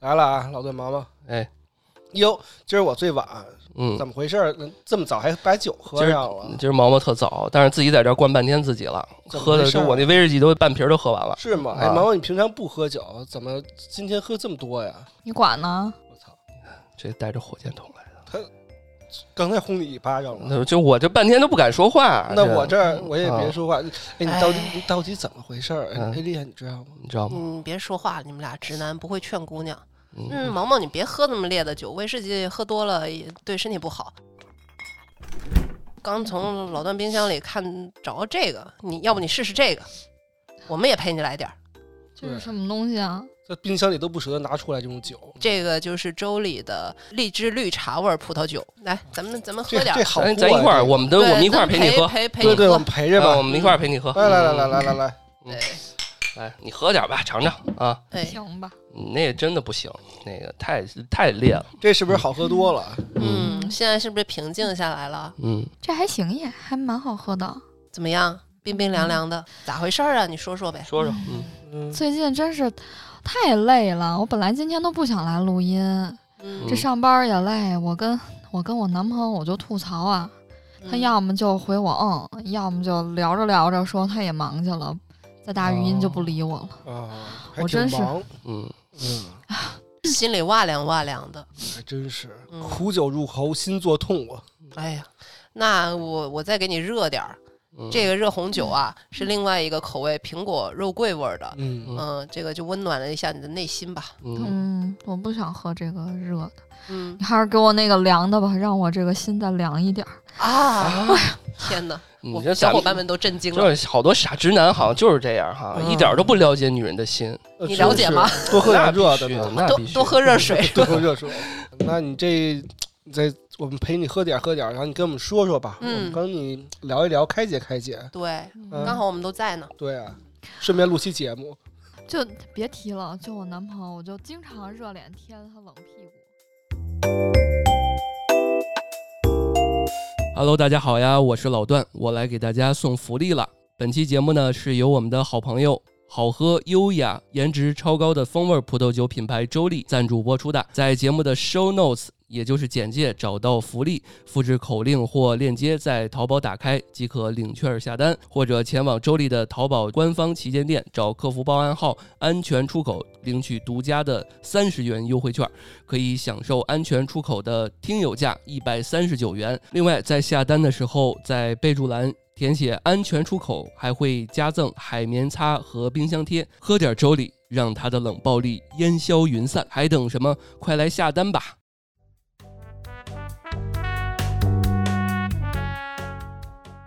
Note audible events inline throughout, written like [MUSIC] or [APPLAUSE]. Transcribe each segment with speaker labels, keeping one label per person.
Speaker 1: 来了啊，老段毛毛，
Speaker 2: 哎，
Speaker 1: 哟，今儿我最晚，
Speaker 2: 嗯，
Speaker 1: 怎么回事儿？这么早还把酒喝啊
Speaker 2: 今儿
Speaker 1: 上了？
Speaker 2: 今儿毛毛特早，但是自己在这儿灌半天自己了，
Speaker 1: 怎么
Speaker 2: 喝的
Speaker 1: 回事
Speaker 2: 就
Speaker 1: 儿啊
Speaker 2: 我那威士忌都半瓶儿都喝完了。
Speaker 1: 是吗？哎，
Speaker 2: 啊
Speaker 1: 毛毛，你平常不喝酒，怎么今天喝这么多呀？
Speaker 3: 你管呢？
Speaker 1: 我操，
Speaker 2: 这带着火箭筒来的，
Speaker 1: 刚才轰你一巴掌了。
Speaker 2: 那就我这半天都不敢说话。啊
Speaker 1: 那我这儿我也别说话。哎，你到底
Speaker 4: 哎
Speaker 1: 你到底怎么回事儿？
Speaker 2: 嗯
Speaker 1: 哎，丽害，你知道吗？
Speaker 2: 你知道吗？
Speaker 4: 嗯，别说话了，你们俩直男不会劝姑娘。嗯，
Speaker 2: 嗯，
Speaker 4: 毛毛，你别喝那么烈的酒，威士忌喝多了也对身体不好。刚从老段冰箱里看找着这个，你要不你试试这个，我们也陪你来点儿。
Speaker 3: 这
Speaker 1: 对
Speaker 3: 是什么东西啊？
Speaker 1: 这冰箱里都不舍得拿出来这种酒，
Speaker 4: 这个就是粥里的荔枝绿茶味儿葡萄酒，来，咱们咱们喝
Speaker 1: 这
Speaker 4: 点
Speaker 1: 这
Speaker 4: 儿。
Speaker 1: 好过
Speaker 2: 咱
Speaker 1: 啊，
Speaker 2: 咱一块儿，我们都
Speaker 4: 对，
Speaker 2: 我们一块儿
Speaker 4: 咱
Speaker 2: 陪你喝，啊
Speaker 4: 陪陪
Speaker 1: 对
Speaker 4: 你
Speaker 1: 对，我
Speaker 4: 喝
Speaker 1: 们。陪着
Speaker 2: 啊我
Speaker 1: 吧。
Speaker 2: 们一块儿陪你喝。
Speaker 1: 来
Speaker 2: 嗯
Speaker 1: 来来来来来来，
Speaker 4: 对，
Speaker 2: 来，你喝点儿吧，尝尝啊。
Speaker 4: 哎，
Speaker 3: 行吧，
Speaker 2: 你那个真的不行，那个太太烈了。
Speaker 1: 这是不是好喝多了？
Speaker 4: 嗯，现在是不是平静下来了？
Speaker 2: 嗯，
Speaker 3: 这还行耶，还蛮好喝的。
Speaker 4: 怎么样？冰冰凉凉的，咋回事儿啊？你说说呗。
Speaker 2: 说说，嗯，
Speaker 1: 嗯，
Speaker 3: 最近真是太累了，我本来今天都不想来录音，
Speaker 4: 嗯
Speaker 3: 这上班也累。我跟我跟我男朋友我就吐槽啊，
Speaker 4: 嗯
Speaker 3: 他要么就回我嗯，要么就聊着聊着说他也忙去了，再打语音就
Speaker 1: 哦
Speaker 3: 不理我了。
Speaker 1: 啊，还
Speaker 3: 我
Speaker 1: 挺
Speaker 3: 真是
Speaker 1: 忙，
Speaker 2: 嗯，
Speaker 1: 嗯，
Speaker 4: 心里哇凉哇凉的。
Speaker 1: 还真是
Speaker 4: 嗯
Speaker 1: 苦酒入喉，心作痛啊。
Speaker 4: 哎呀，那我我再给你热点儿，
Speaker 2: 嗯
Speaker 4: 这个热红酒啊是另外一个口味，苹果肉桂味儿的。
Speaker 1: 嗯
Speaker 2: 嗯
Speaker 4: 嗯，这个就温暖了一下你的内心吧。
Speaker 2: 嗯
Speaker 3: 嗯，我不想喝这个热的，
Speaker 4: 嗯
Speaker 3: 你 [LAUGHS] 还是给我那个凉的吧，让我这个心再凉一点儿。
Speaker 4: 啊，天哪！
Speaker 2: 你
Speaker 4: 我
Speaker 2: 这
Speaker 4: [LAUGHS] 小
Speaker 2: 咱
Speaker 4: 伙伴们都震惊了。
Speaker 2: 就是好多傻直男，好像就是这样哈，
Speaker 1: 嗯
Speaker 2: 一点儿都不了解女人的心。
Speaker 1: 呃
Speaker 4: 你
Speaker 1: 真
Speaker 4: 了解
Speaker 1: 是
Speaker 4: 吗
Speaker 1: 多喝点
Speaker 2: 那必
Speaker 1: 热的
Speaker 2: 须
Speaker 1: 呢，。
Speaker 2: 那
Speaker 4: 多
Speaker 2: 必须
Speaker 4: 多喝热水
Speaker 1: 多喝热水。 [LAUGHS] 那你这，你再我们陪你喝点儿喝点儿，然后你跟我们说说吧，
Speaker 4: 嗯
Speaker 1: 我们跟你聊一聊，开解开解。
Speaker 4: 对，
Speaker 1: 嗯
Speaker 4: 刚好我们都在呢。
Speaker 1: 对啊，顺便录期节目。
Speaker 3: 就别提了，就我男朋友，我就经常热脸贴他冷屁股。
Speaker 2: Hello，大家好呀，我是老段，我来给大家送福利了。本期节目呢，是由我们的好朋友。好喝、优雅、颜值超高的风味葡萄酒品牌周丽赞助播出的，在节目的 show notes，也就是简介找到福利，复制口令或链接，在淘宝打开即可领券下单，或者前往周丽的淘宝官方旗舰店找客服报暗号“安全出口”领取独家的三十元优惠券。可以享受安全出口的听友价一百三十九元。另外，在下单的时候，在备注栏填写“安全出口”，还会加赠海绵擦和冰箱贴。喝点粥里，让它的冷暴力烟消云散。还等什么？快来下单吧！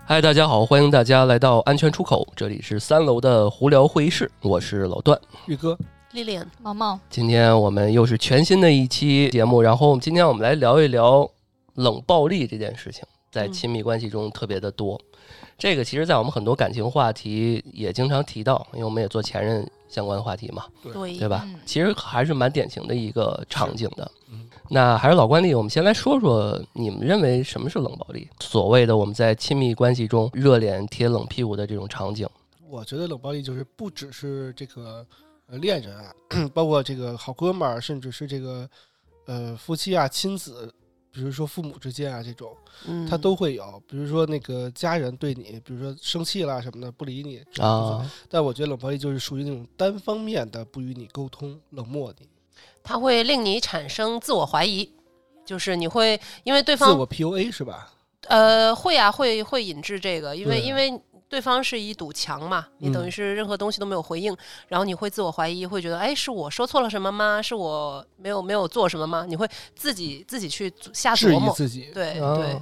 Speaker 2: 嗨，大家好，欢迎大家来到安全出口，这里是三楼的胡聊会议室，我是老段。
Speaker 1: 玉哥，
Speaker 4: 丽丽，
Speaker 3: 毛毛，
Speaker 2: 今天我们又是全新的一期节目，然后今天我们来聊一聊冷暴力这件事情，在
Speaker 4: 嗯
Speaker 2: 亲密关系中特别的多。这个其实，在我们很多感情话题也经常提到，因为我们也做前任相关话题嘛，
Speaker 4: 对
Speaker 2: 对吧？
Speaker 3: 嗯
Speaker 2: 其实还是蛮典型的一个场景的。
Speaker 1: 嗯
Speaker 2: 那还是老惯例，我们先来说说你们认为什么是冷暴力？所谓的我们在亲密关系中热脸贴冷屁股的这种场景，
Speaker 1: 我觉得冷暴力就是不只是这个呃恋人啊， [CLEARS THROAT] 包括这个好哥们儿，甚至是这个呃夫妻啊、亲子，比如说父母之间啊这种，
Speaker 4: 嗯，
Speaker 1: 他都会有。比如说那个家人对你，比如说生气啦什么的，不理你这种部分
Speaker 2: 啊，
Speaker 1: 但我觉得冷暴力就是属于那种单方面的不与你沟通、冷漠你、
Speaker 4: 他会令你产生自我怀疑，就是你会因为对
Speaker 1: 自
Speaker 4: 方
Speaker 1: 我 PUA 是吧？
Speaker 4: 呃，会啊，会会引致这个，因为
Speaker 1: 对
Speaker 4: 因为对方是一堵墙嘛，你
Speaker 2: 嗯
Speaker 4: 等于是任何东西都没有回应，然后你会自我怀疑，会觉得哎，是我说错了什么吗？是我没有没有做什么吗？你会自己自己去瞎
Speaker 1: 质
Speaker 4: 琢
Speaker 1: 疑
Speaker 4: 磨，
Speaker 1: 自己，
Speaker 4: 对
Speaker 2: 啊
Speaker 4: 对，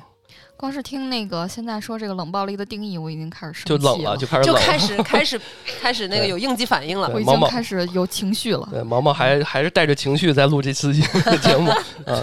Speaker 3: 光是听那个现在说这个冷暴力的定义，我已经开始生气哦
Speaker 2: 就冷
Speaker 3: 了，
Speaker 2: 了，就开始
Speaker 4: 就
Speaker 2: 冷了。 [LAUGHS]
Speaker 4: 开始开始开始那个
Speaker 2: 对
Speaker 4: 有应激反应了。
Speaker 3: 我已
Speaker 2: 毛
Speaker 3: 经
Speaker 2: 毛
Speaker 3: 开始有情绪了。
Speaker 2: 对，毛毛
Speaker 4: 嗯
Speaker 2: 还还是带着情绪在录这次节
Speaker 4: [LAUGHS]
Speaker 2: 目，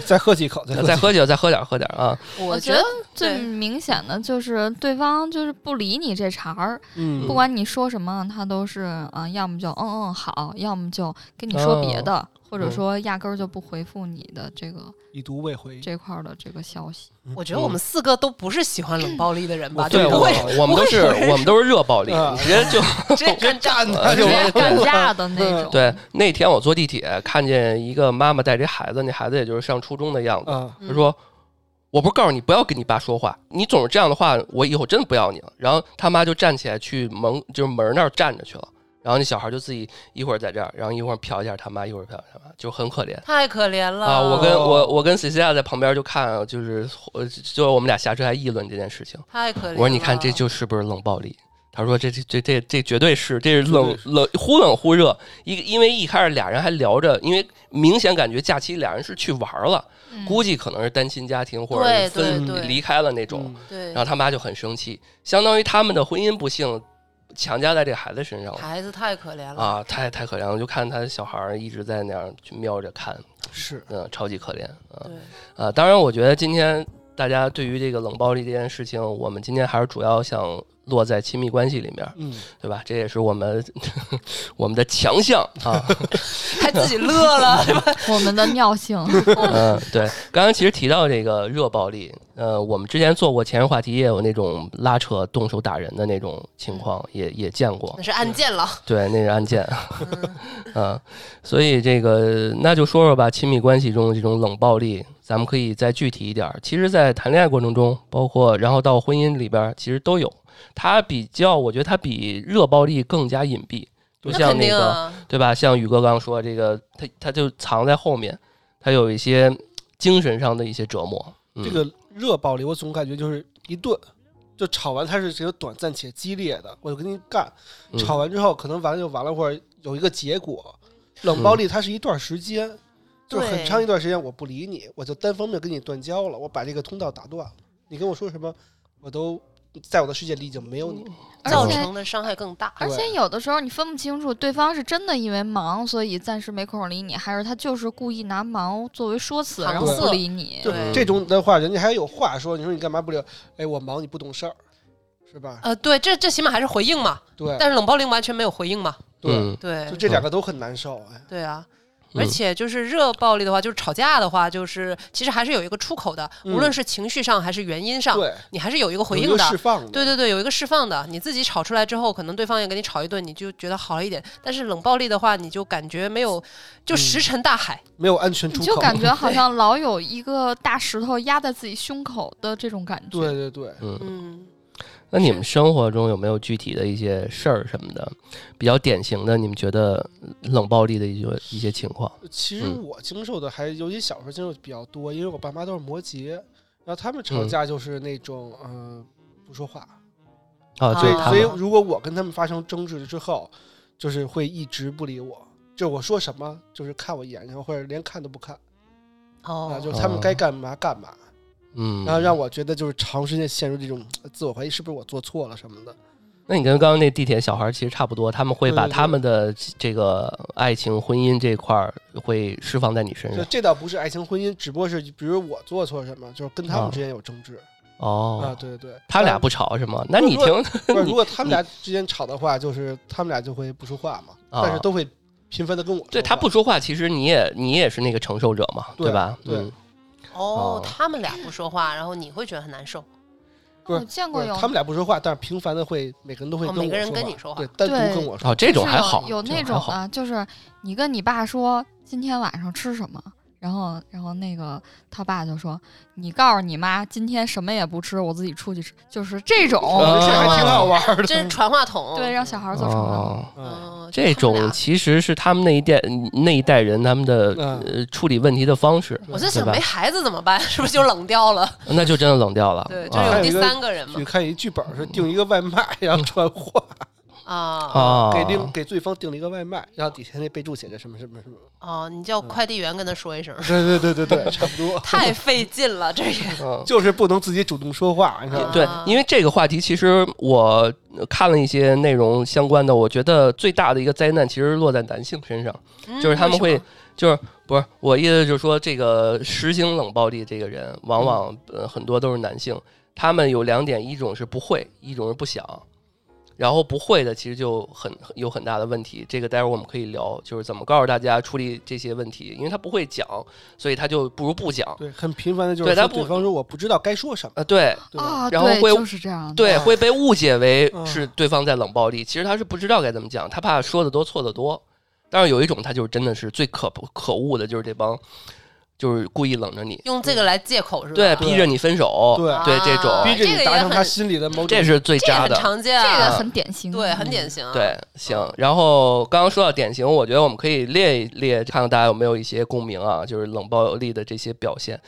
Speaker 1: 再喝几口，再喝
Speaker 2: 再
Speaker 1: 几
Speaker 2: 喝酒，再喝点儿，喝点儿啊！
Speaker 4: 我
Speaker 3: 觉
Speaker 4: 觉
Speaker 3: 得
Speaker 4: 得
Speaker 3: 最
Speaker 4: 对
Speaker 3: 明显的就是对方就是不理你这茬儿，
Speaker 1: 嗯，
Speaker 3: 不呃
Speaker 2: 哦
Speaker 3: 管你说什么，他都是啊、要么就嗯嗯好，要么就跟你说别的，或者说压根儿就不回复你的这个
Speaker 1: 已读未回。
Speaker 3: 这块儿的这个
Speaker 2: [LAUGHS]
Speaker 3: 消息。
Speaker 4: 我觉得我们四个都不是喜欢冷暴力的人吧？
Speaker 1: 嗯
Speaker 4: 就
Speaker 2: 对，
Speaker 4: 啊不
Speaker 2: 我
Speaker 4: 会
Speaker 2: 我们都是
Speaker 4: 不会有人嗯
Speaker 2: 我们都是热暴力，
Speaker 1: 啊
Speaker 2: 你直接就
Speaker 4: 直接干仗。
Speaker 1: 那就
Speaker 3: 直
Speaker 1: 完了
Speaker 3: 接干架的那
Speaker 2: [LAUGHS] 嗯
Speaker 3: 种。
Speaker 2: 对。那天我坐地铁看见一个妈妈带着孩子，那孩子也就是上初中的样子，
Speaker 1: 啊，
Speaker 3: 嗯
Speaker 2: 他说：“我不是告诉你不要跟你爸说话，你总是这样的话，我以后真的不要你了。”然后他妈就站起来去门，就是门那儿站着去了。然后那小孩就自己一会儿在这儿，然后一会儿瞟一下他妈，一会儿瞟一下他妈，就很可怜
Speaker 4: 太可怜了
Speaker 2: 啊！我跟
Speaker 1: 哦
Speaker 2: 我我跟 C C 亚在旁边就看，就是呃，就我们俩下车还议论这件事情。
Speaker 4: 太可怜了。
Speaker 2: 我说：“你
Speaker 4: 哦
Speaker 2: 看这就是不是冷暴力？”他说：“这这这这这绝对是，这是冷
Speaker 1: 绝对
Speaker 2: 冷忽冷忽热。一因为一开始俩人还聊着，因为明显感觉假期俩人是去玩了。”
Speaker 3: 嗯
Speaker 2: 估计可能是单亲家庭或
Speaker 4: 对
Speaker 2: 者
Speaker 4: 对
Speaker 2: 分
Speaker 4: 对
Speaker 2: 离开了那种，
Speaker 1: 嗯
Speaker 4: 对
Speaker 2: 然后他妈就很生气，相当于他们的婚姻不幸强加在这个孩子身上了
Speaker 4: 孩子太可怜了。
Speaker 2: 啊，太太可怜了，就看他小孩儿一直在那样去瞄着看，
Speaker 1: 是
Speaker 2: 嗯，超级可怜啊
Speaker 4: 对，
Speaker 2: 啊！当然，我觉得今天大家对于这个冷暴力这件事情，我们今天还是主要想落在亲密关系里面，
Speaker 1: 嗯，
Speaker 2: 对吧？这也是我们 [LAUGHS] 我们的强项啊。
Speaker 4: 还自己乐
Speaker 2: [LAUGHS]
Speaker 4: 了，
Speaker 3: 我们的尿性，
Speaker 2: 嗯，对，刚刚其实提到这个热暴力，呃，我们之前做过前任话题，也有那种拉扯、动手打人的那种情况，也也见过
Speaker 4: 那，是案
Speaker 1: [LAUGHS]
Speaker 4: 件了。
Speaker 2: 对，那是案件，
Speaker 4: 嗯
Speaker 2: 啊，所以这个那就说说吧，亲密关系中的这种冷暴力，咱们可以再具体一点儿。其实，在谈恋爱过程中，包括然后到婚姻里边儿，其实都有。它比较，我觉得它比热暴力更加隐蔽，就
Speaker 4: 那
Speaker 2: 像
Speaker 4: 肯
Speaker 2: 那
Speaker 4: 定
Speaker 2: 个
Speaker 4: 啊，
Speaker 2: 对吧？像宇哥刚刚说这个，他他就藏在后面，他有一些嗯精神上的一些折磨。嗯、
Speaker 1: 这个热暴力，我总感觉就是一顿就吵完，它是只有短暂且激烈的，我就跟你干。
Speaker 2: 嗯
Speaker 1: 吵完之后，可能完了就完了，或者有一个结果。冷暴力它是一段时间，就是很
Speaker 4: 对
Speaker 1: 长一段时间我不理你，我就单方面跟你断交了，我把这个通道打断了。你跟我说什么，我都在我的世界里已经没有
Speaker 2: 嗯
Speaker 1: 你。
Speaker 3: 而
Speaker 4: 造
Speaker 3: 且
Speaker 4: 成的伤害更大。
Speaker 3: 而且有的时候你分不清楚对方是真的因为忙，所以暂时没空理你，还是他就是故意拿忙作为说辞，
Speaker 4: 搪
Speaker 3: 然后不
Speaker 4: 塞
Speaker 3: 理你。
Speaker 1: 就
Speaker 4: 对
Speaker 1: 这种的话，人家还有话说，你说你干嘛不理我？哎，我忙，你不懂事儿，是吧？
Speaker 4: 呃，对，这这起码还是回应嘛，
Speaker 1: 对
Speaker 4: 但是冷暴力完全没有回应嘛。
Speaker 1: 对，
Speaker 2: 嗯
Speaker 4: 对
Speaker 1: 就，这两个都很难受。哎，
Speaker 4: 对啊。
Speaker 2: 嗯
Speaker 4: 而且就是热暴力的话，就是吵架的话，就是其实还是有一个出口的，
Speaker 1: 嗯
Speaker 4: 无论是情绪上还是原因上，
Speaker 1: 对，
Speaker 4: 你还是有一个回
Speaker 1: 有一
Speaker 4: 应
Speaker 1: 个
Speaker 4: 的
Speaker 1: 释。放的，
Speaker 4: 对对对，有一个释放的，你自己吵出来之后，可能对方也给你吵一顿，你就觉得好一点。但是冷暴力的话，你就感觉没有，就
Speaker 1: 嗯
Speaker 4: 石沉大海。
Speaker 1: 没有安全出
Speaker 3: 你
Speaker 1: 口，
Speaker 3: 就感觉好像老有一个大石头压在自己胸口的这种感觉。
Speaker 1: 对对对，
Speaker 2: 嗯，
Speaker 4: 嗯，
Speaker 2: 那你们生活中有没有具体的一些事儿什么的，比较典型的你们觉得冷暴力的一些一些情况？
Speaker 1: 其实
Speaker 2: 嗯
Speaker 1: 我经受的还，尤其小时候经受的比较多，因为我爸妈都是摩羯，然后他们吵
Speaker 2: 嗯
Speaker 1: 架就是那种，嗯、不说话。
Speaker 2: 啊，
Speaker 4: 啊
Speaker 2: 对
Speaker 1: 所以，
Speaker 2: 他
Speaker 1: 所以
Speaker 2: 们，
Speaker 1: 如果我跟他们发生争执之后，就是会一直不理我，就我说什么，就是看我一眼，然后或者连看都不看啊，
Speaker 4: 哦，
Speaker 1: 就是他们该干嘛干嘛，
Speaker 2: 嗯，
Speaker 1: 然后让我觉得就是长时间陷入这种呃自我怀疑，是不是我做错了什么的？
Speaker 2: 那你跟刚刚那地铁小孩儿其实差不多，他们会把
Speaker 1: 对对对
Speaker 2: 他们的这个爱情、婚姻这块儿会释放在你身
Speaker 1: 就
Speaker 2: 上。
Speaker 1: 这倒不是爱情婚姻，只不过是比如我做错什么，就是跟他
Speaker 2: 啊
Speaker 1: 们之间有争执啊，
Speaker 2: 哦，
Speaker 1: 对对对，
Speaker 2: 他们俩
Speaker 1: 但
Speaker 2: 不吵是吗？那你听，
Speaker 1: 不是，
Speaker 2: 你
Speaker 1: 如果他们俩之间吵的话，就是他们俩就会不说话嘛，
Speaker 2: 啊
Speaker 1: 但是都会频繁的跟我说话
Speaker 2: 对他不说话，其实你也你也是那个承受者嘛，
Speaker 1: 对
Speaker 2: 吧？
Speaker 1: 对
Speaker 2: 嗯
Speaker 1: 啊
Speaker 2: 哦
Speaker 4: 哦，他们俩不说话，然后你会觉得很难受。
Speaker 1: 不是
Speaker 3: 我见
Speaker 1: 不
Speaker 3: 过
Speaker 1: 是
Speaker 3: 有
Speaker 1: 他们俩不说话，但是频繁的会每个人都会
Speaker 4: 哦
Speaker 1: 跟我
Speaker 4: 每个人跟你
Speaker 1: 说
Speaker 4: 说
Speaker 1: 话，对，
Speaker 4: 话
Speaker 1: 单独
Speaker 3: 对
Speaker 1: 跟我说
Speaker 2: 哦，这种还好，
Speaker 3: 就是有有
Speaker 2: 这
Speaker 3: 那
Speaker 2: 还
Speaker 3: 种
Speaker 2: 好
Speaker 3: 啊，就是你跟你爸说今天晚上吃什么，然后然后那个他爸就说你告诉你妈今天什么也不吃，我自己出去吃，就是这种，
Speaker 2: 啊
Speaker 1: 哦这
Speaker 2: [LAUGHS]
Speaker 1: 还挺好玩的，
Speaker 4: 这是传话筒，
Speaker 3: 对，让小孩啊做成了。
Speaker 2: 哦。
Speaker 1: 嗯
Speaker 4: 嗯，
Speaker 2: 这种其实是他们那一代那一代人他们的、
Speaker 1: 嗯
Speaker 2: 呃处理问题的方式，
Speaker 4: 我在
Speaker 2: 对
Speaker 4: 想
Speaker 2: 吧
Speaker 4: 没孩子怎么办？ [LAUGHS] 是不是就冷
Speaker 2: [LAUGHS]
Speaker 4: 掉了？
Speaker 2: 那就真的冷掉了。
Speaker 4: 对，就
Speaker 2: 啊
Speaker 4: 有第三个人嘛
Speaker 1: 去看一剧本是订一个外卖，然后传话
Speaker 4: 啊
Speaker 2: 啊，
Speaker 1: 给另给对方订了一个外卖，然后底下那备注写着什么什么什 [LAUGHS] 么，
Speaker 4: 啊！你
Speaker 1: 嗯
Speaker 4: 叫快递员跟他说一声，
Speaker 1: 对对对对对，差不多，
Speaker 4: 太费劲了，
Speaker 2: [LAUGHS]
Speaker 4: 这也
Speaker 2: 嗯
Speaker 1: 就是不能自己主动说话，你知道吗？
Speaker 2: 对
Speaker 4: 啊，
Speaker 2: 因为这个话题，其实我呃看了一些内容相关的，我觉得最大的一个灾难其实落在男性身上，
Speaker 4: 嗯
Speaker 2: 就是他们会，就是不是我意思就是说，这个实行冷暴力这个人，往往呃很多都是男性，他们有两点，一种是不会，一种是不想。然后不会的，其实就很很有很大的问题。这个待会儿我们可以聊，就是怎么告诉大家处理这些问题，因为他不会讲，所以他就不如不讲。
Speaker 1: 对，很频繁的就是
Speaker 2: 对
Speaker 1: 说
Speaker 2: 他不
Speaker 1: 对方说我不知道该说什么，
Speaker 2: 呃，对
Speaker 1: 对吧？
Speaker 3: 啊，
Speaker 2: 然后
Speaker 3: 对，
Speaker 2: 会
Speaker 3: 就是这样的，
Speaker 2: 对，会被误解为
Speaker 1: 嗯
Speaker 2: 是对方在冷暴力，其实他是不知道该怎么讲，他怕说的多错的多。当然有一种他就是真的是最可可恶的，就是这帮就是故意冷着你，
Speaker 4: 用这个来借口是吧？
Speaker 2: 对，
Speaker 1: 对
Speaker 2: 逼着你分手，
Speaker 1: 对
Speaker 4: 啊
Speaker 2: 对这种
Speaker 1: 逼着你
Speaker 4: 这个也
Speaker 1: 达成
Speaker 4: 很
Speaker 1: 他心里的某种，
Speaker 2: 这是最
Speaker 4: 这个
Speaker 2: 渣
Speaker 4: 很
Speaker 2: 的。
Speaker 4: 常见
Speaker 3: 这
Speaker 4: 啊，
Speaker 3: 个很典型，
Speaker 4: 对，很
Speaker 3: 嗯
Speaker 4: 典型啊。
Speaker 2: 对，行。然后刚刚说到典型，我觉得我们可以列一列，看看大家有没有一些共鸣啊，就是冷暴力的这些表现。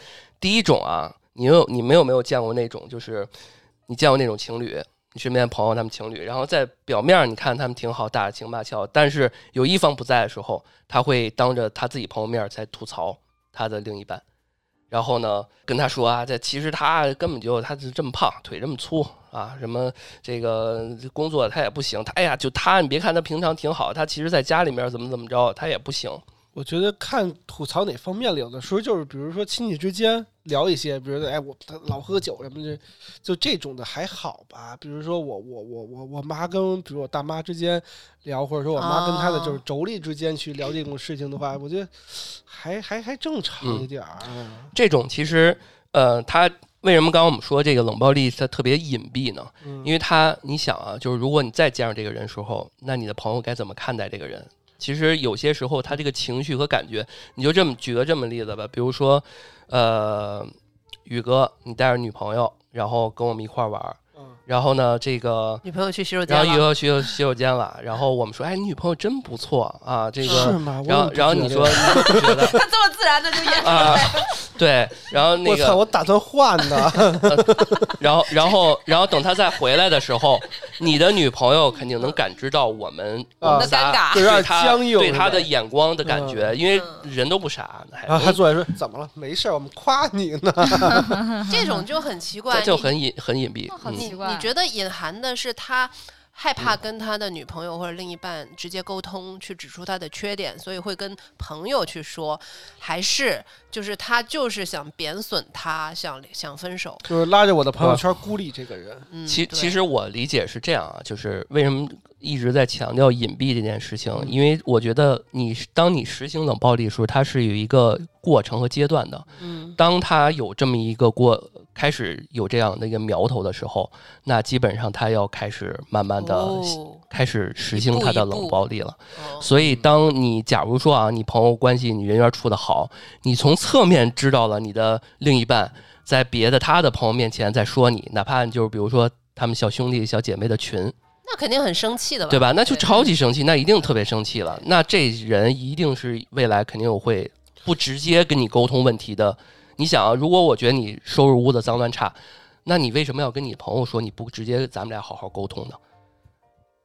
Speaker 2: 第一种啊，你有你们有没有见过那种，就是你见过那种情侣，你身边朋友他们情侣，然后在表面儿你看他们挺好，打情骂俏，但是有一方不在的时候，他会当着他自己朋友面儿在吐槽他的另一半。然后呢，跟他说啊，这其实他根本就他是这么胖，腿这么粗啊，什么这个工作他也不行，他哎呀，就他你别看他平常挺好，他其实在家里面怎么怎么着，他也不行。
Speaker 1: 我觉得看吐槽哪方面了，有的时候就是比如说亲戚之间聊一些，比如说哎我他老喝酒什么的，就这种的还好吧。比如说我我我我我妈跟比如我大妈之间聊，或者说我妈跟她的
Speaker 4: 哦
Speaker 1: 就是妯娌之间去聊这种事情的话，我觉得还还还正
Speaker 2: 嗯
Speaker 1: 常一点儿。
Speaker 2: 这种其实呃，他为什么刚刚我们说这个冷暴力他特别隐蔽呢？
Speaker 1: 嗯，
Speaker 2: 因为他你想啊，就是如果你再见上这个人的时候，那你的朋友该怎么看待这个人？其实有些时候他这个情绪和感觉，你就这么举个这么例子吧，比如说呃，宇哥，你带着女朋友，然后跟我们一块儿玩儿，
Speaker 1: 嗯
Speaker 2: 然后呢这个。
Speaker 4: 女朋友去洗手间
Speaker 2: 然后
Speaker 4: 了
Speaker 2: 又要去洗手间了，然后我们说，哎，你女朋友真不错啊，这
Speaker 1: 是
Speaker 2: 个，
Speaker 1: 吗？我
Speaker 2: 然后
Speaker 1: 怎么不
Speaker 2: 然后你
Speaker 1: 觉
Speaker 2: 说
Speaker 1: 得
Speaker 2: 你不觉得
Speaker 4: [LAUGHS] 这么自然的就
Speaker 2: [LAUGHS]
Speaker 4: 演出
Speaker 2: 啊
Speaker 4: 来，？
Speaker 2: 对，然后那
Speaker 1: 我操，
Speaker 2: 个，
Speaker 1: 我打算换呢。 [LAUGHS]
Speaker 2: 然后然后然后等他再回来的时候，你的女朋友肯定能感知到我们
Speaker 1: 啊
Speaker 2: 我们仨
Speaker 4: 的尴尬
Speaker 1: 有
Speaker 4: 嗯
Speaker 2: 对
Speaker 1: 点
Speaker 2: 他
Speaker 1: 僵硬嗯
Speaker 2: 对
Speaker 1: 是吧
Speaker 2: 他的眼光的感觉，因为人都不傻，哎还
Speaker 1: 然后他坐来说怎么了？没事儿，我们夸你呢。 [LAUGHS]
Speaker 4: 这种就很奇怪
Speaker 2: 这。就很隐很隐蔽
Speaker 3: 那，好
Speaker 2: 嗯
Speaker 3: 奇
Speaker 4: 你
Speaker 3: 怪
Speaker 4: 你觉得隐含的是他害怕跟他的女朋友或者另一半直接沟通，去指出他的缺点，所以会跟朋友去说，还是就是他就是想贬损他，想想分手？
Speaker 1: 就是拉着我的朋友
Speaker 2: 啊
Speaker 1: 圈孤立这个人。
Speaker 4: 嗯，
Speaker 2: 其
Speaker 4: 对
Speaker 2: 其实我理解是这样啊，就是为什么一直在强调隐蔽这件事情，
Speaker 1: 嗯
Speaker 2: 因为我觉得你当你实行冷暴力的时候，它是有一个过程和阶段的。
Speaker 4: 嗯
Speaker 2: 当他有这么一个过开始有这样的一个苗头的时候，那基本上他要开始慢慢的、
Speaker 4: 哦
Speaker 2: 开始实行
Speaker 4: 一步
Speaker 2: 他的
Speaker 4: 一步
Speaker 2: 冷暴力了。
Speaker 4: 哦
Speaker 2: 所以，当你假如说啊，你朋友关系你人缘处的好，你从侧面知道了你的另一半在别的他的朋友面前在说你，哪怕就是比如说他们小兄弟小姐妹的群，
Speaker 4: 那肯定很生气的吧？
Speaker 2: 对吧？那就
Speaker 4: 对
Speaker 2: 超级生气，那一定特别生气了。那这人一定是未来肯定有会不直接跟你沟通问题的。你想啊，如果我觉得你收拾屋子脏乱差，那你为什么要跟你朋友说你不直接咱们俩好好沟通呢？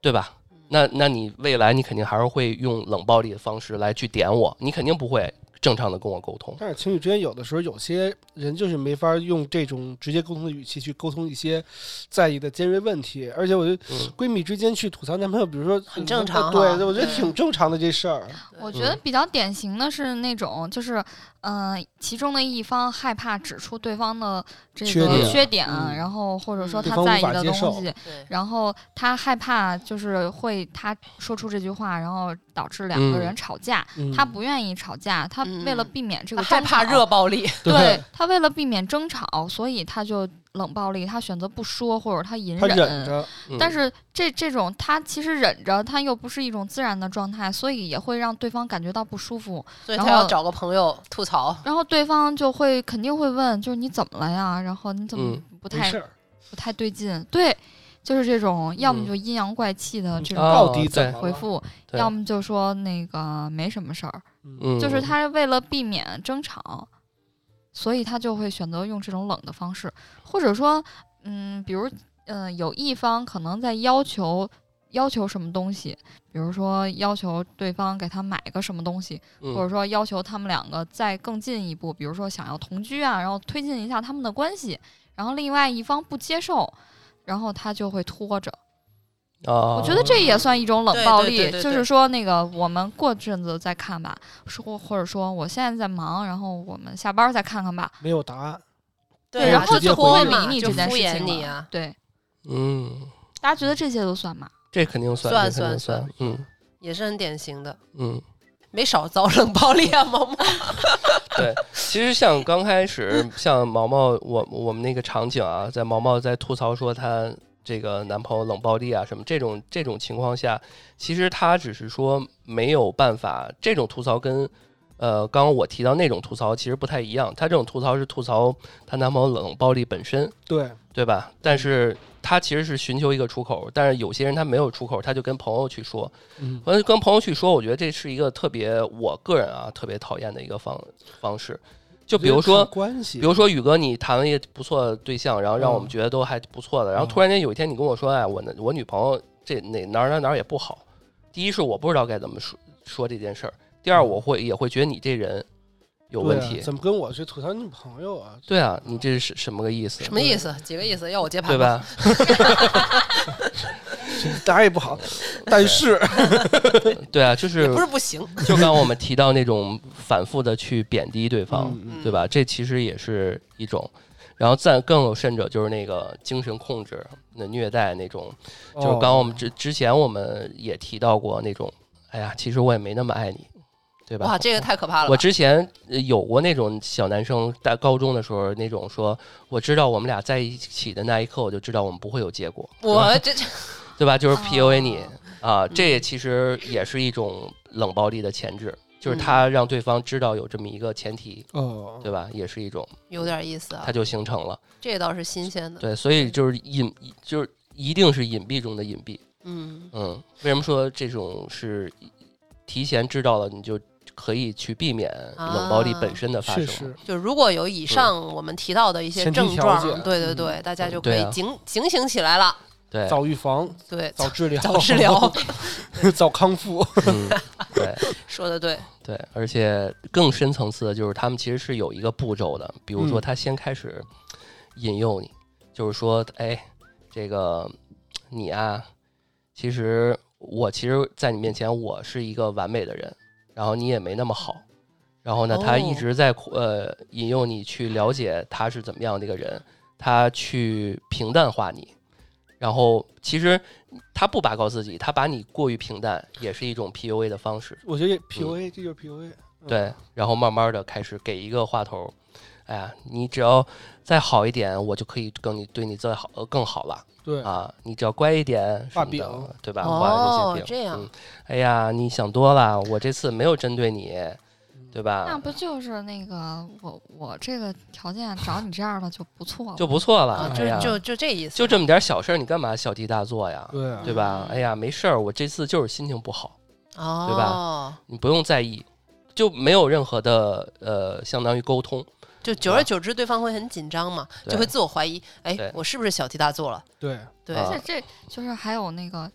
Speaker 2: 对吧？
Speaker 3: 嗯
Speaker 2: 那那你未来你肯定还是会用冷暴力的方式来去点我，你肯定不会正常的跟我沟通。
Speaker 1: 但是情侣之间有的时候，有些人就是没法用这种直接沟通的语气去沟通一些在意的尖锐问题。而且我觉得
Speaker 2: 嗯，
Speaker 1: 闺蜜之间去吐槽男朋友，比如说呃
Speaker 4: 很正常哈
Speaker 1: 对，对我觉得
Speaker 4: 对
Speaker 1: 挺正常的这事儿。
Speaker 3: 我觉
Speaker 4: 嗯
Speaker 3: 得比较典型的是那种，就是，嗯、其中的一方害怕指出对方的这
Speaker 1: 缺
Speaker 3: 个
Speaker 2: 点
Speaker 3: 缺点，
Speaker 1: 嗯
Speaker 3: 然后或者说
Speaker 4: 嗯对
Speaker 3: 他
Speaker 1: 方无
Speaker 3: 在意
Speaker 1: 法
Speaker 3: 的
Speaker 1: 接受
Speaker 3: 东西，
Speaker 4: 对，
Speaker 3: 然后他害怕就是会他说出这句话，然后导致两个
Speaker 2: 嗯
Speaker 3: 人吵架。
Speaker 1: 嗯
Speaker 3: 他不愿意吵架，他为了
Speaker 4: 嗯
Speaker 3: 避免这
Speaker 4: 他
Speaker 3: 个
Speaker 4: 害
Speaker 3: 争
Speaker 4: 怕
Speaker 3: 吵
Speaker 4: 热
Speaker 3: [LAUGHS]
Speaker 4: 暴力，
Speaker 3: 对他为了避免争吵，所以他就冷暴力，他选择不说或者他隐
Speaker 1: 他
Speaker 3: 忍。
Speaker 1: 忍着，
Speaker 2: 嗯
Speaker 3: 但是这这种他其实忍着，他又不是一种自然的状态，所以也会让对方感觉到不舒服。
Speaker 4: 所以
Speaker 3: 然
Speaker 4: 他要
Speaker 3: 后
Speaker 4: 找个朋友吐槽。
Speaker 3: 然后对方就会肯定会问，就是你怎么了呀？然后你怎么
Speaker 2: 嗯
Speaker 3: 不
Speaker 1: 没
Speaker 3: 太、
Speaker 1: 事儿。
Speaker 3: 不太对劲？对，就是这种，要
Speaker 2: 嗯
Speaker 3: 么就阴阳怪气的呃这种
Speaker 2: 啊
Speaker 1: 嗯到底怎么了
Speaker 3: 回？复，
Speaker 2: 对
Speaker 3: 要么就说那个没什么事儿，
Speaker 1: 嗯，
Speaker 2: 嗯，
Speaker 3: 就是他为了避免争吵，所以他就会选择用这种冷的方式，或者说，嗯，比如，嗯、有一方可能在要求要求什么东西，比如说要求对方给他买个什么东西，
Speaker 2: 嗯，
Speaker 3: 或者说要求他们两个再更进一步，比如说想要同居啊，然后推进一下他们的关系，然后另外一方不接受。然后他就会拖着，
Speaker 2: 啊，
Speaker 3: 我觉得这也算一种冷暴
Speaker 4: 对对
Speaker 3: 力，
Speaker 4: 对对
Speaker 3: 就是说那个我们过阵子再看吧，说或者说我现在在忙，然后我们下班再看看吧。
Speaker 1: 没有答案。
Speaker 3: 对
Speaker 4: 啊
Speaker 3: 然后
Speaker 1: 就
Speaker 4: 就
Speaker 1: 不会
Speaker 4: 拖
Speaker 3: 理
Speaker 4: 嘛
Speaker 3: 你
Speaker 4: 就
Speaker 3: 这件
Speaker 4: 敷
Speaker 3: 事
Speaker 4: 衍
Speaker 3: 情
Speaker 4: 你
Speaker 3: 了
Speaker 4: 啊。
Speaker 3: 对，
Speaker 2: 嗯，
Speaker 3: 大家觉得这些都算吗？
Speaker 2: 这肯定算，
Speaker 4: 算
Speaker 2: 这肯定
Speaker 4: 算
Speaker 2: 算，嗯
Speaker 4: 也是很典型的，
Speaker 2: 嗯，
Speaker 4: 没少遭 [LAUGHS] 冷暴力啊，毛毛。
Speaker 2: 对。其实像刚开始，像毛毛，我我们那个场景啊，在毛毛在吐槽说她这个男朋友冷暴力啊什么这种这种情况下，其实她只是说没有办法，这种吐槽跟。呃，刚刚我提到那种吐槽其实不太一样，她这种吐槽是吐槽她男朋友冷暴力本身，
Speaker 1: 对，
Speaker 2: 对吧？但是她其实是寻求一个出口，但是有些人他没有出口，他就跟朋友去说，
Speaker 1: 嗯，
Speaker 2: 我跟朋友去说，我觉得这是一个特别我个人啊特别讨厌的一个方方式。就比如
Speaker 1: 我觉得
Speaker 2: 说
Speaker 1: 看，关系，
Speaker 2: 比如说宇哥，你谈了一个不错的对象，然后让我们
Speaker 1: 嗯
Speaker 2: 觉得都还不错的，然后
Speaker 1: 嗯
Speaker 2: 突然间有一天你跟我说，哎，我那我女朋友这哪哪儿哪儿哪儿也不好。第一是我不知道该怎么说说这件事儿，第二
Speaker 1: 嗯
Speaker 2: 我会也会觉得你这人有问
Speaker 1: 对啊
Speaker 2: 题。
Speaker 1: 怎么跟我去吐槽女朋友啊？
Speaker 2: 对啊，你这是什么个意思？
Speaker 4: 什么意思？几个意思？要我接
Speaker 2: 对
Speaker 4: 盘吗？
Speaker 2: 吧？
Speaker 1: 当然也不
Speaker 2: [LAUGHS]
Speaker 1: 好，但是
Speaker 2: 对啊，就
Speaker 4: 也
Speaker 2: 是
Speaker 4: 不是不行，
Speaker 2: 就刚刚我们提到那种反复的去贬低对方，
Speaker 1: 嗯
Speaker 4: 嗯
Speaker 2: 对吧？这其实也是一种。然后再更有甚者，就是那个精神控制、那虐待那种，就是刚刚我
Speaker 1: 哦
Speaker 2: 们之之前我们也提到过那种，哎呀，其实我也没那么爱你，对吧？
Speaker 4: 哇，这个太可怕了吧。
Speaker 2: 我之前呃有过那种小男生，在高中的时候那种说，我知道我们俩在一起的那一刻，我就知道我们不会有结果，
Speaker 4: 我嗯这这
Speaker 2: 对吧？就是
Speaker 3: 哦
Speaker 2: PUA 你、啊，这也其实也是一种冷暴力的前置，
Speaker 4: 嗯
Speaker 2: 就是他让对方知道有这么一个前提，
Speaker 1: 哦，
Speaker 2: 对吧？也是一种，
Speaker 4: 有点意思啊
Speaker 2: 它，就形成了。
Speaker 4: 这倒是新鲜的。
Speaker 2: 对，所以就是隐，就是一定是隐蔽中的隐蔽。
Speaker 4: 嗯，
Speaker 2: 嗯，为什么说这种是提前知道了，你就可以去避免冷暴力本身的发
Speaker 1: 确
Speaker 2: 生？
Speaker 1: 实，
Speaker 4: 就如果有以上我们提到的一些
Speaker 1: 前提
Speaker 4: 症
Speaker 1: 条
Speaker 4: 状
Speaker 1: 件，
Speaker 4: 对对
Speaker 1: 嗯
Speaker 4: 对，大家就可
Speaker 2: 对啊
Speaker 4: 以警警醒起
Speaker 2: [LAUGHS]
Speaker 4: 来了。
Speaker 2: 对，
Speaker 1: 早预防、
Speaker 4: 对，
Speaker 1: 早治疗、
Speaker 4: 早治
Speaker 1: [LAUGHS]
Speaker 4: 疗、
Speaker 1: 早康复， [LAUGHS]
Speaker 2: 嗯，对
Speaker 4: [LAUGHS] 说的对，
Speaker 2: 对，而且更深层次的就是他们其实是有一个步骤的，比如说
Speaker 1: 嗯
Speaker 2: 他先开始引诱你，就是说，哎，这个你啊，其实我其实在你面前我是一个完美的人，然后你也没那么好。然后呢，他一
Speaker 4: 哦
Speaker 2: 直在苦呃引诱你去了解他是怎么样的一个人，他去平淡化你。然后其实他不拔高自己，他把你过于平淡，也是一种 PUA 的方式。
Speaker 1: 我觉得也 PUA，这就是 PUA。嗯
Speaker 2: 对，然后慢慢的开始给一个话头儿，哎呀，你只要再好一点，我就可以跟你对你再好呃更好了
Speaker 1: 对，
Speaker 2: 啊！你只要乖一点，
Speaker 1: 画
Speaker 2: 什么
Speaker 1: 饼
Speaker 2: 的对吧？
Speaker 4: 哦
Speaker 2: 画那些饼，
Speaker 4: 这样
Speaker 2: 嗯哎呀，你想多了，我这次没有针对你，
Speaker 1: 嗯
Speaker 2: 对
Speaker 3: 那
Speaker 2: 吧？
Speaker 3: 不就是那个我我这个条件找你这样的就不错了，
Speaker 2: 就不错了，
Speaker 4: 啊，
Speaker 1: 哦
Speaker 2: 哎呀
Speaker 4: 就就就这意思。
Speaker 2: 就这么点小事儿，你干嘛小题大做呀？
Speaker 1: 对啊
Speaker 2: 对吧？哎呀，没事儿，我这次就是心情不好，对吧
Speaker 4: 哦，
Speaker 2: 你不用在意，就没有任何的呃，相当于沟通。
Speaker 4: 就久而久之，对方会很紧张嘛，
Speaker 2: 对
Speaker 4: 就会自我怀疑，哎
Speaker 2: 对，
Speaker 4: 我是不是小题大做了？
Speaker 1: 对，
Speaker 4: 对，
Speaker 2: 啊
Speaker 3: 而且这就是还有那个，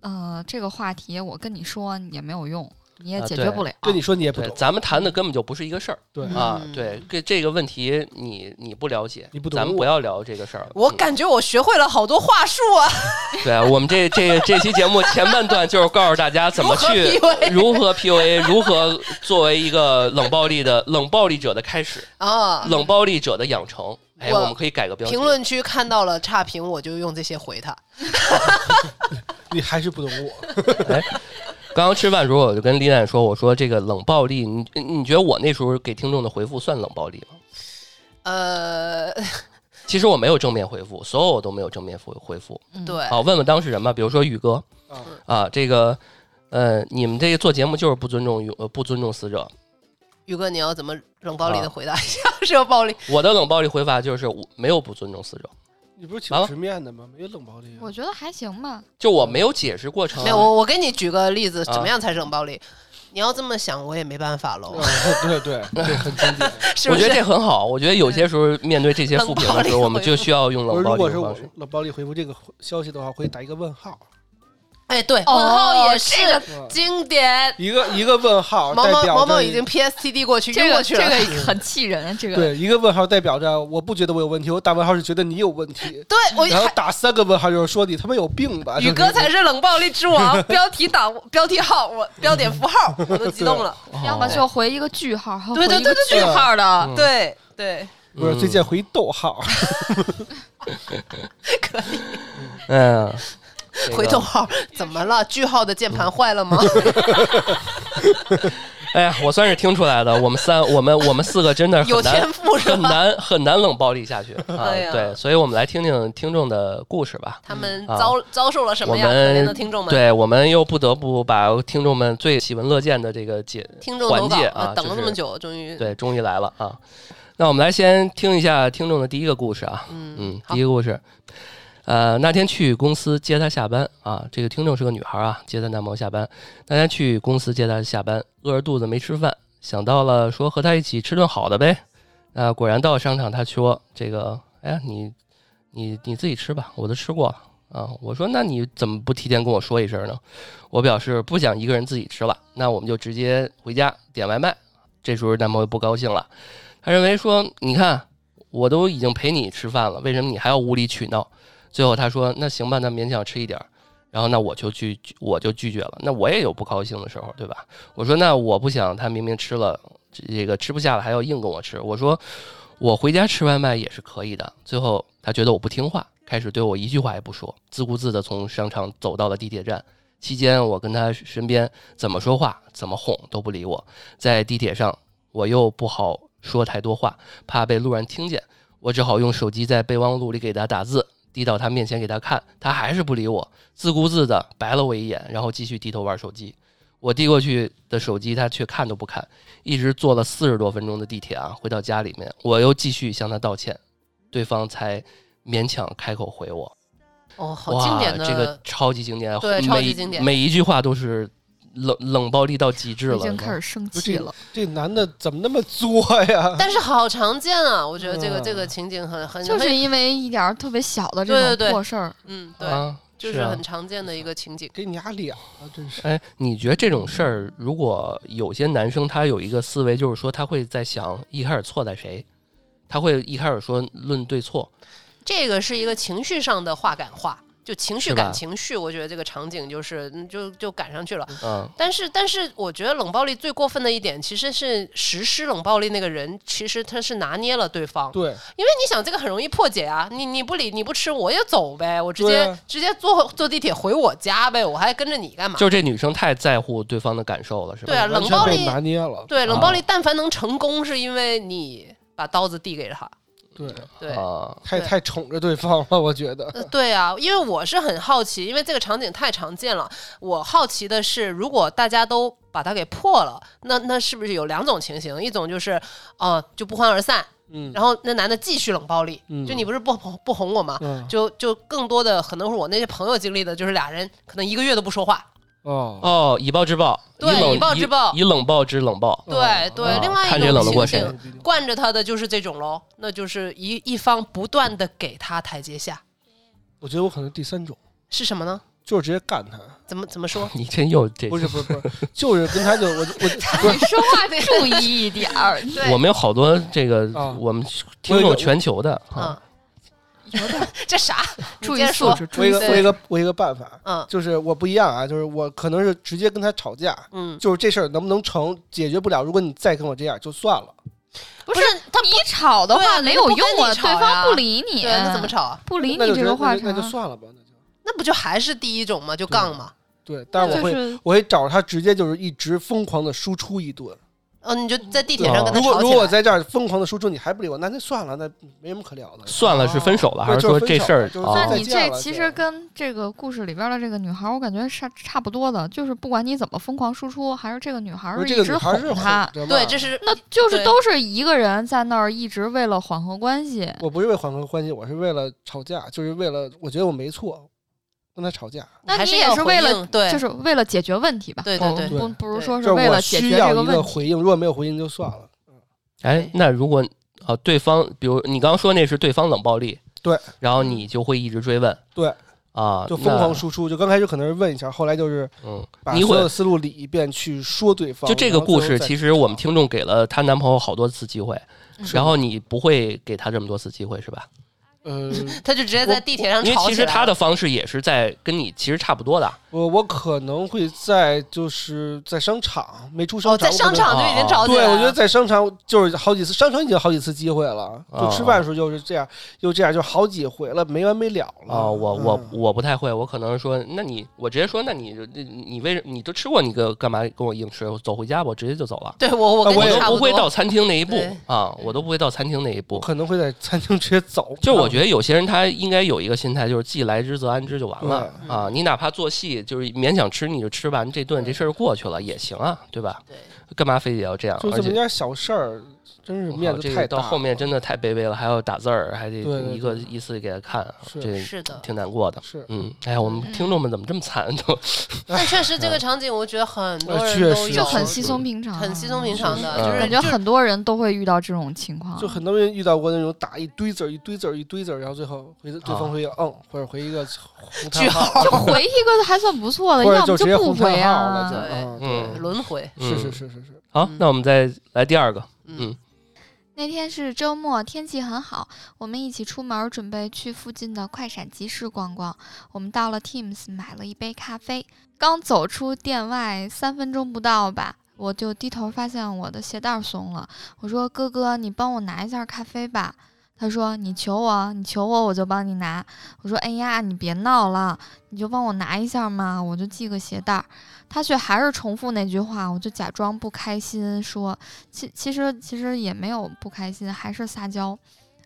Speaker 3: 呃，这个话题我跟你说也没有用，你也
Speaker 2: 啊
Speaker 3: 解
Speaker 2: 对
Speaker 3: 决不了。
Speaker 1: 跟你说你也不
Speaker 2: 对，
Speaker 1: 懂，
Speaker 2: 咱们谈的根本就不是一个事儿。
Speaker 1: 对
Speaker 4: 嗯
Speaker 2: 啊，对，这这个问题你你不了解，
Speaker 1: 你不懂
Speaker 2: 咱们
Speaker 1: 我
Speaker 2: 不要聊这个事儿了。
Speaker 4: 我
Speaker 2: 嗯
Speaker 4: 感觉我学会了好多话术啊，
Speaker 2: 对我们这这这期节目前半段就是告诉大家怎么去
Speaker 4: 如何 PUA
Speaker 2: 如何 PUA，如何作为一个冷暴力的冷暴力者的开始，
Speaker 4: 啊。
Speaker 2: 冷暴力者的养成。哎，
Speaker 4: 我
Speaker 2: 我们可以改个标题
Speaker 4: 评。论区看到了差评，我就用这些回他。
Speaker 1: 你还是不懂
Speaker 2: [LAUGHS]
Speaker 1: 我。
Speaker 2: 刚刚吃饭的时候，我就跟李楠说，我说这个冷暴力，你你觉得我那时候给听众的回复算冷暴力吗？
Speaker 4: 呃，
Speaker 2: 其实我没有正面回复，所有我都没有正面回回复。
Speaker 3: 嗯，
Speaker 4: 对，
Speaker 2: 好，问问当事人吧，比如说宇哥，
Speaker 1: 啊
Speaker 2: 啊，这个，呃，你们这个做节目就是不尊重呃不尊重死者。
Speaker 4: 宇哥，你要怎么冷暴力的回答一下？ [LAUGHS] 是要暴力？
Speaker 2: 我的冷暴力回法就是我没有不尊重死者，
Speaker 1: 你不是挺
Speaker 2: 完了
Speaker 1: 直面的吗？没冷暴力啊。
Speaker 3: 我觉得还行
Speaker 4: [LAUGHS]
Speaker 3: 吧。
Speaker 2: 就我没有解释过程。
Speaker 4: 没有，我我给你举个例子，
Speaker 2: 嗯啊
Speaker 4: 怎么样才是冷暴力？你要这么想，我也没办法喽，
Speaker 1: 啊 [LAUGHS] 对对，这很经典。
Speaker 4: [LAUGHS] 是
Speaker 2: 嗯我
Speaker 4: 不
Speaker 2: 觉
Speaker 4: 是？
Speaker 2: 得这很好。我觉得有些时候面对这些负评的时候，
Speaker 4: 冷暴力
Speaker 2: 我们就需要用
Speaker 1: 我
Speaker 2: [LAUGHS] 冷
Speaker 1: 如
Speaker 2: 暴
Speaker 1: 果
Speaker 2: 力
Speaker 1: 是
Speaker 2: 的
Speaker 1: 我
Speaker 2: 方式。
Speaker 1: 冷暴力回复这个消息的话，我会打一个问号。
Speaker 4: 哎，对，
Speaker 3: 哦
Speaker 4: 问号也是
Speaker 3: 这个
Speaker 1: 嗯
Speaker 4: 经典。
Speaker 1: 一个一个问号
Speaker 4: 毛
Speaker 1: 代
Speaker 4: 毛
Speaker 1: 表
Speaker 4: 毛毛
Speaker 1: 着
Speaker 4: 已经 PSTD 过去晕
Speaker 3: 这
Speaker 4: 过
Speaker 3: 个
Speaker 4: 去
Speaker 3: 这
Speaker 4: 了。
Speaker 3: 个很气人，这个
Speaker 1: 对一个问号代表着我不觉得我有问题，我打问号是觉得你有问题，
Speaker 4: [LAUGHS] 对我
Speaker 1: 然后
Speaker 4: 还
Speaker 1: 打三个问号就是说你他妈有病吧？
Speaker 4: 宇哥才是冷暴力之王，标题党、标题号、我标点符号，我都激动
Speaker 3: [LAUGHS]
Speaker 4: 了。
Speaker 3: 要么
Speaker 2: 哦
Speaker 3: 就回一个句号，还有
Speaker 4: 对对
Speaker 3: 回一个
Speaker 4: 对对
Speaker 3: 句
Speaker 1: 对
Speaker 3: 号的，
Speaker 2: 嗯
Speaker 4: 对对，
Speaker 1: 不是最近回逗号，
Speaker 2: [LAUGHS]
Speaker 4: 可以。
Speaker 2: 嗯，那
Speaker 4: [LAUGHS] 回
Speaker 2: 个嗯
Speaker 4: 头号怎么了？句号的键盘坏了吗？
Speaker 2: [LAUGHS] 哎呀，我算是听出来的，我们三，我们我们四个真的
Speaker 4: 有
Speaker 2: 很难嗯
Speaker 4: 天赋是
Speaker 2: 很
Speaker 4: 吧？
Speaker 2: 难很难冷暴力
Speaker 4: [LAUGHS]
Speaker 2: 下去啊
Speaker 4: 哎。呀
Speaker 2: 对，所以我们来听听听众的故事吧。
Speaker 4: 他们
Speaker 2: 啊
Speaker 4: 遭遭受了什么呀？
Speaker 2: 我
Speaker 4: 可
Speaker 2: 们
Speaker 4: 怜的听众们，
Speaker 2: 对我们又不得不把听众们最喜闻乐见的这个解
Speaker 4: 听众投稿
Speaker 2: 环节
Speaker 4: 呃
Speaker 2: 啊
Speaker 4: 等了
Speaker 2: 就
Speaker 4: 这
Speaker 2: 是
Speaker 4: 么久，终于
Speaker 2: 对，终于来了啊！那我们来先听一下听众的第一个故事啊，嗯
Speaker 4: 嗯，好
Speaker 2: 第一个故事，呃，那天去公司接她下班啊，这个听众是个女孩啊，接她男朋友下班，那天去公司接她下班，饿着肚子没吃饭，想到了说和她一起吃顿好的呗，啊，果然到商场，她说这个，哎呀，你你你自己吃吧，我都吃过了。啊，我说那你怎么不提前跟我说一声呢？我表示不想一个人自己吃了，那我们就直接回家点外卖。这时候男朋友不高兴了，他认为说：“你看，我都已经陪你吃饭了，为什么你还要无理取闹？”最后他说：“那行吧，那勉强吃一点儿。”然后那我就拒我就拒绝了。那我也有不高兴的时候，对吧？我说：“那我不想，他明明吃了这个吃不下了，还要硬跟我吃。”我说：“我回家吃外卖也是可以的。”最后他觉得我不听话，开始对我一句话也不说，自顾自地从商场走到了地铁站。期间，我跟他身边怎么说话、怎么哄都不理我。在地铁上，我又不好说太多话，怕被路人听见，我只好用手机在备忘录里给他打字，递到他面前给他看，他还是不理我，自顾自的白了我一眼，然后继续低头玩手机。我递过去的手机，他却看都不看，一直坐了四十多分钟的地铁啊。回到家里面，我又继续向他道歉，对方才勉强开口回我。
Speaker 4: 哦，好经典的
Speaker 2: 哇，这个超级经典，
Speaker 4: 对
Speaker 2: 每
Speaker 4: 超级经典
Speaker 2: 每一句话都是冷冷暴力到极致了，
Speaker 3: 已经开始生
Speaker 1: 不是
Speaker 3: 气了。
Speaker 1: [LAUGHS] 这男的怎么那么作呀？
Speaker 4: 但是好常见啊，我觉得这个、
Speaker 1: 嗯
Speaker 4: 这个情景很很
Speaker 3: 就是
Speaker 4: 很
Speaker 3: 因为一点儿特别小的
Speaker 4: 对对
Speaker 3: 这
Speaker 4: 对
Speaker 3: 种破事儿，
Speaker 4: 嗯对，
Speaker 2: 啊，
Speaker 4: 就是是
Speaker 2: 啊
Speaker 4: 很常见的一个情景。
Speaker 1: 给你俩脸了，真是。
Speaker 2: 哎，你觉得这种事儿，如果有些男生他有一个思维，就是说他会在想一开始错在谁，他会一开始说论对错，
Speaker 4: 这个是一个情绪上的话赶话，就情绪
Speaker 2: 是吧
Speaker 4: 赶情绪，我觉得这个场景就是嗯就就赶上去了。
Speaker 2: 嗯，
Speaker 4: 但是，但是我觉得冷暴力最过分的一点，其实是实施冷暴力那个人，其实他是拿捏了对方。
Speaker 1: 对，
Speaker 4: 因为你想，这个很容易破解啊，你你不理你不吃，我也走呗，我直接、
Speaker 1: 对啊
Speaker 4: 直接坐坐地铁回我家呗，我还跟着你干嘛？
Speaker 2: 就这女生太在乎对方的感受了，是吧？
Speaker 4: 对啊
Speaker 1: 完
Speaker 4: 冷
Speaker 1: 全
Speaker 4: 暴
Speaker 1: 被
Speaker 4: 力
Speaker 1: 拿捏了。
Speaker 4: 对，冷
Speaker 2: 啊
Speaker 4: 暴力但凡能成功，是因为你把刀子递给他。
Speaker 1: 对，
Speaker 4: 对，
Speaker 2: 啊，
Speaker 1: 太
Speaker 4: 对
Speaker 1: 太宠着对方了，我觉得。
Speaker 4: 呃，对啊，因为我是很好奇，因为这个场景太常见了。我好奇的是，如果大家都把它给破了，那那是不是有两种情形？一种就是，哦、就不欢而散，
Speaker 1: 嗯，
Speaker 4: 然后那男的继续冷暴力，
Speaker 1: 嗯
Speaker 4: 就你不是不不哄我吗？
Speaker 1: 嗯
Speaker 4: 就就更多的可能是我那些朋友经历的，就是俩人可能一个月都不说话。
Speaker 1: 哦，
Speaker 2: 哦，以暴制暴，
Speaker 4: 对
Speaker 2: 以冷
Speaker 4: 以暴制暴
Speaker 2: 以以冷暴制冷暴，
Speaker 4: 对、
Speaker 1: 哦
Speaker 4: 对，
Speaker 2: 啊
Speaker 4: 另外
Speaker 2: 看
Speaker 4: 一
Speaker 2: 谁
Speaker 4: 种
Speaker 2: 冷得过
Speaker 4: 情
Speaker 2: 谁
Speaker 4: 形，惯着他的就是这种喽，那就是一一方不断的给他台阶下，
Speaker 1: 我觉得我可能第三种，
Speaker 4: 是什么呢？
Speaker 1: 就是直接干他。
Speaker 4: 怎么怎么说？
Speaker 2: 你真有这
Speaker 1: 不，是不是不是，就是跟他就我就我就不
Speaker 3: 你
Speaker 1: 是
Speaker 3: 说话
Speaker 4: [LAUGHS]
Speaker 3: 得 [LAUGHS] 注意一点 [LAUGHS] 儿，
Speaker 4: 对
Speaker 2: 我们有好多这个
Speaker 1: 啊
Speaker 2: 我们听
Speaker 1: 我有
Speaker 2: 众
Speaker 1: 一个
Speaker 2: 全球的啊
Speaker 4: 嗯， [LAUGHS] 这啥？
Speaker 3: [LAUGHS]
Speaker 4: 你
Speaker 3: 注
Speaker 4: 接
Speaker 3: 意
Speaker 4: 着
Speaker 3: 素
Speaker 4: 说。
Speaker 3: 质，注
Speaker 1: 我
Speaker 3: 意
Speaker 1: 一
Speaker 3: 素
Speaker 1: 个
Speaker 3: 质。
Speaker 1: 我一个我一个办法，
Speaker 4: 嗯
Speaker 1: 就是我不一样啊，就是我可能是直接跟他吵架，
Speaker 4: 嗯，
Speaker 1: 就是这事儿能不能成解决不了，如果你再跟我这样就算了。
Speaker 4: 不是他
Speaker 3: 你吵的
Speaker 4: 对啊
Speaker 3: 话没有用
Speaker 4: 人家不跟
Speaker 3: 啊，
Speaker 4: 你
Speaker 3: 对
Speaker 4: 吵呀
Speaker 3: 方不理你，
Speaker 4: 对，那怎么吵啊？
Speaker 3: 不理
Speaker 1: 那
Speaker 3: 你
Speaker 1: 就
Speaker 3: 这
Speaker 1: 直
Speaker 3: 个
Speaker 1: 接
Speaker 3: 话
Speaker 1: 那就那就
Speaker 3: 茬？
Speaker 1: 算了吧，那就
Speaker 4: 那不就还是第一种吗？就杠嘛。
Speaker 1: 对。但是我
Speaker 3: 就
Speaker 1: 会、
Speaker 3: 是
Speaker 1: 我会找着他直接就是一直疯狂的输出一顿。
Speaker 4: 哦，你就在地铁上跟他
Speaker 1: 如
Speaker 4: 吵
Speaker 1: 果
Speaker 4: 起
Speaker 1: 啊如
Speaker 4: 来。
Speaker 1: 果在这儿疯狂的输出你还不理我，那就算了，那没什么可聊的。
Speaker 2: 算了是分手了，还
Speaker 1: 哦对
Speaker 2: 说
Speaker 1: 就是分
Speaker 2: 这
Speaker 1: 手
Speaker 2: 事儿
Speaker 1: 就是
Speaker 2: 啊
Speaker 1: 分
Speaker 3: 那
Speaker 1: 手再
Speaker 3: 你
Speaker 1: 见
Speaker 3: 这
Speaker 1: 了
Speaker 3: 其
Speaker 1: 就
Speaker 3: 实跟这个故事里边的这个女孩儿，我感觉是差不多的，就是不管你怎么疯狂输出，还是这个女孩
Speaker 1: 因
Speaker 3: 儿
Speaker 1: 为
Speaker 3: 一
Speaker 1: 这个女
Speaker 3: 直
Speaker 1: 孩是
Speaker 3: 哄她，
Speaker 1: 着嘛
Speaker 4: 对，这是
Speaker 3: 那就是
Speaker 4: 对
Speaker 3: 都是一个人在那儿一直为了缓和关系，
Speaker 1: 我不是为缓和关系，我是为了吵架，就是为了我觉得我没错，跟他吵架。
Speaker 3: 那
Speaker 4: 还
Speaker 3: 你
Speaker 4: 是
Speaker 3: 也
Speaker 4: 要
Speaker 3: 是
Speaker 4: 回
Speaker 3: 为了
Speaker 4: 应对，
Speaker 3: 就是为了解决问题吧，
Speaker 4: 对对对
Speaker 1: 对
Speaker 3: 不不如
Speaker 4: 对
Speaker 3: 说
Speaker 1: 就是
Speaker 3: 为
Speaker 1: 我
Speaker 3: 了解
Speaker 1: 需
Speaker 3: 决这
Speaker 1: 要
Speaker 3: 个
Speaker 1: 一个
Speaker 3: 问题。
Speaker 1: 回应，如果没有回应就算了。
Speaker 2: 哎
Speaker 4: 对，
Speaker 2: 那如果啊，对方，比如你刚刚说那是对方冷暴力，
Speaker 1: 对，
Speaker 2: 然后你就会一直追问，
Speaker 1: 对
Speaker 2: 啊，
Speaker 1: 就疯狂
Speaker 2: 那，
Speaker 1: 输出，就刚开始可能是问一下，后来就是
Speaker 2: 嗯，
Speaker 1: 把
Speaker 2: 你
Speaker 1: 所有
Speaker 2: 会
Speaker 1: 思路理一遍去说对方。
Speaker 2: 就这个故事，其实我们
Speaker 1: 听。
Speaker 2: 听众给了她男朋友好多次机会
Speaker 3: 嗯，
Speaker 2: 然后你不会给她这么多次机会是吧？
Speaker 1: 呃，
Speaker 4: 他就直接在地铁上
Speaker 2: 因为
Speaker 4: 吵
Speaker 2: 其
Speaker 4: 起
Speaker 2: 实
Speaker 4: 来
Speaker 2: 他
Speaker 4: 了
Speaker 2: 的方式也是在跟你其实差不多的，
Speaker 1: 我我可能会在就是在商场没出商
Speaker 4: 哦，
Speaker 1: 场，
Speaker 4: 在商场就已经吵
Speaker 2: 哦
Speaker 1: 我
Speaker 4: 起
Speaker 1: 可能。啊对，
Speaker 2: 啊
Speaker 4: 来了。
Speaker 1: 我觉得在商场就是好几次，商场已经好几次机会了。
Speaker 2: 啊
Speaker 1: 就吃饭的时候就是这样，又这样，就好几回了，没完没了了。
Speaker 2: 啊，我我
Speaker 1: 嗯
Speaker 2: 我不太会，我可能说，那你我直接说，那你你你为什你都吃过，你个干嘛跟我硬吃？我走回家吧，我直接就走了，
Speaker 4: 对我我
Speaker 1: 啊
Speaker 4: 跟
Speaker 1: 我
Speaker 4: 你
Speaker 1: 也
Speaker 2: 都
Speaker 4: 差
Speaker 2: 不会
Speaker 4: 多
Speaker 2: 到餐厅那一步
Speaker 4: 对
Speaker 2: 啊，我都不会到餐厅那一
Speaker 1: 我
Speaker 2: 步。
Speaker 1: 可能会在餐厅直接 [LAUGHS] 走。
Speaker 2: 就我觉得有些人他应该有一个心态，就是既来之则安之就完了
Speaker 4: 对
Speaker 2: 啊。你哪怕做戏，就是勉强吃，你就吃完这顿，这事儿过去了也行啊，对吧？
Speaker 4: 对，
Speaker 2: 干嘛非得要这样？
Speaker 1: 就这
Speaker 2: 而
Speaker 1: 么
Speaker 2: 且
Speaker 1: 一点小事儿，真是
Speaker 2: 我靠
Speaker 1: 面子
Speaker 2: 这
Speaker 1: 太
Speaker 2: 个
Speaker 1: 大了。
Speaker 2: 到后面真的太卑微了，还要打字儿，还得
Speaker 1: 对对
Speaker 2: 一个一次给他看，啊
Speaker 1: 是
Speaker 2: 这
Speaker 4: 是的。
Speaker 2: 挺难过的。
Speaker 1: 是
Speaker 2: 嗯，哎呀，我们
Speaker 3: 嗯
Speaker 2: 听众们怎么这么惨都？
Speaker 4: 但确实这个场景，我觉得很多
Speaker 1: 呃
Speaker 4: 人
Speaker 1: 确
Speaker 4: 都
Speaker 1: 实
Speaker 4: 有，
Speaker 3: 就很稀松平常，啊
Speaker 4: 很稀松平常的，
Speaker 2: 是
Speaker 4: 就是
Speaker 3: 感觉
Speaker 4: 就是
Speaker 3: 很多人都会遇到这种情况，
Speaker 1: 就很多人遇到过那种打一堆字儿、一堆字儿、一堆字儿，然后最后回对方回一个嗯，或者回一个红叹
Speaker 4: 句
Speaker 1: 号，
Speaker 3: 就回一个还算不错的，
Speaker 1: 或者
Speaker 3: 要不
Speaker 1: 直接
Speaker 3: 不
Speaker 1: 红叹
Speaker 3: 回
Speaker 1: 号了，
Speaker 3: 啊
Speaker 1: 就。
Speaker 4: 对
Speaker 1: 嗯
Speaker 2: 嗯
Speaker 4: 轮回。
Speaker 1: 对是是
Speaker 2: 嗯
Speaker 1: 是是是，
Speaker 2: [LAUGHS] 好，那我们再来第二个。
Speaker 4: 嗯，
Speaker 3: 那天是周末，天气很好，我们一起出门，准备去附近的快闪集市逛逛。我们到了 Teams 买了一杯咖啡，刚走出店外三分钟不到吧，我就低头发现我的鞋带松了。我说：“哥哥，你帮我拿一下咖啡吧。”他说：“你求我，你求我，我就帮你拿。”我说：“哎呀，你别闹了，你就帮我拿一下嘛，我就系个鞋带。”他却还是重复那句话，我就假装不开心说：“其其实其实也没有不开心，还是撒娇。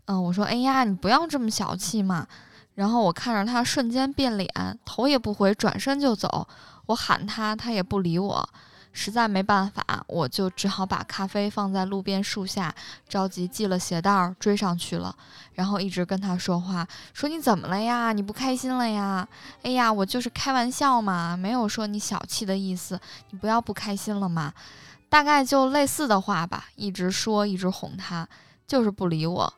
Speaker 3: 嗯，我说哎呀，你不要这么小气嘛。然后我看着他瞬间变脸，头也不回，转身就走。我喊他，他也不理我。实在没办法，我就只好把咖啡放在路边树下，着急系了鞋带儿追上去了，然后一直跟他说话，说你怎么了呀？你不开心了呀？哎呀，我就是开玩笑嘛，没有说你小气的意思，你不要不开心了嘛。大概就类似的话吧，一直说，一直哄他，就是不理我。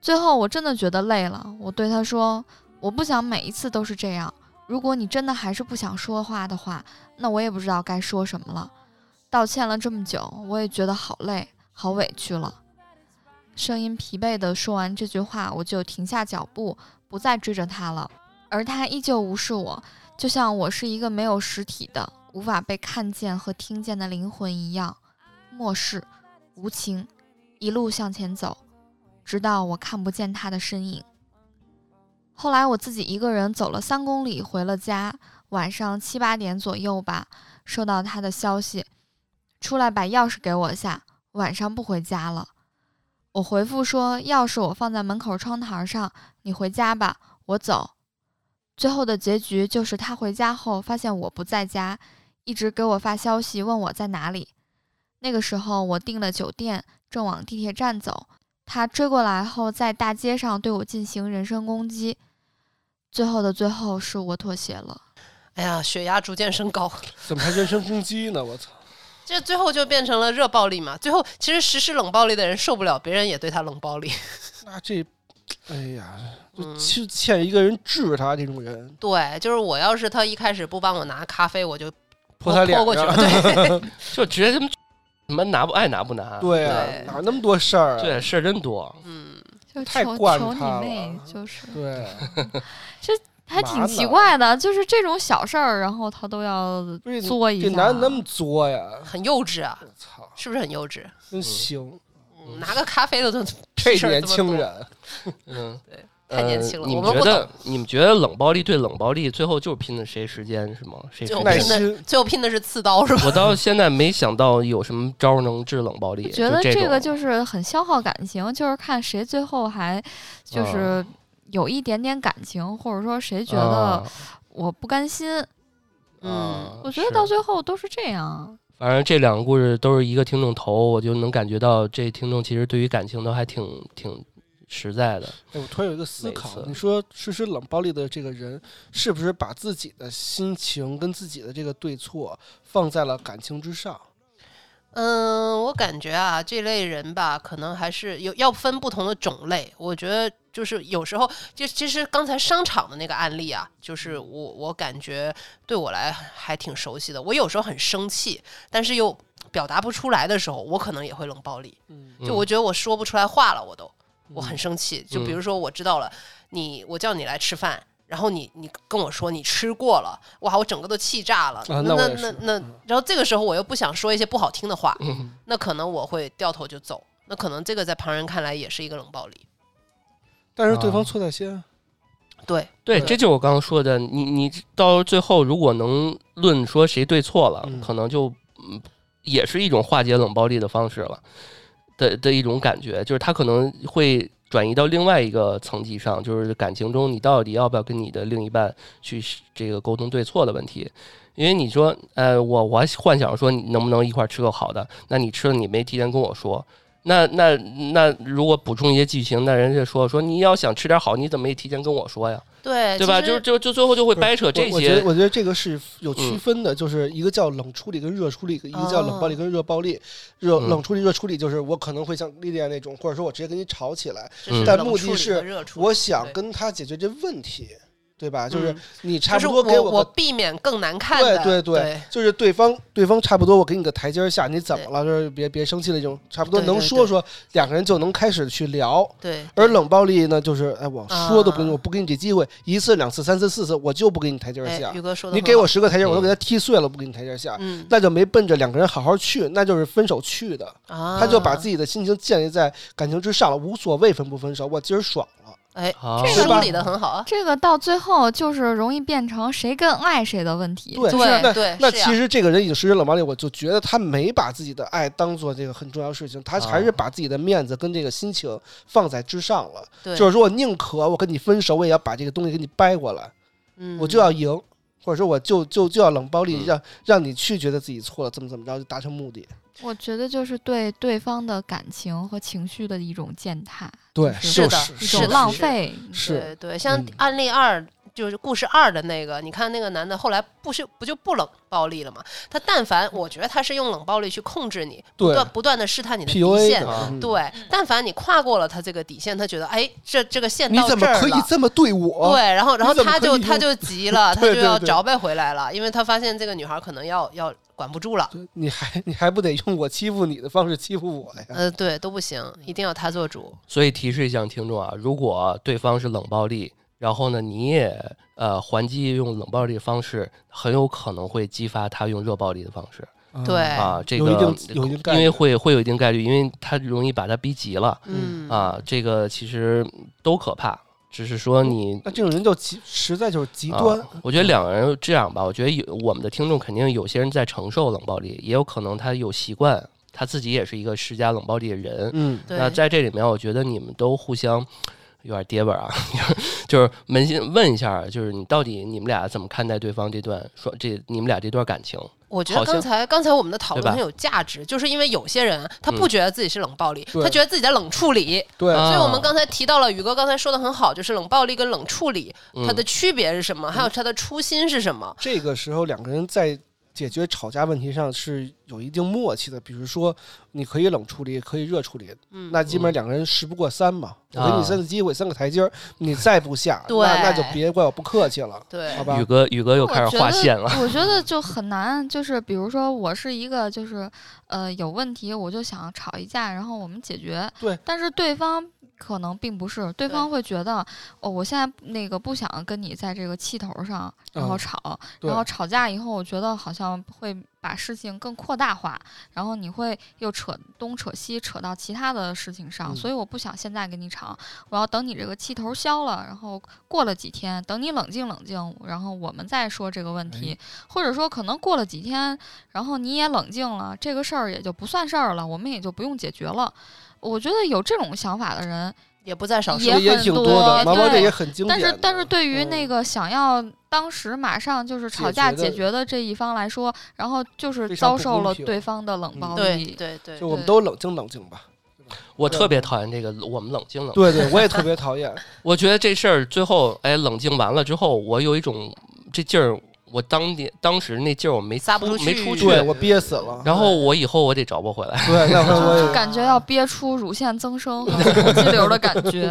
Speaker 3: 最后我真的觉得累了，我对他说：“我不想每一次都是这样。如果你真的还是不想说话的话，那我也不知道该说什么了。”道歉了这么久，我也觉得好累，好委屈了。声音疲惫地说完这句话，我就停下脚步，不再追着他了。而他依旧无视我，就像我是一个没有实体的、无法被看见和听见的灵魂一样，漠视、无情，一路向前走，直到我看不见他的身影。后来我自己一个人走了三公里，回了家，晚上七八点左右吧，收到他的消息，出来把钥匙给我下，晚上不回家了。我回复说钥匙我放在门口窗台上，你回家吧，我走。最后的结局就是他回家后发现我不在家，一直给我发消息问我在哪里。那个时候我订了酒店，正往地铁站走。他追过来后，在大街上对我进行人身攻击。最后的最后，是我妥协了。
Speaker 4: 哎呀，血压逐渐升高，
Speaker 1: 怎么还人身攻击呢？我操！
Speaker 4: 这最后就变成了热暴力嘛。最后其实实施冷暴力的人受不了，别人也对他冷暴力。
Speaker 1: 那这，哎呀，就
Speaker 4: 嗯
Speaker 1: 欠欠一个人治他这种人，
Speaker 4: 对，就是我要是他一开始不帮我拿咖啡，我就
Speaker 1: 泼他脸
Speaker 4: 泼过去了。 [LAUGHS]
Speaker 1: 上。 [LAUGHS]
Speaker 4: 对，
Speaker 2: 就直接他妈 [LAUGHS] 什么拿不爱拿不拿，
Speaker 1: 对
Speaker 4: 对
Speaker 1: 啊，哪有那么多事儿啊？
Speaker 2: 对事儿真多。
Speaker 4: 嗯，
Speaker 3: 就
Speaker 1: 太
Speaker 3: 求
Speaker 1: 惯
Speaker 3: 求你
Speaker 1: 他
Speaker 3: 妹
Speaker 1: 了，
Speaker 3: 就是
Speaker 1: 对，
Speaker 3: 还
Speaker 1: 麻
Speaker 3: 挺
Speaker 1: 烦
Speaker 3: 奇怪的，就是这种小事儿，然后他都要
Speaker 1: 不是
Speaker 3: 作一
Speaker 1: 这
Speaker 3: 下。
Speaker 1: 男的那
Speaker 4: 啊
Speaker 1: 么作呀！
Speaker 4: 很幼稚啊，
Speaker 1: 我操，
Speaker 4: 是不是很幼稚？
Speaker 1: 真行，
Speaker 4: 嗯拿个咖啡都这
Speaker 1: 这
Speaker 4: 事儿
Speaker 1: 年
Speaker 4: 这么
Speaker 1: 轻
Speaker 4: 多
Speaker 1: 人
Speaker 2: 嗯，
Speaker 4: 对
Speaker 2: 呃
Speaker 4: 太年轻了
Speaker 2: 你
Speaker 4: 我
Speaker 2: 们
Speaker 4: 们
Speaker 2: 觉
Speaker 4: 不
Speaker 2: 得你们觉得冷暴力对冷暴力，最后就是拼的谁时间是吗？谁时
Speaker 4: 就
Speaker 2: 间
Speaker 1: 耐
Speaker 4: 拼的
Speaker 1: 心，
Speaker 4: 最后拼的是刺刀是吧？
Speaker 2: 我到现在没想到有什么招儿能治冷暴力。
Speaker 3: 觉得
Speaker 2: 这
Speaker 3: 这个
Speaker 2: 种
Speaker 3: 就是很消耗感情，就是看谁最后还
Speaker 2: 嗯
Speaker 3: 就是有一点点感情，或者说谁觉得
Speaker 2: 啊
Speaker 3: 我不甘心。
Speaker 4: 嗯，
Speaker 2: 啊
Speaker 3: 我觉得
Speaker 2: 是
Speaker 3: 到最后都是这样。
Speaker 2: 反正这两个故事都是一个听众投，我就能感觉到这听众其实对于感情都还挺挺实在的。
Speaker 1: 哎，我突然有一个思
Speaker 2: 每
Speaker 1: 考
Speaker 2: 次，
Speaker 1: 你说实施冷暴力的这个人，是不是把自己的心情跟自己的这个对错放在了感情之上？
Speaker 4: 嗯，我感觉啊，这类人吧，可能还是有要分不同的种类。我觉得就是有时候，就其实刚才商场的那个案例啊，就
Speaker 1: 嗯
Speaker 4: 是我我感觉对我来还挺熟悉的。我有时候很生气，但是又表达不出来的时候，我可能也会冷暴力。
Speaker 1: 嗯
Speaker 4: 就我觉得我说不出来话了，我都。我很生气。
Speaker 2: 嗯
Speaker 4: 就比如说，我知道了你，我叫你来吃饭，然后你你跟我说你吃过了，哇，我整个都气炸了。
Speaker 1: 啊
Speaker 4: 那
Speaker 1: 那我也
Speaker 4: 那
Speaker 1: 是
Speaker 4: 那
Speaker 1: 嗯，
Speaker 4: 然后这个时候我又不想说一些不好听的话，
Speaker 2: 嗯
Speaker 4: 那可能我会掉头就走。那可能这个在旁人看来也是一个冷暴力。
Speaker 1: 但是对
Speaker 2: 啊
Speaker 1: 方错在先啊，
Speaker 4: 对，
Speaker 2: 对，
Speaker 1: 对
Speaker 2: 这就是我刚刚说的。你你到最后，如果能论说谁对错了，
Speaker 1: 嗯
Speaker 2: 可能就嗯，也是一种化解冷暴力的方式了的的一种感觉，就是他可能会转移到另外一个层级上，就是感情中你到底要不要跟你的另一半去这个沟通对错的问题。因为你说，呃，我我还幻想说你能不能一块儿吃个好的，那你吃了你没提前跟我说，那那那如果补充一些剧情，那人家说说你要想吃点好，你怎么也提前跟我说呀？
Speaker 4: 对
Speaker 2: 对吧？
Speaker 4: 哎其实
Speaker 2: 就就就最后就会掰扯这
Speaker 1: 我我觉得
Speaker 2: 些。
Speaker 1: 我觉得这个是有区
Speaker 2: 嗯
Speaker 1: 分的，就是一个叫冷处理跟热处理，一个叫冷暴力
Speaker 4: 哦
Speaker 1: 跟热暴力。热
Speaker 2: 嗯
Speaker 1: 冷处理、热处理就是我可能会像莉莉娅那种，或者说我直接跟你吵起来，
Speaker 4: 只是
Speaker 2: 但
Speaker 4: 冷
Speaker 1: 目
Speaker 4: 处
Speaker 1: 的
Speaker 4: 理
Speaker 1: 是
Speaker 4: 和热处理
Speaker 1: 我想
Speaker 4: 对
Speaker 1: 跟他解决这问题，对吧？就
Speaker 4: 嗯
Speaker 1: 是你差
Speaker 4: 就是
Speaker 1: 不多给
Speaker 4: 我
Speaker 1: 个
Speaker 4: 避免更难看
Speaker 1: 对
Speaker 4: 的，
Speaker 1: 对
Speaker 4: 对
Speaker 1: 就是对方对方差不多，我给你个台阶儿下，你怎么了？就是别别生气了，这种差不多
Speaker 4: 对
Speaker 1: 能
Speaker 4: 对
Speaker 1: 说
Speaker 4: 对
Speaker 1: 说，两个人就能开始去聊。
Speaker 4: 对
Speaker 1: 而冷暴力呢，就是哎，我说都不给你，
Speaker 4: 啊
Speaker 1: 我不给你这机会，一次、两次、三次、四次，我就不给你台阶儿
Speaker 4: 哎
Speaker 1: 下。
Speaker 4: 宇哥说的，
Speaker 1: 你给我，十个台阶儿，我都
Speaker 2: 嗯
Speaker 1: 给他踢碎了，不给你台阶儿下，
Speaker 4: 嗯，
Speaker 1: 那就没奔着两个人好好去，那就是分手去的。
Speaker 4: 啊
Speaker 1: 他就把自己的心情建立在感情之上了，无所谓分不分手，我今儿爽了。
Speaker 4: 哎，
Speaker 2: 好
Speaker 4: 这
Speaker 1: 是
Speaker 4: 个
Speaker 1: 吧
Speaker 4: 处理的很好啊，
Speaker 3: 这个到最后就是容易变成谁更爱谁的问题。
Speaker 1: 对
Speaker 3: 就是
Speaker 4: 对
Speaker 1: 那
Speaker 4: 对，
Speaker 1: 那
Speaker 4: 是呀
Speaker 1: 其实这个人已经实施冷暴力，我就觉得他没把自己的爱当做这个很重要的事情，他
Speaker 4: 啊
Speaker 1: 还是把自己的面子跟这个心情放在之上了。
Speaker 4: 对
Speaker 1: 就是说我宁可我跟你分手，我也要把这个东西给你掰过来，
Speaker 4: 嗯
Speaker 1: 我就要赢，或者说我就就就要冷暴力，
Speaker 2: 嗯
Speaker 1: 让让你去觉得自己错了，怎么怎么着就达成目的。
Speaker 3: 我觉得就是对对方的感情和情绪的一种践踏，
Speaker 1: 对
Speaker 3: 是
Speaker 4: 的
Speaker 1: 就是
Speaker 3: 一
Speaker 4: 是
Speaker 3: 种
Speaker 4: 的
Speaker 3: 浪
Speaker 4: 是
Speaker 3: 费。
Speaker 1: 是
Speaker 4: 对对，像
Speaker 1: 嗯
Speaker 4: 案例二。就是故事二的那个，你看那个男的后来不是不就不冷暴力了吗？他但凡我觉得他是用冷暴力去控制你，不
Speaker 1: 对
Speaker 4: 断不断的试探你的底
Speaker 1: PUA
Speaker 4: 线
Speaker 1: 的，，嗯，
Speaker 4: 对，但凡你跨过了他这个底线，他觉得哎，这这个线
Speaker 1: 你
Speaker 4: 到
Speaker 1: 怎
Speaker 4: 这
Speaker 1: 么
Speaker 4: 儿
Speaker 1: 可以
Speaker 4: 了，
Speaker 1: 这么对我？
Speaker 4: 对，然后然后
Speaker 1: 你怎么
Speaker 4: 他
Speaker 1: 可
Speaker 4: 就
Speaker 1: 以
Speaker 4: 他
Speaker 1: 用 [LAUGHS]
Speaker 4: 就急了，他
Speaker 1: 对
Speaker 4: 就
Speaker 1: 对
Speaker 4: 要
Speaker 1: 对
Speaker 4: 找不回来了，因为他发现这个女孩可能要要管不住了，
Speaker 1: 对你还你还不得用我欺负你的方式欺负我呀？
Speaker 4: 呃，对，都不行，一定要他做主。
Speaker 2: 所以提示一下听众啊，如果对方是冷暴力，然后呢你也呃还击用冷暴力的方式，很有可能会激发他用热暴力的方式
Speaker 4: 嗯对，
Speaker 2: 啊。这
Speaker 1: 有
Speaker 2: 个
Speaker 1: 一定有一定概
Speaker 2: 因为
Speaker 1: 率
Speaker 2: 会会有一定概率，因为他容易把他逼急了
Speaker 4: 嗯
Speaker 2: 啊。这个其实都可怕，只是说你
Speaker 1: 那这种人就极实在就是极端。
Speaker 2: 啊。我觉得两个人这样吧，我觉得有我们的听众肯定有些人在承受冷暴力，也有可能他有习惯，他自己也是一个施加冷暴力的人。
Speaker 1: 嗯，
Speaker 4: 对，
Speaker 2: 那在这里面，我觉得你们都互相。有点跌本啊， [LAUGHS] 就是扪心问一下，就是你到底你们俩怎么看待对方这段说这你们俩这段感情？
Speaker 4: 我觉得
Speaker 2: 好像
Speaker 4: 刚才刚才我们的讨
Speaker 2: 对吧
Speaker 4: 论很有价值，就是因为有些人他
Speaker 2: 嗯
Speaker 4: 不觉得自己是冷暴力，
Speaker 1: 对
Speaker 4: 他觉得自己在冷处理。
Speaker 1: 对，
Speaker 2: 啊
Speaker 4: 所以我们刚才提到了宇哥刚才说的很好，就是冷暴力跟冷处理
Speaker 2: 嗯
Speaker 4: 它的区别是什么，还有它的初心是什么。
Speaker 1: 这个时候两个人在解决吵架问题上是有一定默契的，比如说你可以冷处理，可以热处理，
Speaker 4: 嗯，
Speaker 1: 那基本上两个人十不过三嘛。我给
Speaker 2: 啊
Speaker 1: 你三次机会，三个台阶儿，你再不下，
Speaker 4: 对
Speaker 1: 那那就别怪我不客气了，
Speaker 4: 对
Speaker 1: 好，吧
Speaker 2: 宇？哥宇哥又
Speaker 3: 我
Speaker 2: 开始
Speaker 3: 觉
Speaker 2: 划
Speaker 3: 得
Speaker 2: 线了，
Speaker 3: 我觉得就很难，就是比如说我是一个就是呃有问题，我就想吵一架，然后我们解决。
Speaker 1: 对。
Speaker 3: 但是对方可能并不是，对
Speaker 4: 对
Speaker 3: 方会觉得哦，我现在那个不想跟你在这个气头上，然后
Speaker 1: 嗯
Speaker 3: 吵，
Speaker 1: 对
Speaker 3: 然后吵架以后，我觉得好像会把事情更扩大化，然后你会又扯东扯西，扯到其他的事情上，
Speaker 1: 嗯
Speaker 3: 所以我不想现在跟你吵，我要等你这个气头消了，然后过了几天，等你冷静冷静，然后我们再说这个
Speaker 1: 哎
Speaker 3: 问题，或者说可能过了几天，然后你也冷静了，这个事儿也就不算事儿了，我们也就不用解决了。我觉得有这种想法的人，
Speaker 4: 也不在少数
Speaker 3: 也。
Speaker 1: 也也
Speaker 3: 很
Speaker 1: 挺
Speaker 3: 多
Speaker 1: 的，毛毛这
Speaker 3: 对
Speaker 1: 也很经典
Speaker 3: 但
Speaker 1: 的。嗯
Speaker 3: 是但是对于那个想要当时马上就是吵
Speaker 1: 解
Speaker 3: 架
Speaker 1: 决
Speaker 3: 解
Speaker 1: 的
Speaker 3: 决的这一方来说，然后就是
Speaker 1: 非常
Speaker 3: 遭
Speaker 1: 不
Speaker 3: 受
Speaker 1: 公
Speaker 3: 了
Speaker 1: 平
Speaker 3: 对方的冷
Speaker 1: 嗯
Speaker 3: 暴
Speaker 4: 对
Speaker 3: 力。
Speaker 4: 对对
Speaker 1: 就，我们
Speaker 3: 对
Speaker 1: 都冷静冷静吧。
Speaker 2: 我特别讨厌这个，我们冷静冷静。
Speaker 1: 对对，我也特别讨 [LAUGHS] 厌。
Speaker 2: 我觉得这事儿最后，哎，冷静完了之后，我有一种这劲儿，我当年当时那劲儿我没
Speaker 4: [LAUGHS] 撒不
Speaker 2: 出
Speaker 4: 出
Speaker 2: 没
Speaker 4: 去嗯
Speaker 2: 出去，
Speaker 1: 对我憋死了。
Speaker 2: 然后我以后我得找不回来。
Speaker 1: 对，那回我也
Speaker 3: 就 [LAUGHS] 感觉要憋出乳腺增
Speaker 1: [LAUGHS]
Speaker 3: 生和母肌瘤的感觉，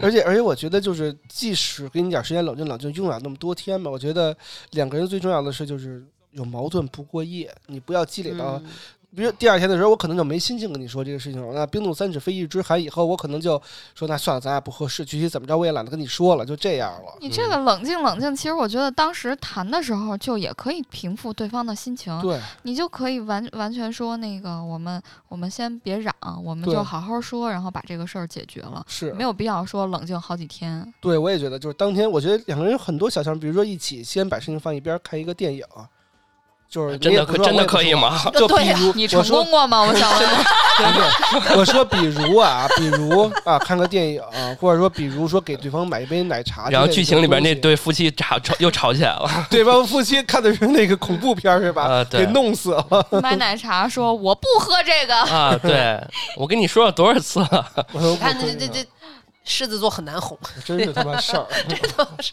Speaker 1: 而且而且，我觉得就是，即使给你点时间冷静冷静，用不了那么多天
Speaker 2: [LAUGHS]
Speaker 1: 吧。我觉得两个人最重要的是，就是有矛盾不过夜，你不要积累到
Speaker 4: 嗯
Speaker 1: 比如第二天的时候，我可能就没心情跟你说这个事情了。那冰冻三尺非一日之寒以后，我可能就说那算了，咱俩不合适，具体怎么着我也懒得跟你说了，就这样了。
Speaker 3: 你这个冷静冷静，其实我觉得当时谈的时候就也可以平复对方的心情，
Speaker 1: 对，
Speaker 3: 你就可以完完全说那个我们我们先别嚷，我们
Speaker 1: 对
Speaker 3: 就好好说，然后把这个事儿解决了，
Speaker 1: 是
Speaker 3: 没有必要说冷静好几天。
Speaker 1: 对，我也觉得，就是当天，我觉得两个人有很多小项，比如说一起先把事情放一边儿，看一个电影，就是
Speaker 2: 真的可真的可以？吗？
Speaker 1: 就比
Speaker 4: 对啊呀
Speaker 1: 如
Speaker 3: 你
Speaker 1: 我
Speaker 3: 成
Speaker 1: 说
Speaker 3: 功过吗？我想问。
Speaker 1: 对，我说比如啊，比如啊，看个电影，或者说比如说给对方买一杯奶茶之类的
Speaker 2: 然
Speaker 1: 啊东西，
Speaker 2: 后剧情里边那对夫妻吵吵又吵起来了， [LAUGHS]
Speaker 1: 对方夫妻看的是那个恐怖片儿是吧？
Speaker 2: 啊，
Speaker 1: 给
Speaker 2: 对，
Speaker 1: 弄死了，
Speaker 3: 买奶茶说我不喝这个，
Speaker 1: [LAUGHS]
Speaker 2: 啊，对，我跟你说了多少次了？
Speaker 1: 你
Speaker 4: 你看这这这狮子座很难哄，
Speaker 1: 真是他妈事儿，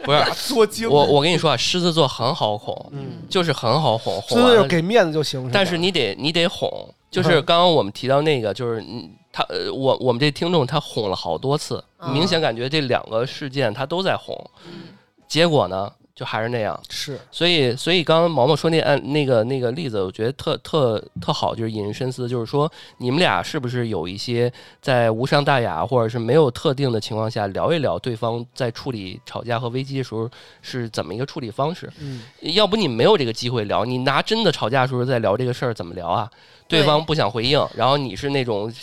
Speaker 2: 不是，
Speaker 1: 作精。
Speaker 2: 我我跟你说啊，狮子座很好哄，
Speaker 1: 嗯，
Speaker 2: 就是很好哄，
Speaker 1: 所
Speaker 2: 哄
Speaker 1: 以
Speaker 2: 完
Speaker 1: 就
Speaker 2: 了
Speaker 1: 给嗯面子就行，吧
Speaker 2: 啊但是你得你得哄，就是刚刚我们提到那个，就是嗯他呃我我们这听众他哄了好多次，
Speaker 4: 嗯
Speaker 2: 明显感觉这两个事件他都在哄，结果呢就还是那样。
Speaker 1: 是
Speaker 2: 所以所以刚刚毛毛说那案那个那个例子，我觉得特特特好，就是引人深思，就是说你们俩是不是有一些在无伤大雅或者是没有特定的情况下聊一聊对方在处理吵架和危机的时候是怎么一个处理方式？
Speaker 1: 嗯，
Speaker 2: 要不你没有这个机会聊，你拿真的吵架的时候再聊这个事儿怎么聊啊？对
Speaker 4: 对
Speaker 2: 方不想回应，然后你是那种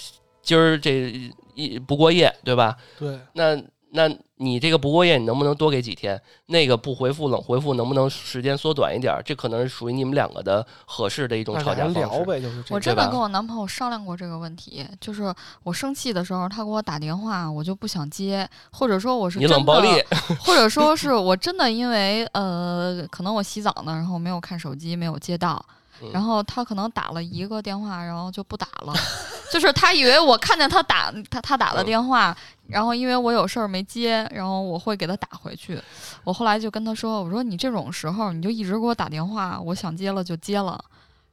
Speaker 2: 今儿这一不过夜，对吧？
Speaker 1: 对，
Speaker 2: 那那你这个不过夜，你能不能多给几天？那个不回复冷回复能不能时间缩短一点儿？这可能是属于你们两个的合适的一种
Speaker 1: 那
Speaker 2: 吵
Speaker 1: 俩
Speaker 2: 架
Speaker 1: 人
Speaker 2: 方
Speaker 1: 聊
Speaker 2: 式。
Speaker 1: 呗，就是这样。
Speaker 3: 我真
Speaker 2: 对
Speaker 3: 的
Speaker 2: 吧
Speaker 3: 跟我男朋友商量过这个问题，就是我生气的时候，他给我打电话，我就不想接，或者说我是
Speaker 2: 你冷
Speaker 3: 真
Speaker 2: 暴
Speaker 3: 的
Speaker 2: 力， [LAUGHS]
Speaker 3: 或者说是我真的因为呃，可能我洗澡呢，然后没有看手机，没有接到
Speaker 2: 嗯。
Speaker 3: 然后他可能打了一个电话，然后就不打了， [LAUGHS] 就是他以为我看见他打他他打了
Speaker 2: 嗯
Speaker 3: 电话，然后因为我有事儿没接，然后我会给他打回去。我后来就跟他说：“我说你这种时候你就一直给我打电话，我想接了就接了。”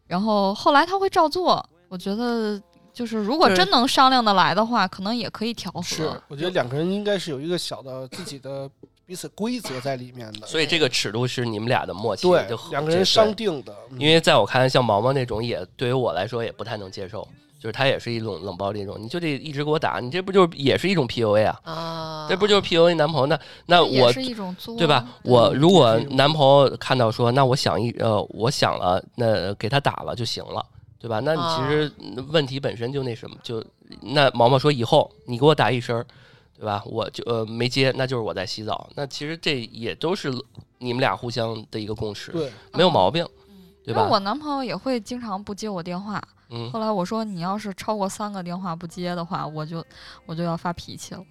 Speaker 3: 然后后来他会照做，我觉得就是如果
Speaker 4: 对
Speaker 3: 真能商量得来的话，可能也可以调和。
Speaker 1: 是，我觉得两个人应该是有一个小的自己的彼此规则在里面的。
Speaker 2: 所以这个尺度是你们俩的默契，
Speaker 1: 对
Speaker 2: 就合，
Speaker 1: 两个
Speaker 2: 这
Speaker 1: 人
Speaker 2: 对
Speaker 1: 商定的，嗯
Speaker 2: 因为在我看来，像毛毛那种也对于我来说也不太能接受，就是他也是一种冷暴力那种，你就得一直给我打，你这不就是也是一种 PUA 啊？ [LAUGHS]
Speaker 4: 啊，
Speaker 2: 这不就是 PUA 男朋友？那那
Speaker 3: 也
Speaker 2: 我
Speaker 3: 是一种作，
Speaker 2: 对吧？我如果
Speaker 1: 也是一种
Speaker 2: 男朋友看到说，那我想一呃，我想了，那给他打了就行了，对吧？那你
Speaker 3: 啊
Speaker 2: 其实嗯问题本身就那什么，就那毛毛说以后你给我打一声儿，对吧？我就呃没接，那就是我在洗澡。那其实这也都是你们俩互相的一个共识，
Speaker 1: 嗯对，
Speaker 2: 没有毛病，对
Speaker 3: 因为
Speaker 2: 吧？
Speaker 3: 嗯我男朋友也会经常不接我电话，
Speaker 2: 嗯，
Speaker 3: 后来我说你要是超过三个电话不接的话，我就我就要发脾气了。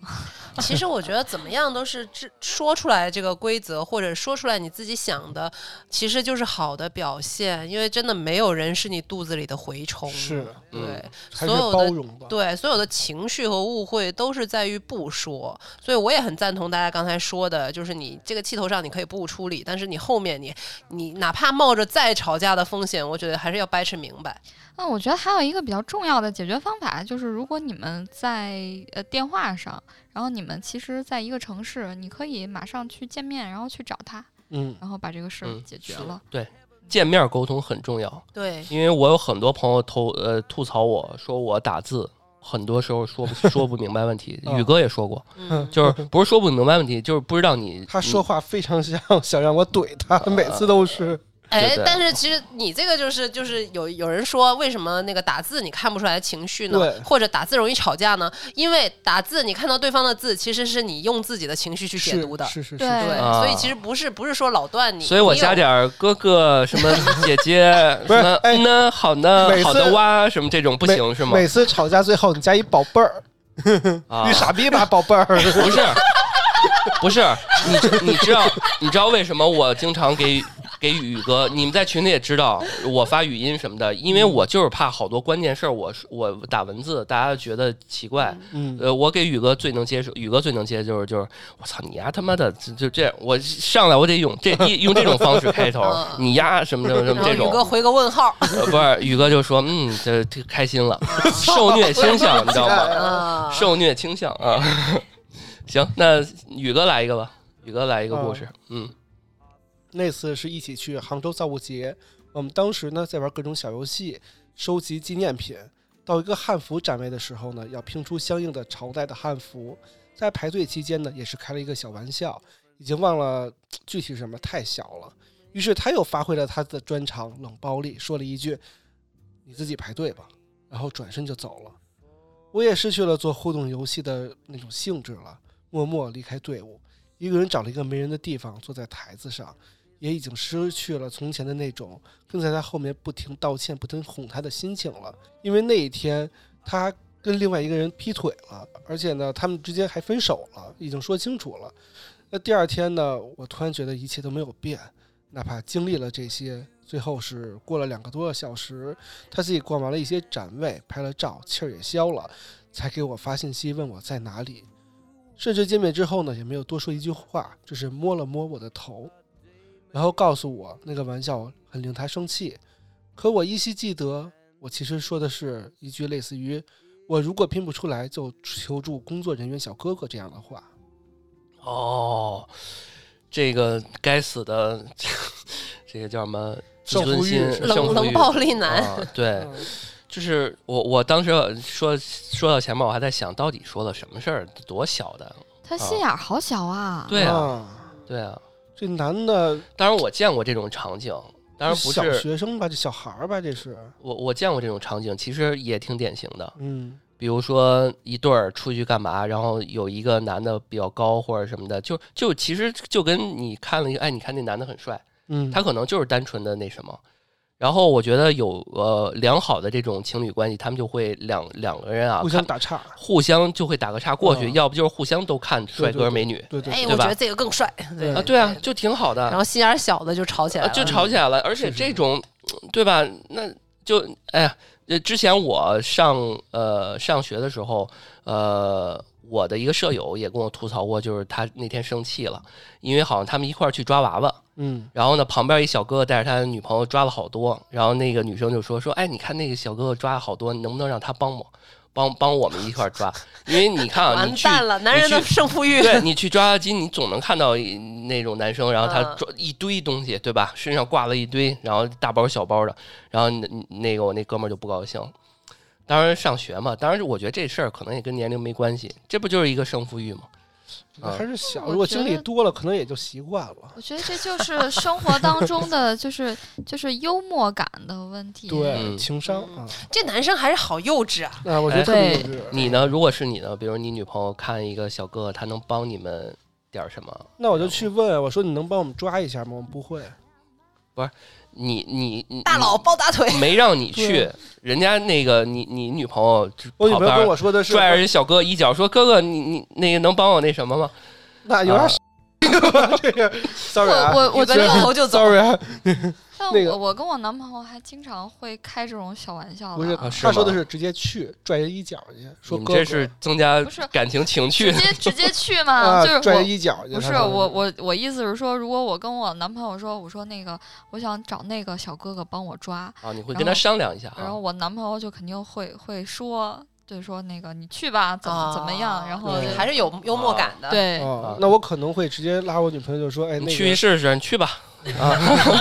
Speaker 4: 其实我觉得怎么样都是知说出来这个规则，或者说出来你自己想的，其实就是好的表现，因为真的没有人是你肚子里的蛔虫，
Speaker 1: 是
Speaker 4: 对、
Speaker 2: 嗯
Speaker 1: 还
Speaker 4: 哦所
Speaker 1: 是
Speaker 4: 有
Speaker 1: 包
Speaker 4: 的。
Speaker 1: 容的。
Speaker 4: 对所有的情绪和误会都是在于不说，所以我也很赞同大家刚才说的，就是你这个气头上你可以不处理，但是你后面你你哪怕冒着再吵架的风险，我觉得还是要掰扯明白。
Speaker 3: 那我觉得还有一个比较重要的解决方法就是，如果你们在呃电话上，然后你们其实在一个城市，你可以马上去见面，然后去找他，
Speaker 1: 嗯，
Speaker 3: 然后把这个事儿
Speaker 2: 嗯
Speaker 3: 解决了。
Speaker 2: 见面沟通很重要，
Speaker 4: 对，
Speaker 2: 因为我有很多朋友投呃吐槽我说我打字。很多时候说不说不明白
Speaker 1: [LAUGHS]
Speaker 2: 问题，
Speaker 1: 啊
Speaker 2: 宇哥也说过，
Speaker 4: 嗯，
Speaker 2: 就是不是说不明白问题，就是不知道你
Speaker 1: 他说话非常像想让我怼他，每次都是
Speaker 4: 哎
Speaker 2: 对对，
Speaker 4: 但是其实你这个就是就是有有人说，为什么那个打字你看不出来情绪呢
Speaker 1: 对？
Speaker 4: 或者打字容易吵架呢？因为打字你看到对方的字，其实是你用自己的情绪去解
Speaker 1: 是
Speaker 4: 读的。
Speaker 1: 是是是，
Speaker 3: 对
Speaker 1: 是
Speaker 4: 对，
Speaker 2: 啊
Speaker 4: 所以其实不是不是说老段你，
Speaker 2: 所以我
Speaker 4: 你有
Speaker 2: 加点儿哥哥什么姐
Speaker 1: [LAUGHS]
Speaker 2: 姐
Speaker 1: 不是
Speaker 2: 什么
Speaker 1: 哎
Speaker 2: 嗯呢好呢
Speaker 1: 每次
Speaker 2: 好的哇什么这种不行是吗？
Speaker 1: 每次吵架最后你加一宝贝儿，
Speaker 2: 啊
Speaker 1: 你，傻逼吧，宝贝儿？
Speaker 2: 不是 [LAUGHS] 不是，你知你知道你知道为什么我经常给给宇哥，你们在群里也知道我发语音什么的，
Speaker 4: 嗯
Speaker 2: 因为我就是怕好多关键事儿我我打文字大家觉得奇怪，
Speaker 1: 嗯，
Speaker 2: 呃，我给宇哥最能接受，宇哥最能接就是就是，我操你丫他妈的就就这样，我上来我得用这一用这种方式开头
Speaker 4: 嗯，
Speaker 2: [LAUGHS] 你丫什么什么什么
Speaker 4: 然后
Speaker 2: 这种。
Speaker 4: 宇哥回个
Speaker 1: [LAUGHS]
Speaker 4: 问号
Speaker 2: 呃不是宇哥就说嗯这这开心
Speaker 4: [LAUGHS]
Speaker 2: 了，受虐倾向你知道吗？
Speaker 4: 啊，
Speaker 2: 受虐倾向啊， [LAUGHS] 行，那宇哥来一个吧，宇哥来一个故事，嗯
Speaker 1: 那次是一起去杭州造物节，我们当时呢在玩各种小游戏，收集纪念品。到一个汉服展位的时候呢，要拼出相应的朝代的汉服。在排队期间呢，也是开了一个小玩笑，已经忘了具体是什么，太小了。于是他又发挥了他的专长冷暴力，说了一句：“你自己排队吧。”然后转身就走了。我也失去了做互动游戏的那种兴致了，默默离开队伍，一个人找了一个没人的地方，坐在台子上，也已经失去了从前的那种跟在他后面不停道歉、不停哄他的心情了。因为那一天他跟另外一个人劈腿了，而且呢，他们之间还分手了，已经说清楚了。那第二天呢，我突然觉得一切都没有变，哪怕经历了这些，最后是过了两个多小时，他自己逛完了一些展位，拍了照，气儿也消了，才给我发信息问我在哪里。甚至见面之后呢，也没有多说一句话，只是摸了摸我的头，然后告诉我那个玩笑很令他生气。可我依稀记得，我其实说的是一句类似于“我如果拼不出来，就求助工作人员小哥哥”这样的话。
Speaker 2: 哦，这个该死的， [LAUGHS] 这个叫什么？自
Speaker 1: 胜
Speaker 2: 尊
Speaker 1: 负欲
Speaker 2: 心
Speaker 1: 是吧
Speaker 2: 胜负
Speaker 4: 冷冷
Speaker 2: 欲
Speaker 4: 暴力男，
Speaker 2: 啊，对，
Speaker 1: 嗯
Speaker 2: 就是我我当时说说到前面，我还在想到底说了什么事儿，多小的，
Speaker 3: 他心眼儿好小啊！
Speaker 2: 对啊
Speaker 1: 啊
Speaker 2: 对啊。
Speaker 1: 这男的，
Speaker 2: 当然我见过这种场景，当然不
Speaker 1: 小
Speaker 2: 是
Speaker 1: 学生吧，这小孩儿吧，这是，
Speaker 2: 我我见过这种场景，其实也挺典型的。
Speaker 1: 嗯，
Speaker 2: 比如说一对儿出去干嘛，然后有一个男的比较高或者什么的，就就其实就跟你看了一个，哎，你看那男的很帅，
Speaker 1: 嗯，
Speaker 2: 他可能就是单纯的那什么。然后我觉得有呃良好的这种情侣关系，他们就会两两个人啊，
Speaker 1: 互相
Speaker 2: 看
Speaker 1: 打岔，
Speaker 2: 互相就会打个岔过去，
Speaker 1: 嗯
Speaker 2: 要不就是互相都看帅
Speaker 1: 对
Speaker 2: 哥
Speaker 1: 对
Speaker 2: 美女
Speaker 1: 对对
Speaker 4: 哎，
Speaker 1: 对
Speaker 2: 对
Speaker 4: 我
Speaker 2: 吧
Speaker 4: 觉得这个更帅。
Speaker 1: 对
Speaker 2: 啊，对啊，就挺好的，
Speaker 4: 然后心眼儿小的就吵起来
Speaker 2: 啊
Speaker 4: 了，
Speaker 2: 就吵起来了。而且
Speaker 1: 是是
Speaker 2: 这种，对吧？那就哎呀，呃之前我上呃上学的时候，呃，我的一个舍友也跟我吐槽过，就是他那天生气了，因为好像他们一块儿去抓娃娃，
Speaker 1: 嗯，
Speaker 2: 然后呢，旁边一小哥哥带着他的女朋友抓了好多，然后那个女生就说说，哎，你看那个小哥哥抓了好多，你能不能让他帮我，帮帮我们一块儿抓？因为你看啊，
Speaker 4: 完
Speaker 2: 你去
Speaker 4: 蛋了，男人的
Speaker 2: 你去
Speaker 4: 胜负 [LAUGHS] 欲。
Speaker 2: 对你去抓鸡，你总能看到一那种男生，然后他
Speaker 4: 嗯
Speaker 2: 抓一堆东西，对吧？身上挂了一堆，然后大包小包的，然后那那个我那哥们儿就不高兴。当然上学嘛，当然我觉得这事儿可能也跟年龄没关系，这不就是一个胜负欲吗？啊
Speaker 1: 还是小，
Speaker 3: 我
Speaker 1: 如果
Speaker 3: 觉
Speaker 1: 经历
Speaker 3: 得
Speaker 1: 多了，可能也就习惯了。
Speaker 3: 我觉得这就是生活当中的，就是就是幽默感的问题。
Speaker 1: 对，
Speaker 2: 嗯
Speaker 1: 情商
Speaker 4: 嗯
Speaker 1: 啊，
Speaker 4: 这男生还是好幼稚啊！
Speaker 1: 那我觉得
Speaker 2: 哎
Speaker 1: 特别幼
Speaker 3: 对
Speaker 1: 稚。
Speaker 2: 你呢？如果是你呢？比如你女朋友看一个小哥哥，他能帮你们点儿什么？
Speaker 1: 那我就去问，啊我说你能帮我们抓一下吗？我们不会。
Speaker 2: 你你你
Speaker 4: 大佬抱大腿，
Speaker 2: [LAUGHS] 没让你去
Speaker 1: 对，
Speaker 2: 人家那个你你女朋友就
Speaker 1: 我女
Speaker 2: 跑
Speaker 1: 朋
Speaker 2: 边
Speaker 1: 友
Speaker 2: 儿
Speaker 1: 跟我说的是，
Speaker 2: 拽着人小哥一脚说：“哥哥，你你那个能帮我那什么吗？”
Speaker 1: 那有点
Speaker 2: 啊
Speaker 1: 傻 [LAUGHS] 这个，sorry 啊
Speaker 3: 我我我
Speaker 4: 一
Speaker 3: 觉
Speaker 4: 个
Speaker 3: 得
Speaker 4: 掉头就走。
Speaker 1: ，sorry 啊，
Speaker 3: 像
Speaker 1: 那个
Speaker 3: 我我跟我男朋友还经常会开这种小玩笑
Speaker 1: 不是，
Speaker 3: 的啊，
Speaker 2: 啊是
Speaker 1: 他说的
Speaker 2: 吗
Speaker 1: 是直接去拽人一脚去，说
Speaker 2: 你
Speaker 1: 哥哥
Speaker 2: 们嗯这是增加
Speaker 3: 不是
Speaker 2: 感情情
Speaker 3: 直
Speaker 2: 趣。
Speaker 3: 接直接去嘛，
Speaker 1: 啊
Speaker 3: 就，是
Speaker 1: 拽
Speaker 3: 我
Speaker 1: 人一脚去。
Speaker 3: 不是
Speaker 1: 他说
Speaker 3: 我，我我意思是说，如果我跟我男朋友说，我说那个我想找那个小哥哥帮我抓，
Speaker 2: 啊，你会
Speaker 3: 然
Speaker 2: 跟他
Speaker 3: 后
Speaker 2: 商量一下
Speaker 3: 然
Speaker 2: 啊
Speaker 3: 后。我男朋友就肯定会会说，就说那个你去吧， [LAUGHS] 怎么怎么
Speaker 4: 啊
Speaker 3: 样，然后
Speaker 1: 对
Speaker 4: 还是有幽默感的。，
Speaker 3: 对
Speaker 1: 哦
Speaker 2: 啊，
Speaker 1: 那我可能会直接拉我女朋友就说，哎，
Speaker 2: 你
Speaker 1: 那
Speaker 2: 去
Speaker 1: 个
Speaker 2: 试试，你去吧。啊， [LAUGHS]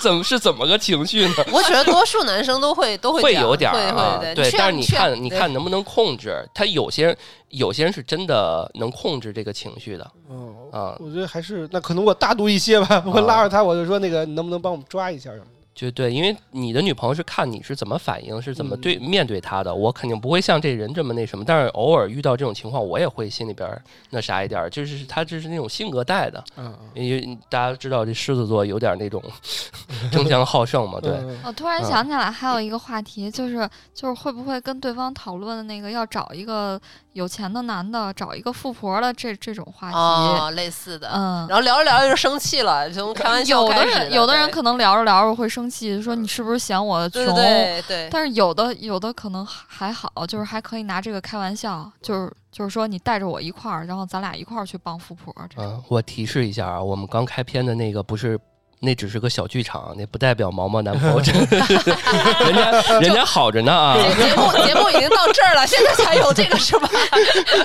Speaker 2: 怎么是怎么个情绪呢？
Speaker 4: 我觉得多数男生都会都
Speaker 2: 会
Speaker 4: 这样
Speaker 2: 有点儿
Speaker 4: 会
Speaker 2: 啊，
Speaker 4: 会
Speaker 2: 对。
Speaker 4: 去啊
Speaker 2: 但是你
Speaker 4: 去啊
Speaker 2: 看，你
Speaker 4: 对
Speaker 2: 看能不能控制？他有些人，有些人是真的能控制这个情绪的
Speaker 1: 哦，
Speaker 2: 啊，
Speaker 1: 我觉得还是那可能我大度一些吧，我拉着他我就说那个你能不能帮我们抓一下什么的？
Speaker 2: 就对，因为你的女朋友是看你是怎么反应，是怎么
Speaker 1: 嗯
Speaker 2: 对面对他的。我肯定不会像这人这么那什么，但是偶尔遇到这种情况，我也会心里边儿那啥一点儿，就是他这是那种性格带的。
Speaker 1: 嗯，嗯
Speaker 2: 因为大家知道这狮子座有点那种 [LAUGHS] 争强好
Speaker 1: [LAUGHS]
Speaker 2: 胜嘛，对，
Speaker 1: 嗯
Speaker 3: 我突然
Speaker 2: 啊
Speaker 3: 想起来还有一个话题，就是就是会不会跟对方讨论的那个要找一个有钱的男的，找一个富婆的这这种话题，
Speaker 4: 啊，类似的。
Speaker 3: 嗯
Speaker 4: 然。后聊着聊着就生气了，从开玩笑
Speaker 3: 有
Speaker 4: 开
Speaker 3: 的
Speaker 4: 始
Speaker 3: 人，有的人
Speaker 4: 对
Speaker 3: 可能聊着聊着会生气，说你是不是嫌我穷？
Speaker 4: 对对对对，
Speaker 3: 但是有的有的可能还好，就是还可以拿这个开玩笑，就是就是说你带着我一块
Speaker 1: 啊
Speaker 3: 儿，然后咱俩一块儿去帮富婆。这种
Speaker 2: 啊，我提示一下啊，我们刚开篇的那个不是那只是个小剧场，那不代表毛毛男朋友真，
Speaker 4: [LAUGHS]
Speaker 2: 人家人家好着呢啊，
Speaker 4: 这节目
Speaker 2: [LAUGHS]
Speaker 4: 节目已经到这儿了，现在才有这个是吧？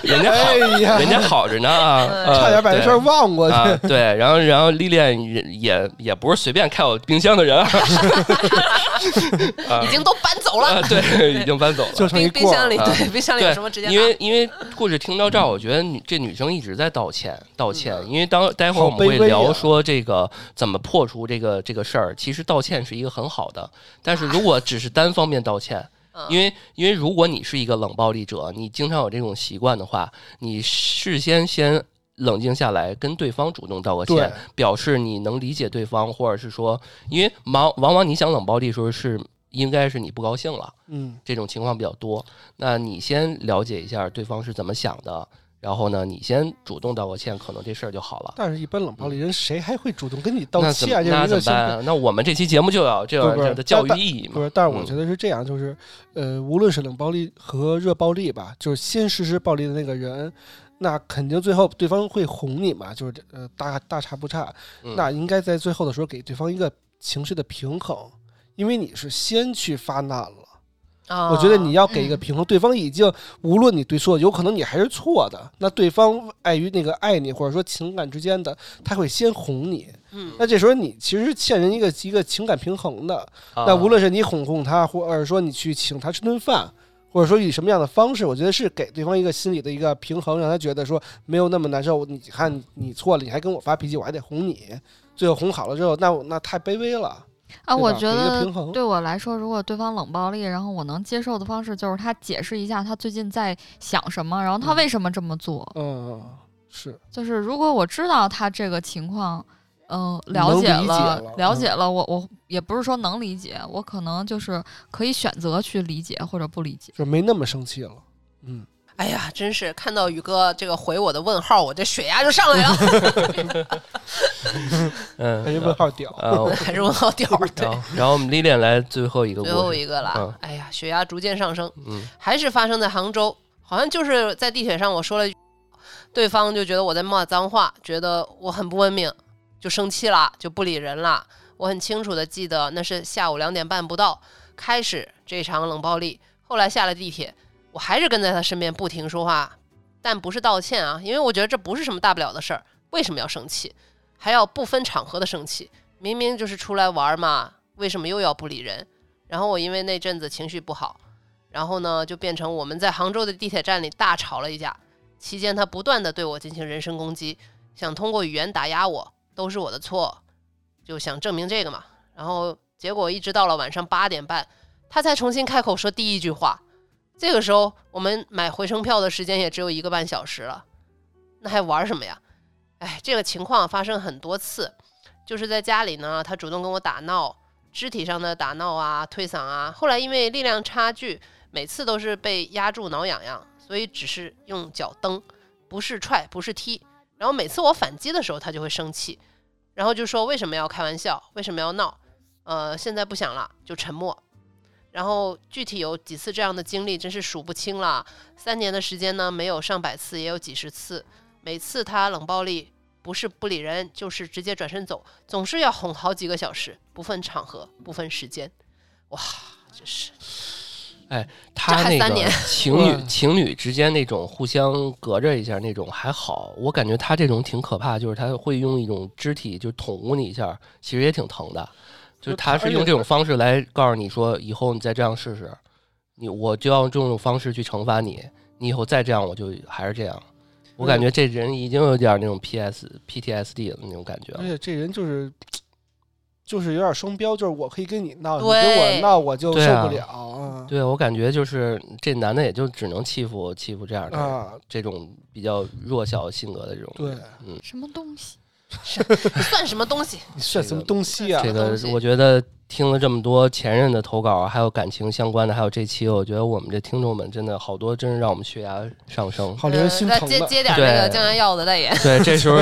Speaker 2: 人家好
Speaker 1: 哎，呀，
Speaker 2: 人家好着呢啊，
Speaker 4: 嗯
Speaker 2: 呃
Speaker 1: 差点把这事儿忘过
Speaker 2: 对
Speaker 1: 去。
Speaker 2: 啊，对，然后然后历练也也也不是随便开我冰箱的
Speaker 4: [LAUGHS]
Speaker 2: 人啊，啊
Speaker 4: 已经都搬走了
Speaker 2: 啊，对，已经搬走了，
Speaker 1: 就剩一
Speaker 4: 冰冰
Speaker 1: 罐
Speaker 4: 箱
Speaker 1: 儿
Speaker 4: 里，
Speaker 2: 啊
Speaker 4: 对，冰箱里有
Speaker 2: 对
Speaker 4: 什么直接拿
Speaker 2: 因为因为故事听到这儿，我觉得女这女生一直在道歉道歉，
Speaker 4: 嗯
Speaker 2: 因为当待会儿我们
Speaker 1: 好卑
Speaker 2: 会
Speaker 1: 微
Speaker 2: 聊
Speaker 1: 啊
Speaker 2: 说这个怎么破除这个这个事儿。其实道歉是一个很好的，但是如果只是单方面道歉，
Speaker 4: 嗯
Speaker 2: 因为因为如果你是一个冷暴力者，你经常有这种习惯的话，你事先先。冷静下来，跟对方主动道个
Speaker 1: 对
Speaker 2: 歉，表示你能理解对方，或者是说，因为往往往你想冷暴力的时候是应该是你不高兴了，
Speaker 1: 嗯，
Speaker 2: 这种情况比较多。那你先了解一下对方是怎么想的，然后呢，你先主动道个歉，可能这事儿就好了。
Speaker 1: 但是一般冷暴力人谁还会主动跟你道
Speaker 2: 嗯那怎
Speaker 1: 歉啊？
Speaker 2: 么
Speaker 1: 这
Speaker 2: 那
Speaker 1: 人的
Speaker 2: 怎么
Speaker 1: 心
Speaker 2: 办啊？那我们这期节目就要这
Speaker 1: 不
Speaker 2: 样
Speaker 1: 是不是
Speaker 2: 的教育
Speaker 1: 但
Speaker 2: 意义嘛？
Speaker 1: 不是，但是我觉
Speaker 2: 得
Speaker 1: 得是这样，就是，呃，无论是冷暴力和热暴力吧，就是先实施暴力的那个人，那肯定最后对方会哄你嘛，就是呃大大差不差。
Speaker 2: 嗯
Speaker 1: 那应该在最后的时候给对方一个情绪的平衡，因为你是先去发难了，
Speaker 4: 啊
Speaker 1: 我觉得你要给一个
Speaker 3: 嗯
Speaker 1: 平衡。对方已经无论你对错，有可能你还是错的，那对方碍于那个爱你或者说情感之间的，他会先哄你，
Speaker 4: 嗯
Speaker 1: 那这时候你其实是欠人一个一个情感平衡的。
Speaker 2: 啊
Speaker 3: 啊
Speaker 1: 那无论是你哄哄他，或者说你去请他吃顿饭，或者说以什么样的方式，我觉得是给对方一个心理的一个平衡，让他觉得说没有那么难受。你看你你错了，你还跟我发脾气，我还得哄你，最后哄好了之后，那我那太卑微了。
Speaker 3: 啊，
Speaker 1: 对
Speaker 3: 我
Speaker 1: 吧
Speaker 3: 觉
Speaker 1: 给一个
Speaker 3: 得
Speaker 1: 平衡
Speaker 3: 对我来说，如果对方冷暴力，然后我能接受的方式就是他解释一下他最近在想什么，然后他
Speaker 1: 嗯
Speaker 3: 为什么这么做。
Speaker 1: 嗯，是
Speaker 3: 就是如果我知道他这个情况，嗯、了
Speaker 1: 能
Speaker 3: 解
Speaker 1: 理解了
Speaker 3: 了，了
Speaker 1: 嗯
Speaker 3: 解了，我我也不是说能理解，我可能就是可以选择去理解或者不理解。
Speaker 1: 就没那么生气了。嗯，
Speaker 4: 哎呀，真是看到宇哥这个回我的问号，我这血压就上来了， [LAUGHS]
Speaker 2: 嗯，
Speaker 1: 感觉问号屌。
Speaker 2: 啊，我
Speaker 4: 还是问号调
Speaker 1: [LAUGHS]
Speaker 4: 儿。对
Speaker 2: 然，后然后我们历练来最后一个
Speaker 4: 最后
Speaker 2: 故事，
Speaker 4: 一个了
Speaker 2: 嗯，
Speaker 4: 哎呀，血压逐渐上升，
Speaker 2: 嗯
Speaker 4: 还是发生在杭州，好像就是在地铁上我说了一句，对方就觉得我在骂脏话，觉得我很不文明，就生气了，就不理人了。我很清楚的记得那是下午两点半不到开始这场冷暴力，后来下了地铁，我还是跟在他身边不停说话，但不是道歉啊，因为我觉得这不是什么大不了的事儿，为什么要生气，还要不分场合的生气？明明就是出来玩嘛，为什么又要不理人？然后我因为那阵子情绪不好，然后呢，就变成我们在杭州的地铁站里大吵了一架。期间，他不断的对我进行人身攻击，想通过语言打压我，都是我的错，就想证明这个嘛。然后结果一直到了晚上八点半，他才重新开口说第一句话。这个时候，我们买回程票的时间也只有一个半小时了，那还玩什么呀？哎，这个情况发生很多次，就是在家里呢，他主动跟我打闹，肢体上的打闹啊、推搡啊。后来因为力量差距，每次都是被压住挠痒痒，所以只是用脚蹬，不是踹，不是踢。然后每次我反击的时候，他就会生气，然后就说为什么要开玩笑，为什么要闹？呃，现在不想了，就沉默。然后具体有几次这样的经历，真是数不清了。三年的时间呢，没有上百次，也有几十次。每次他冷暴力，不是不理人，就是直接转身走，总是要哄好几个小时，不分场合，不分时间。哇，真是
Speaker 2: 他
Speaker 4: 还
Speaker 2: 那
Speaker 4: 三
Speaker 2: 个
Speaker 4: 年 [LAUGHS]
Speaker 2: 情侣
Speaker 1: 哇
Speaker 2: 情侣之间那种互相隔着一下那种还好，我感觉他这种挺可怕，就是他会用一种肢体就捅咕你一下，其实也挺疼的。就是他是用这种方式来告诉你说，以后你再这样试试，你我就要用这种方式去惩罚你，你以后再这样我就还是这样。我感觉这人已经有点那种 PS PTSD 的那种感觉了
Speaker 1: 而。且这人就是。就是有点双标，就是我可以跟你闹，你
Speaker 4: 对
Speaker 1: 跟我闹我就
Speaker 2: 对
Speaker 1: 受
Speaker 2: 啊
Speaker 1: 不了啊
Speaker 2: 对，我感觉就是这男的也就只能欺负欺负这样的人
Speaker 1: 啊！
Speaker 2: 这种比较弱小性格的这种人。
Speaker 1: 对，
Speaker 3: 什么东西？
Speaker 4: 你算什么东西？
Speaker 1: 你算什么东西啊？
Speaker 2: 这
Speaker 4: 的
Speaker 2: 个
Speaker 4: 东西
Speaker 2: 我觉得听了这么多前任的投稿，还有感情相关的，还有这期，我觉得我们这听众们真的好多，真是让我们血压上升。
Speaker 1: 好令人
Speaker 4: 呃
Speaker 1: 心
Speaker 4: 再
Speaker 1: 疼
Speaker 4: 接
Speaker 1: 的。
Speaker 4: 接点儿那个
Speaker 2: 对
Speaker 4: 降压药
Speaker 1: [LAUGHS]
Speaker 4: 的代言。
Speaker 2: 对，这时候，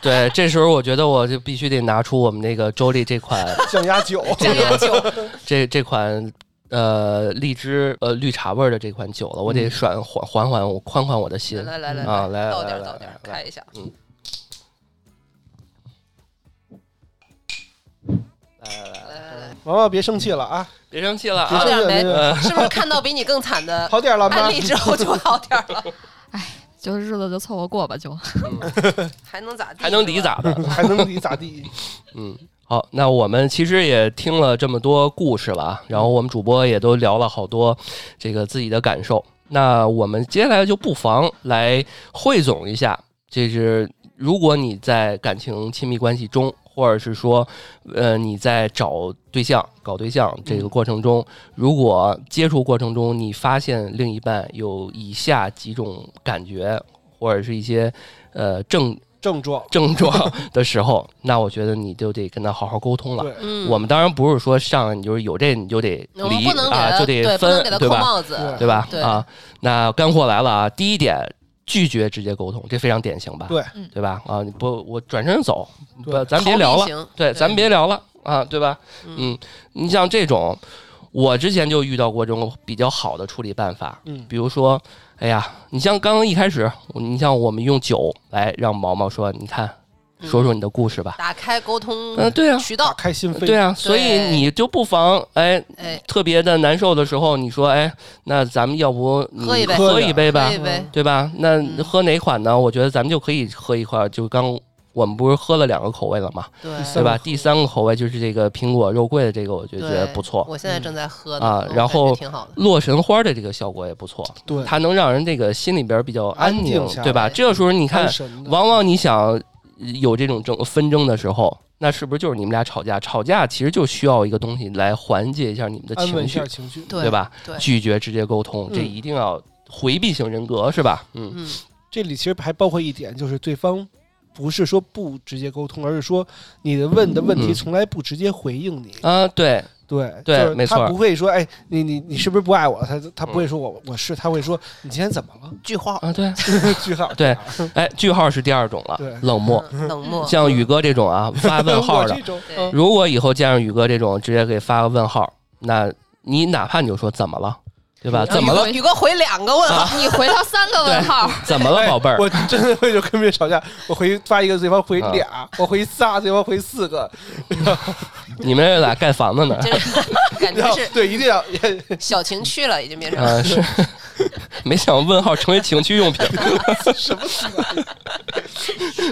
Speaker 2: 对，这时候我觉得我就必须得拿出我们那个周丽这款
Speaker 1: 降压
Speaker 4: [LAUGHS]
Speaker 1: 酒，[LAUGHS]
Speaker 4: 降压酒，
Speaker 2: 这这款呃荔枝呃绿茶味儿的这款酒了，我得转缓缓缓我宽宽我的心
Speaker 4: 来来来
Speaker 2: 啊，来
Speaker 4: 倒
Speaker 2: 来
Speaker 4: 点儿
Speaker 2: 来
Speaker 4: 倒点儿
Speaker 2: 来，
Speaker 4: 开一下。
Speaker 2: 来来来，
Speaker 4: 呃，
Speaker 1: 毛毛别生气了啊，
Speaker 2: 别生气了
Speaker 1: 别
Speaker 4: 好
Speaker 2: 啊！
Speaker 1: 生气
Speaker 4: 点呗
Speaker 1: 了，
Speaker 4: 呃是不是看到比你更惨的
Speaker 1: [LAUGHS] 好点了妈
Speaker 4: 案。例之后就好点儿了？
Speaker 3: 就日子就凑合过吧，就
Speaker 4: 还能咋地？
Speaker 2: 还能理咋的？
Speaker 1: [LAUGHS] 还能理咋地？
Speaker 2: 嗯，好，那我们其实也听了这么多故事了啊，然后我们主播也都聊了好多这个自己的感受。那我们接下来就不妨来汇总一下，这是如果你在感情亲密关系中，或者是说，呃，你在找对象、搞对象这个过程中，如果接触过程中你发现另一半有以下几种感觉，或者是一些呃症
Speaker 1: 症
Speaker 2: [LAUGHS]
Speaker 1: 状
Speaker 2: 症状的时候，那我觉得你就得跟他好好沟通了。
Speaker 1: 对，
Speaker 4: 嗯，
Speaker 2: 我们当然不是说上来你就是有这你就得
Speaker 4: 我们
Speaker 2: 离
Speaker 4: 不能给
Speaker 2: 啊，
Speaker 4: 他
Speaker 2: 就
Speaker 4: 对，
Speaker 2: 得
Speaker 4: 不能
Speaker 2: 分
Speaker 4: 给他，
Speaker 2: 对
Speaker 4: 扣
Speaker 2: 吧？
Speaker 4: 帽子。
Speaker 2: 对吧？
Speaker 4: 对
Speaker 2: 啊，那干货来了啊！第一点，拒绝直接沟通，这非常典型吧？
Speaker 1: 对
Speaker 3: 嗯
Speaker 2: 对吧？啊，你不，我转身走，
Speaker 1: 对
Speaker 2: 不，咱别聊了。
Speaker 4: 了，
Speaker 2: 对，
Speaker 4: 对
Speaker 2: 咱别聊了啊，对吧？
Speaker 4: 嗯
Speaker 2: 嗯，你像这种，我之前就遇到过这种比较好的处理办法，
Speaker 1: 嗯，
Speaker 2: 比如说，哎呀，你像刚刚一开始，你像我们用酒来让毛毛说，你看，
Speaker 4: 嗯
Speaker 2: 说说你的故事吧。
Speaker 4: 打开沟通
Speaker 2: 嗯、对啊，
Speaker 4: 渠
Speaker 1: 打
Speaker 4: 道。
Speaker 1: 开心扉。[LAUGHS]
Speaker 2: 对啊，所以你就不妨哎，
Speaker 4: 哎，
Speaker 2: 特别的难受的时候，你说哎，那咱们要不你
Speaker 4: 喝一杯
Speaker 2: 喝一杯吧
Speaker 4: 喝，一杯
Speaker 2: 对吧？那
Speaker 4: 嗯
Speaker 2: 喝哪款呢？我觉得咱们就可以喝一块儿，就刚我们不是喝了两个口味了嘛，
Speaker 4: 对
Speaker 1: 第三
Speaker 2: 对吧？
Speaker 1: 个口味
Speaker 2: 第三个口味就是这个苹果肉桂的这个，我就觉得
Speaker 4: 对
Speaker 2: 不错。
Speaker 4: 我现在正在喝呢
Speaker 2: 啊
Speaker 4: 我感觉
Speaker 2: 然后
Speaker 4: 挺好的。
Speaker 2: 洛神花的这个效果也不错，
Speaker 1: 对，
Speaker 2: 它能让人这个心里边比较安
Speaker 1: 安
Speaker 2: 宁
Speaker 1: 定下，来
Speaker 2: 对吧？这个时候你看
Speaker 1: 安，神的
Speaker 2: 往往你想有这种争纷争的时候，那是不是就是你们俩吵架？吵架其实就需要一个东西来缓解一下你们的
Speaker 1: 安稳
Speaker 2: 情
Speaker 1: 一
Speaker 2: 绪
Speaker 1: 下，情绪。
Speaker 4: 对
Speaker 2: 对吧？
Speaker 4: 对
Speaker 2: 拒绝直接沟通，
Speaker 1: 嗯
Speaker 2: 这一定要回避型人格，是吧？嗯，
Speaker 4: 嗯，
Speaker 1: 这里其实还包括一点，就是对方不是说不直接沟通，而是说你的问的问题
Speaker 2: 嗯
Speaker 1: 从来不直接回应你。
Speaker 2: 啊，对，
Speaker 1: 对
Speaker 2: 对
Speaker 1: 就是
Speaker 2: 没
Speaker 1: 他
Speaker 2: 错嗯
Speaker 1: 不会说，哎，你你你是不是不爱我了？他他不会说我我是，他会说你今天怎么了？
Speaker 4: 句号
Speaker 2: 啊，对，
Speaker 1: [LAUGHS] 句号。
Speaker 2: 对哎，句号是第二种了
Speaker 1: 嗯对，
Speaker 2: 冷漠。
Speaker 4: 嗯冷漠，
Speaker 2: 像宇哥这
Speaker 1: [LAUGHS]
Speaker 2: 种啊，发问号
Speaker 1: 我
Speaker 2: 的
Speaker 1: 这，种
Speaker 4: 对
Speaker 1: 嗯
Speaker 2: 如果以后见着宇哥这种，直接给发个问号，那你哪怕你就说怎么了，对吧？
Speaker 3: 嗯
Speaker 1: 哎
Speaker 2: 怎么了？
Speaker 4: 啊
Speaker 2: 啊
Speaker 4: 宇哥回两个问号，
Speaker 3: 你回他三个问号， [LAUGHS]
Speaker 2: 怎么了，
Speaker 1: 哎
Speaker 2: 宝贝儿？啊
Speaker 1: 我真的会就跟别人吵架，我回发一个，对方回俩，我回仨，对方回四个，
Speaker 4: 哎
Speaker 2: 你们俩盖房子呢？
Speaker 4: 真是感
Speaker 1: 然
Speaker 4: 觉
Speaker 1: 后
Speaker 4: 是
Speaker 1: 对，一定要
Speaker 4: 小情趣了，已经变成。
Speaker 2: 啊，是， [LAUGHS] 没想到问号成为情趣用品。
Speaker 3: 什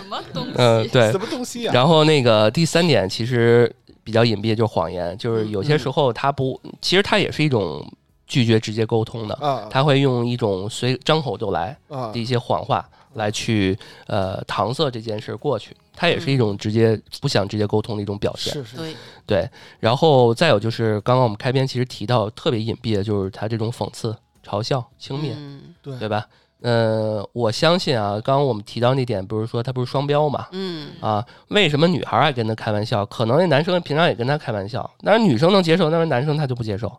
Speaker 3: 么东
Speaker 1: [LAUGHS]
Speaker 3: 西？
Speaker 2: 嗯，对
Speaker 1: 什。么东西啊？
Speaker 2: 然后那个第三点其实比较隐蔽，就是谎言，就是
Speaker 1: 嗯
Speaker 2: 有些时候他不，其实他也是一种拒绝直接沟通的，
Speaker 1: 啊
Speaker 2: 他会用一种随张口就来
Speaker 1: 啊
Speaker 2: 的！一些谎话来去呃搪塞这件事过去，他也是一种直接不想直接沟通的一种表现。
Speaker 1: 嗯是是，
Speaker 4: 对，
Speaker 2: 对，然后再有就是刚刚我们开篇其实提到特别隐蔽的，就是他这种讽刺、嘲笑、轻蔑。
Speaker 4: 嗯
Speaker 2: 对吧？呃，我相信啊，刚刚我们提到那点，不是说他不是双标嘛？
Speaker 4: 嗯，
Speaker 2: 啊，为什么女孩爱跟他开玩笑？可能那男生平常也跟他开玩笑，但是女生能接受，但是男生他就不接受，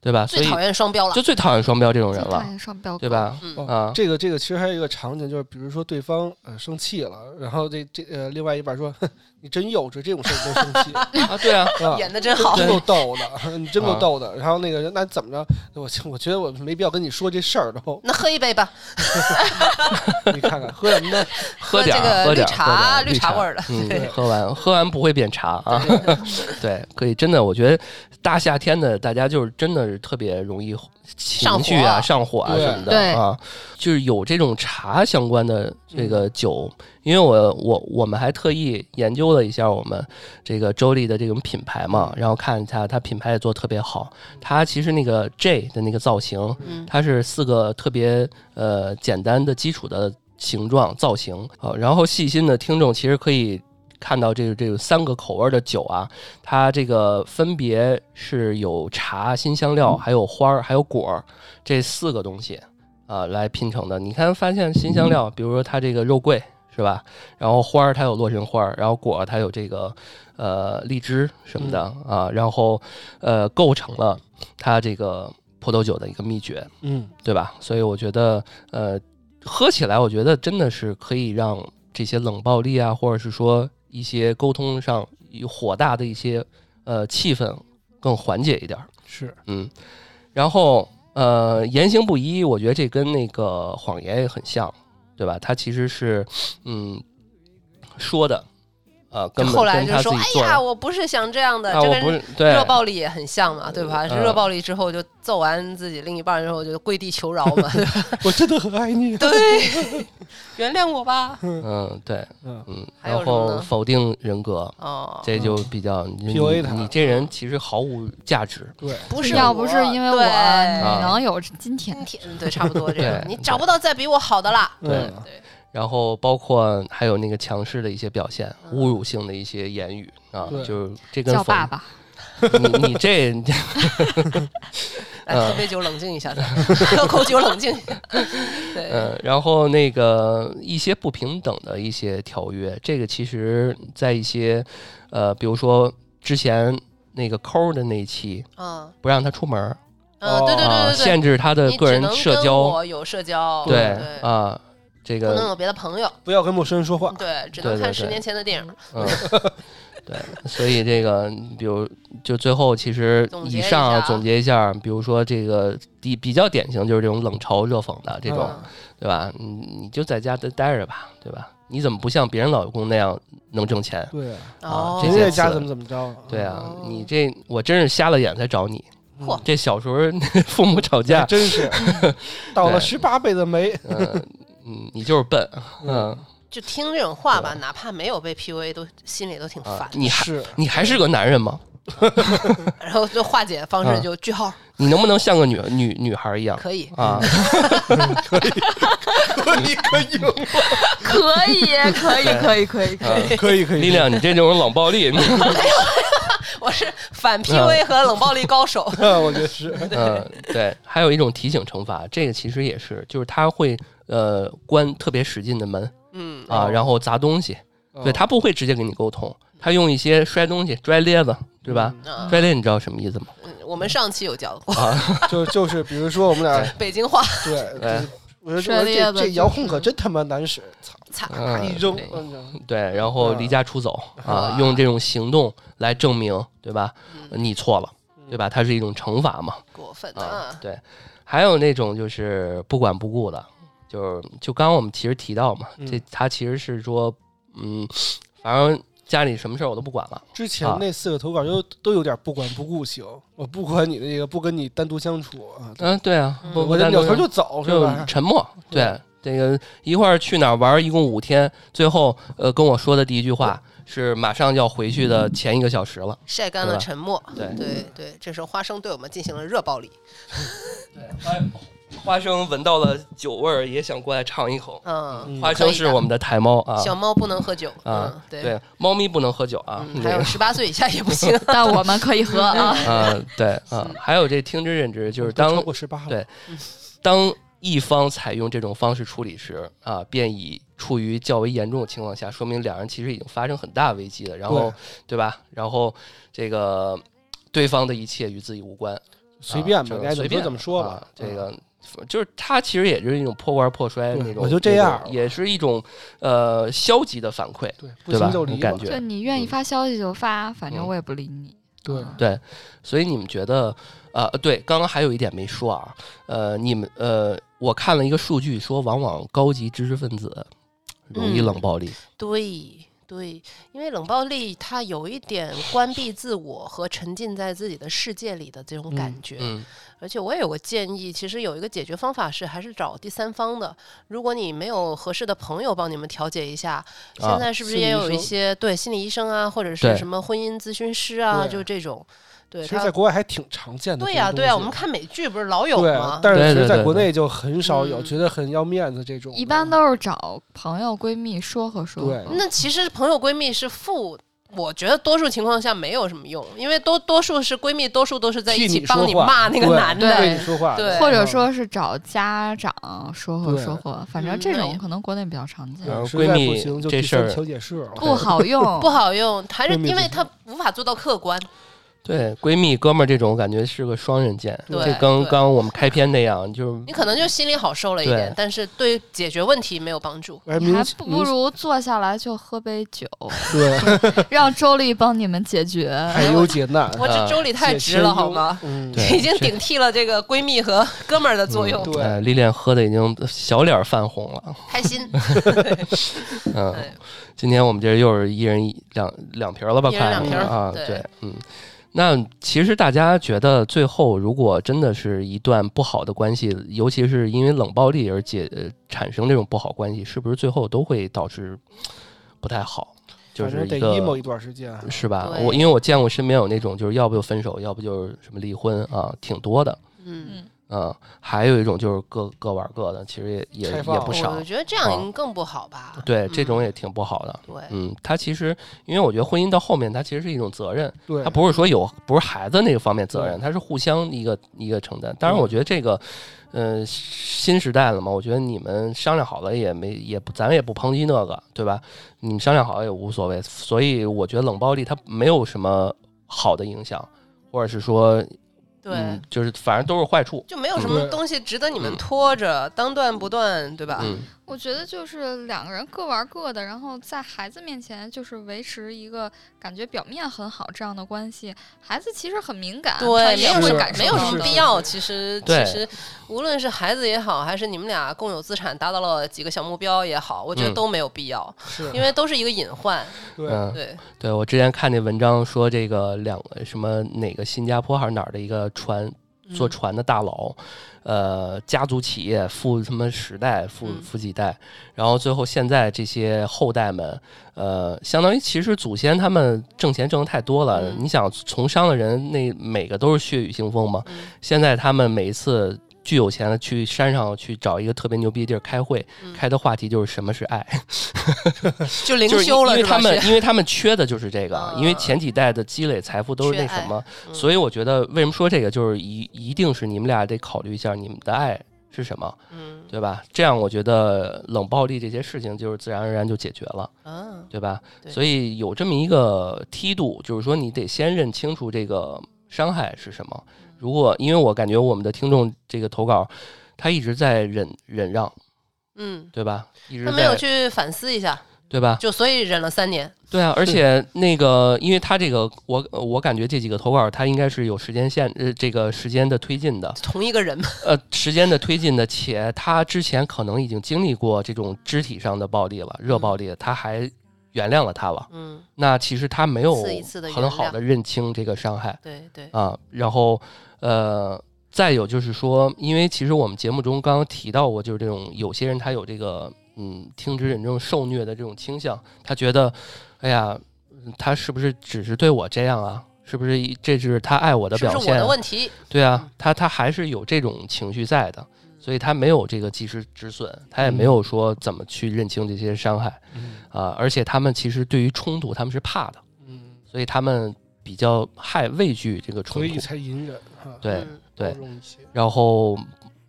Speaker 2: 对吧？所
Speaker 4: 最
Speaker 2: 以
Speaker 4: 讨厌双标了
Speaker 2: 就。最讨厌双标这种人
Speaker 3: 最讨
Speaker 2: 了，
Speaker 3: 厌上标
Speaker 2: 对
Speaker 3: 狗？
Speaker 2: 吧？
Speaker 4: 嗯
Speaker 1: [LAUGHS]
Speaker 2: 啊，
Speaker 1: 这个这个其实还有一个场景，就是比如说对方呃生气了，然后这这呃另外一半说哼你真幼稚，这种事儿都生气
Speaker 2: [LAUGHS] 啊，对啊，
Speaker 1: 啊。
Speaker 4: 演的真好，
Speaker 1: 真够逗的，你真够
Speaker 2: 啊
Speaker 1: 逗的。然后那个人，那怎么着？我我觉得我没必要跟你说这事儿都。
Speaker 4: 那喝一杯吧，
Speaker 1: 你看看，喝什么呢？
Speaker 2: 喝
Speaker 4: 这
Speaker 2: 点儿，
Speaker 4: 个
Speaker 2: 喝
Speaker 4: 绿
Speaker 2: 点儿，
Speaker 4: 茶
Speaker 2: 喝点儿绿
Speaker 4: 茶味儿的。
Speaker 2: 嗯，
Speaker 1: 对
Speaker 2: 喝完喝完不会变茶 [LAUGHS] 啊，
Speaker 1: 嗯
Speaker 2: [LAUGHS] 对，可以，真的，我觉得大夏天的大家就是真的是特别容易情绪啊、上火啊
Speaker 1: 对
Speaker 2: 什么
Speaker 3: 对
Speaker 2: 的啊，就是有这种茶相关的这个酒，因为我我我们还特意研究了一下我们这个周丽的这种品牌嘛，然后看一下它品牌也做得特别好，它其实那个 J 的那个造型，
Speaker 4: 嗯
Speaker 2: 它是四个特别呃简单的基础的形状造型啊、呃然后细心的听众其实可以看到这个这个三个口味的酒啊，它这个分别是有茶、新香料，还有花儿，还有果儿这四个东西啊、来拼成的。你看，发现新香料，比如说它这个肉桂是吧？然后花儿它有洛神花儿，然后果儿它有这个呃荔枝什么的啊，然后呃构成了它这个葡萄酒的一个秘诀。
Speaker 1: 嗯，
Speaker 2: 对吧？所以我觉得，呃，喝起来，我觉得真的是可以让这些冷暴力啊，或者是说一些沟通上有火大的一些呃气氛更缓解一点儿。
Speaker 1: 是
Speaker 2: 嗯，然后呃，言行不一，我觉得这跟那个谎言也很像，对吧？它其实是嗯说的啊，根本
Speaker 4: 后
Speaker 2: 跟
Speaker 4: 来就
Speaker 2: 他自
Speaker 4: 说
Speaker 2: 己：“
Speaker 4: 哎
Speaker 2: 做
Speaker 4: 呀，
Speaker 2: 的。
Speaker 4: 我不是想这样的。
Speaker 2: 啊，
Speaker 4: 这
Speaker 2: 我
Speaker 4: 跟
Speaker 2: 不是对
Speaker 4: 热暴力也很像嘛，对吧？
Speaker 2: 嗯
Speaker 4: 热暴力之后就揍完自己另一半之后就跪地求饶
Speaker 2: [LAUGHS]
Speaker 4: 嘛，对吧？
Speaker 1: [LAUGHS] 我真的很爱你。
Speaker 4: 对，原谅我吧。
Speaker 2: 嗯，对，
Speaker 1: 嗯，
Speaker 2: 嗯，
Speaker 4: 还有
Speaker 2: 然
Speaker 4: 什么
Speaker 2: 后
Speaker 4: 呢
Speaker 2: 否定人格，
Speaker 4: 哦，
Speaker 2: 这就比较你
Speaker 1: PUA
Speaker 2: 你
Speaker 1: 他
Speaker 2: 你这人其实毫无价值，
Speaker 1: 对，
Speaker 4: 不是
Speaker 3: 要不是因为我，啊
Speaker 4: 对
Speaker 3: 你能有今
Speaker 4: 今
Speaker 3: 天？
Speaker 4: 天嗯对，差不多这样
Speaker 2: 啊对，
Speaker 4: 你找不到再比我好的了。
Speaker 2: 对
Speaker 1: 嗯
Speaker 4: 对，
Speaker 2: 然后包括还有那个强势的一些表现，
Speaker 4: 嗯
Speaker 2: 侮辱性的一些言语啊，
Speaker 1: 对
Speaker 2: 就是这跟
Speaker 3: 叫
Speaker 2: 否
Speaker 3: 爸爸，
Speaker 2: 你你这
Speaker 4: 来
Speaker 2: 嗯
Speaker 4: 哎喝杯酒冷静一下， [LAUGHS] 咱们喝口酒冷静一
Speaker 2: [LAUGHS]
Speaker 4: 下。对，
Speaker 2: 嗯，然后那个一些不平等的一些条约，这个其实在一些呃，比如说之前那个抠儿的那一期，
Speaker 4: 嗯
Speaker 2: 不让他出门儿
Speaker 4: 嗯，对对
Speaker 2: 哦啊，
Speaker 4: 对对对，
Speaker 2: 限制他的
Speaker 4: 你
Speaker 2: 个
Speaker 4: 只
Speaker 2: 人
Speaker 4: 能
Speaker 2: 社
Speaker 4: 跟
Speaker 2: 交，
Speaker 4: 我有社交，
Speaker 2: 对
Speaker 4: 对，
Speaker 2: 啊，这
Speaker 4: 不能
Speaker 2: 个
Speaker 4: 有别的朋友，
Speaker 1: 不要跟陌生人说话。
Speaker 4: 对，只
Speaker 2: 对
Speaker 4: 能
Speaker 2: 对对
Speaker 4: 看十年前的电影。 [LAUGHS]
Speaker 2: 嗯。对，所以这个，比如就最后，其实
Speaker 4: 总结
Speaker 2: 以
Speaker 4: 一
Speaker 2: 上啊
Speaker 4: 下
Speaker 2: 总结一下，比如说这个比比较典型就是这种冷嘲热讽的这种，
Speaker 1: 嗯
Speaker 2: 对吧？你你就在家待待着吧，对吧？你怎么不像别人老公那样能挣钱？
Speaker 1: 对啊，
Speaker 4: 嗯
Speaker 2: 啊
Speaker 4: 哦
Speaker 2: 这
Speaker 1: 人
Speaker 2: 些
Speaker 1: 家在家
Speaker 2: 词
Speaker 1: 怎么怎么着？
Speaker 2: 对啊，
Speaker 4: 哦
Speaker 2: 你这我真是瞎了眼才找你。
Speaker 4: 嚯
Speaker 2: 这小时候 [LAUGHS] 父母吵
Speaker 1: 还
Speaker 2: 架，
Speaker 1: 真
Speaker 2: [LAUGHS]
Speaker 1: 是倒了
Speaker 2: 对
Speaker 1: 十八辈子霉。
Speaker 4: 哎
Speaker 2: 嗯、嗯，你就是笨，嗯
Speaker 4: 就听这种话吧，
Speaker 2: 对
Speaker 4: 哪怕没有被 PUA，都心里都挺
Speaker 2: 啊
Speaker 4: 烦，。
Speaker 2: 你还
Speaker 1: 是
Speaker 2: 你还是个男人吗？
Speaker 4: 然后就化解方式
Speaker 2: 啊嗯
Speaker 4: 就句号，
Speaker 2: 你能不能像个女女女孩一样
Speaker 4: 可 [LAUGHS] 以，
Speaker 2: 啊？
Speaker 1: [LAUGHS] 可以可以
Speaker 3: 可以，可以，可以，可以，可以。
Speaker 2: 啊
Speaker 1: [LAUGHS] 可以可
Speaker 2: 力量，你这种冷暴力，嗯、
Speaker 4: 我是反 PUA 和冷暴力高手。
Speaker 1: [LAUGHS] 我觉得是。
Speaker 2: [LAUGHS] 嗯对。还有一种提醒惩罚，这个其实也是，就是他会呃关特别使劲的门
Speaker 4: 嗯，
Speaker 2: 啊，
Speaker 1: 哦
Speaker 2: 然后砸东西，
Speaker 1: 嗯
Speaker 2: 对他不会直接跟你沟通，他用一些摔东西、摔咧子，对吧？？
Speaker 4: 嗯
Speaker 2: 摔咧你知道什么意思吗？
Speaker 4: 嗯我们上期有教过
Speaker 1: 嗯就就是，比如说我们俩
Speaker 4: 北京话，
Speaker 1: 对， [LAUGHS] 就是哎我说
Speaker 3: 摔
Speaker 1: 我说
Speaker 3: 裂
Speaker 1: 这
Speaker 3: 子
Speaker 1: 这
Speaker 3: 就
Speaker 1: 遥控
Speaker 3: 是
Speaker 1: 可真他妈难使，操！
Speaker 4: 擦，
Speaker 2: 嗯
Speaker 1: 一扔，
Speaker 4: 哎对
Speaker 1: 嗯
Speaker 2: 对，然后离家出走啊
Speaker 4: 啊，
Speaker 2: 用这种行动来证明，对吧？
Speaker 4: 嗯
Speaker 2: 你错了，对吧？它是一种惩罚嘛，
Speaker 4: 过分
Speaker 2: 啊
Speaker 4: 啊，，
Speaker 2: 对。还有那种就是不管不顾的，就是就刚刚我们其实提到嘛，这
Speaker 1: 嗯
Speaker 2: 他其实是说，嗯，反正家里什么事儿我都不管了，
Speaker 1: 之前
Speaker 2: 啊
Speaker 1: 那四个投稿都都有点不管不顾型，我不管你那个，不跟你单独相处啊，
Speaker 2: 嗯，对啊，
Speaker 4: 嗯
Speaker 2: 不
Speaker 1: 我就
Speaker 2: 单
Speaker 1: 扭
Speaker 2: 独
Speaker 1: 头就走，是
Speaker 2: 就
Speaker 1: 吧？
Speaker 2: 沉默，
Speaker 1: 对
Speaker 2: 对。这个一块儿去哪儿玩儿，一共五天，最后呃跟我说的第一句话是马上要回去的前一个小时了。
Speaker 4: 晒干
Speaker 2: 对
Speaker 4: 了
Speaker 2: 吧嗯
Speaker 4: 沉默。
Speaker 2: 对
Speaker 4: 嗯对对，这时候花生对我们进行了热暴力。
Speaker 2: 花生闻到了酒味儿，也想过来尝一口。
Speaker 4: 嗯，
Speaker 1: 嗯
Speaker 2: 花生是我们的台猫啊
Speaker 4: 小猫不能喝酒。
Speaker 2: 啊
Speaker 4: 嗯，，对。
Speaker 2: 对，猫咪不能喝酒啊，
Speaker 4: 嗯，
Speaker 2: 那
Speaker 4: 还有
Speaker 2: 个
Speaker 4: 十八岁以下也
Speaker 2: [LAUGHS]
Speaker 4: 不行。
Speaker 3: 但我们可以和啊，
Speaker 2: 啊，对啊，还有这听之任之，就是
Speaker 1: 都嗯超
Speaker 2: 当
Speaker 1: 过十八了，
Speaker 2: 对当一方采用这种方式处理时啊，便已处于较为严重的情况下，说明两人其实已经发生很大危机了，然后对吧？然后这个对方的一切与自己无关，
Speaker 1: 随便吧
Speaker 2: 啊，
Speaker 1: 你爱怎
Speaker 2: 随
Speaker 1: 么
Speaker 2: 便
Speaker 1: 说怎么说
Speaker 2: 啊
Speaker 1: 吧。嗯
Speaker 2: 这个就是他其实也就是一种破罐破摔
Speaker 1: 对
Speaker 2: 那种，
Speaker 1: 我就这样
Speaker 2: 那种也是一种呃消极的反馈。
Speaker 1: 对，不
Speaker 2: 对吧
Speaker 1: 行就离吧
Speaker 2: 感觉
Speaker 3: 就你愿意发消息就发，反正我也不理你。
Speaker 1: 对，
Speaker 4: 嗯
Speaker 3: 啊
Speaker 2: 对，所以你们觉得，呃，对，刚刚还有一点没说啊，呃，你们呃，我看了一个数据说，往往高级知识分子容易
Speaker 4: 嗯
Speaker 2: 冷暴力，
Speaker 4: 对对，因为冷暴力它有一点关闭自我和沉浸在自己的世界里的这种感觉。
Speaker 2: 嗯
Speaker 4: 而且我也有个建议，其实有一个解决方法是，还是找第三方的。如果你没有合适的朋友帮你们调解一下，
Speaker 2: 啊
Speaker 4: 现在是不是
Speaker 1: 心理
Speaker 4: 也
Speaker 1: 医
Speaker 4: 有一
Speaker 1: 生
Speaker 4: 些对心理医生啊，或者
Speaker 2: 对
Speaker 4: 是什么婚姻咨询师啊，
Speaker 1: 对
Speaker 4: 就这种，对
Speaker 1: 其实
Speaker 4: 他
Speaker 1: 在国外还挺常见的。
Speaker 4: 对
Speaker 1: 呀
Speaker 4: 呀对呀，
Speaker 1: 呀，
Speaker 4: 我们看美剧不是老有
Speaker 1: 对
Speaker 4: 吗，？
Speaker 1: 但是其
Speaker 2: 对对
Speaker 1: 实在
Speaker 2: 对
Speaker 1: 国
Speaker 2: 对
Speaker 1: 内就很少有，
Speaker 4: 嗯
Speaker 1: 觉得很要面子这种的。
Speaker 3: 一般都是找朋友、闺蜜说和说
Speaker 1: 对
Speaker 3: 和。
Speaker 4: 那其实朋友闺蜜是负。我觉得多数情况下没有什么用，因为多多数是闺蜜，多数都是在
Speaker 1: 替
Speaker 4: 一起
Speaker 1: 你
Speaker 4: 帮
Speaker 1: 说
Speaker 4: 你
Speaker 1: 话
Speaker 4: 骂那个
Speaker 1: 对
Speaker 4: 男的。
Speaker 1: 对
Speaker 3: 对
Speaker 1: 你说话，嗯
Speaker 4: 对
Speaker 3: 或者说是找家长说和
Speaker 1: 对
Speaker 3: 说和，反正
Speaker 4: 嗯
Speaker 3: 这
Speaker 4: 那也
Speaker 3: 种可能国内比较常见
Speaker 1: 嗯，，
Speaker 2: 然后
Speaker 1: 实
Speaker 2: 闺
Speaker 1: 在
Speaker 2: 蜜
Speaker 1: 不行就
Speaker 2: 这
Speaker 1: 第
Speaker 2: 事儿
Speaker 1: 三调解室了。
Speaker 3: 不好用，
Speaker 4: 不好用，还是
Speaker 1: 闺蜜
Speaker 4: 因为
Speaker 1: 之间
Speaker 4: 他无法做到客观。
Speaker 2: 对，闺蜜、哥们儿这种感觉是个双刃剑，
Speaker 4: 对
Speaker 2: 这跟
Speaker 4: 对
Speaker 2: 刚我们开篇那样，就是
Speaker 4: 你可能就心里好受了一
Speaker 2: 对
Speaker 4: 点，但是对解决问题没有帮助。
Speaker 1: 哎，
Speaker 3: 你
Speaker 1: 明
Speaker 3: 还
Speaker 1: 显
Speaker 3: 不
Speaker 1: 明
Speaker 3: 不如坐下来就喝杯酒，
Speaker 1: [LAUGHS] 对，
Speaker 3: 让周丽帮你们解决。
Speaker 1: 排忧解难，
Speaker 4: 我这周里太
Speaker 1: 啊解
Speaker 4: 直
Speaker 1: 千
Speaker 4: 了，好
Speaker 1: 忧
Speaker 4: 吗？
Speaker 1: 嗯，
Speaker 2: 对
Speaker 4: [LAUGHS] 已经顶替了这个闺蜜和哥们儿的 [LAUGHS] 作用，
Speaker 1: 嗯对
Speaker 2: 哎历练喝的已经小脸儿泛红了。
Speaker 4: 开
Speaker 1: [LAUGHS]
Speaker 4: 心。
Speaker 2: 嗯
Speaker 4: 对，
Speaker 2: 今天我们这又是一人一两两瓶儿了吧？
Speaker 4: 一
Speaker 2: 快
Speaker 4: 人两
Speaker 1: 瓶儿
Speaker 2: 啊，
Speaker 4: 对
Speaker 2: 对，嗯。那其实大家觉得，最后如果真的是一段不好的关系，尤其是因为冷暴力而解、呃、产生这种不好关系，是不是最后都会导致不太好？就
Speaker 1: 反
Speaker 2: 是
Speaker 1: 正得
Speaker 2: 一
Speaker 1: emo
Speaker 2: 个嗯
Speaker 1: 一段时间啊，
Speaker 2: 是吧？
Speaker 4: 对
Speaker 2: 我因为我见过身边有那种，就是要不就分手，要不就是什么离婚啊，挺多的。
Speaker 4: 嗯，
Speaker 3: 嗯，
Speaker 2: 嗯，还有一种就是各各玩各的，其实也也
Speaker 1: 开
Speaker 2: 也
Speaker 1: 放
Speaker 2: 不
Speaker 1: 我
Speaker 2: 少
Speaker 4: 我。觉得这
Speaker 2: 啊
Speaker 4: 样更不好吧？
Speaker 2: 对，
Speaker 4: 嗯
Speaker 2: 这种也挺不好的。
Speaker 4: 对，
Speaker 2: 嗯，它其实，因为我觉得婚姻到后面，它其实是一种责任，
Speaker 1: 对
Speaker 2: 它，不是说有不是孩子那个方面责任，
Speaker 1: 对
Speaker 2: 它是互相一个一个承担。当然，
Speaker 1: 对
Speaker 2: 我觉得这个，呃，新时代了嘛，我觉得你们商量好了也没也不，咱们也不抨击那个，对吧？你们商量好了也无所谓。所以我觉得冷暴力它没有什么好的影响，或者是说，
Speaker 4: 对
Speaker 2: 嗯，，就是反正都是坏处。
Speaker 4: 就没有什么
Speaker 1: 嗯
Speaker 4: 东西值得你
Speaker 2: 嗯
Speaker 4: 们拖着，当断不断，对吧？
Speaker 2: 嗯，
Speaker 3: 我觉得就是两个人各玩各的，然后在孩子面前就是维持一个感觉表面很好这样的关系。孩子其实很敏感，他
Speaker 4: 对，没
Speaker 3: 也
Speaker 4: 有
Speaker 3: 会
Speaker 4: 什
Speaker 1: 是
Speaker 4: 么
Speaker 3: 感受
Speaker 4: 没有
Speaker 3: 到
Speaker 4: 什么
Speaker 3: 的
Speaker 4: 必要。其实其
Speaker 2: 对
Speaker 4: 实，无论是孩子也好，还是你们俩共有资产达到了几个小目标也好，我觉得
Speaker 2: 嗯
Speaker 4: 都没有必要，
Speaker 1: 是，
Speaker 4: 因为都是一个隐患。
Speaker 1: 对，
Speaker 2: 嗯，
Speaker 4: 对，
Speaker 2: 对我之前看那文章说，这个两个什么哪个新加坡还是哪儿的一个船做
Speaker 4: 嗯
Speaker 2: 船的大佬，呃，家族企业富什么十代、富
Speaker 4: 嗯
Speaker 2: 富几代，然后最后现在这些后代们，呃，相当于其实祖先他们挣钱挣的太多了。
Speaker 4: 嗯
Speaker 2: 你想从商的人，那每个都是血雨腥风嘛。
Speaker 4: 嗯
Speaker 2: 现在他们每一次巨有钱的去山上去找一个特别牛逼的地儿开会，
Speaker 4: 嗯
Speaker 2: 开的话题就是什么是爱。
Speaker 4: 就灵
Speaker 2: 就是
Speaker 4: 修了，
Speaker 2: 因为
Speaker 4: 是吧
Speaker 2: 他们，
Speaker 4: 是
Speaker 2: 因为他们缺的就是这个，
Speaker 4: 嗯
Speaker 2: 因为前几代的积累财富都是那什么，
Speaker 4: 嗯
Speaker 2: 所以我觉得为什么说这个，就是一一定是你们俩得考虑一下你们的爱是什么，
Speaker 4: 嗯
Speaker 2: 对吧？这样我觉得冷暴力这些事情就是自然而然就解决了，
Speaker 4: 啊，
Speaker 2: 对吧？
Speaker 4: 对
Speaker 2: 所以有这么一个梯度，就是说你得先认清楚这个伤害是什么。
Speaker 4: 嗯
Speaker 2: 如果因为我感觉我们的听众这个投稿，他一直在忍忍让，
Speaker 4: 嗯，
Speaker 2: 对吧？一直
Speaker 4: 他没有
Speaker 2: 在
Speaker 4: 去反思一下，
Speaker 2: 对吧？
Speaker 4: 就所以忍了三年。
Speaker 2: 对啊，而且那个，因为他这个，我我感觉这几个投稿，他应该是有时间线，呃，这个时间的推进的，
Speaker 4: 同一个人嘛， [LAUGHS]
Speaker 2: 呃，时间的推进的，且他之前可能已经经历过这种肢体上的暴力了，热暴力了，他还原谅了他了。
Speaker 4: 嗯，
Speaker 2: 那其实他没有
Speaker 4: 一次一次地原谅
Speaker 2: 很好的认清这个伤害
Speaker 4: 对对，
Speaker 2: 啊，然后呃，再有就是说，因为其实我们节目中刚刚提到过，就是这种有些人他有这个嗯听之任之这种受虐的这种倾向，他觉得，哎呀，嗯他是不是只是对我这样啊？是不是一这是他爱我的
Speaker 4: 是不
Speaker 2: 表
Speaker 4: 是
Speaker 2: 现？
Speaker 4: 我的问题？
Speaker 2: 对啊
Speaker 4: 嗯，
Speaker 2: 他他还是有这种情绪在的，所以他没有这个及时止损，他也没
Speaker 4: 嗯
Speaker 2: 有说怎么去认清这些伤害
Speaker 1: 嗯
Speaker 2: 啊、而且他们其实对于冲突他们是怕的，
Speaker 1: 嗯，
Speaker 2: 所以他们比较害畏惧这个
Speaker 1: 所
Speaker 2: 冲
Speaker 1: 以
Speaker 2: 突。
Speaker 1: 才隐忍哈，
Speaker 2: 对、
Speaker 1: 包
Speaker 4: 嗯
Speaker 2: 对，
Speaker 1: 容一些，
Speaker 2: 然后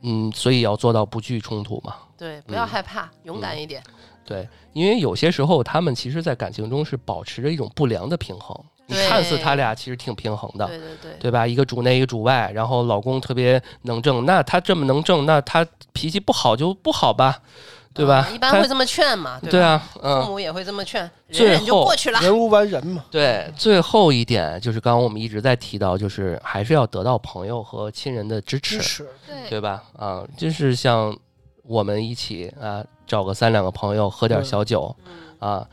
Speaker 2: 嗯，所以要做到不惧冲突嘛。
Speaker 4: 对，不要
Speaker 2: 嗯
Speaker 4: 害怕，勇敢一点。
Speaker 2: 对，因为有些时候他们其实，在感情中是保持着一种不良的平衡。你
Speaker 4: 对
Speaker 2: 看似他俩其实挺平衡的，
Speaker 4: 对对对，
Speaker 2: 对吧？一个主内，一个主外，然后老公特别能挣，那他这么能挣，那他脾气不好就不好吧，对吧？
Speaker 4: 嗯一般
Speaker 2: 他
Speaker 4: 会这么劝嘛，
Speaker 2: 对
Speaker 4: 吧？
Speaker 2: 啊，
Speaker 4: 父
Speaker 2: 嗯，
Speaker 4: 母也会这么劝，
Speaker 2: 最
Speaker 4: 忍忍就
Speaker 2: 后
Speaker 4: 过去了。
Speaker 1: 人无完人嘛，
Speaker 2: 对。最后一点就是刚刚我们一直在提到，就是还是要得到朋友和亲人的支持
Speaker 1: 支，持，
Speaker 3: 对，
Speaker 2: 对吧？啊，就是像我们一起啊，找个三两个朋友喝点
Speaker 1: 嗯
Speaker 2: 小酒
Speaker 4: 嗯，
Speaker 2: 啊，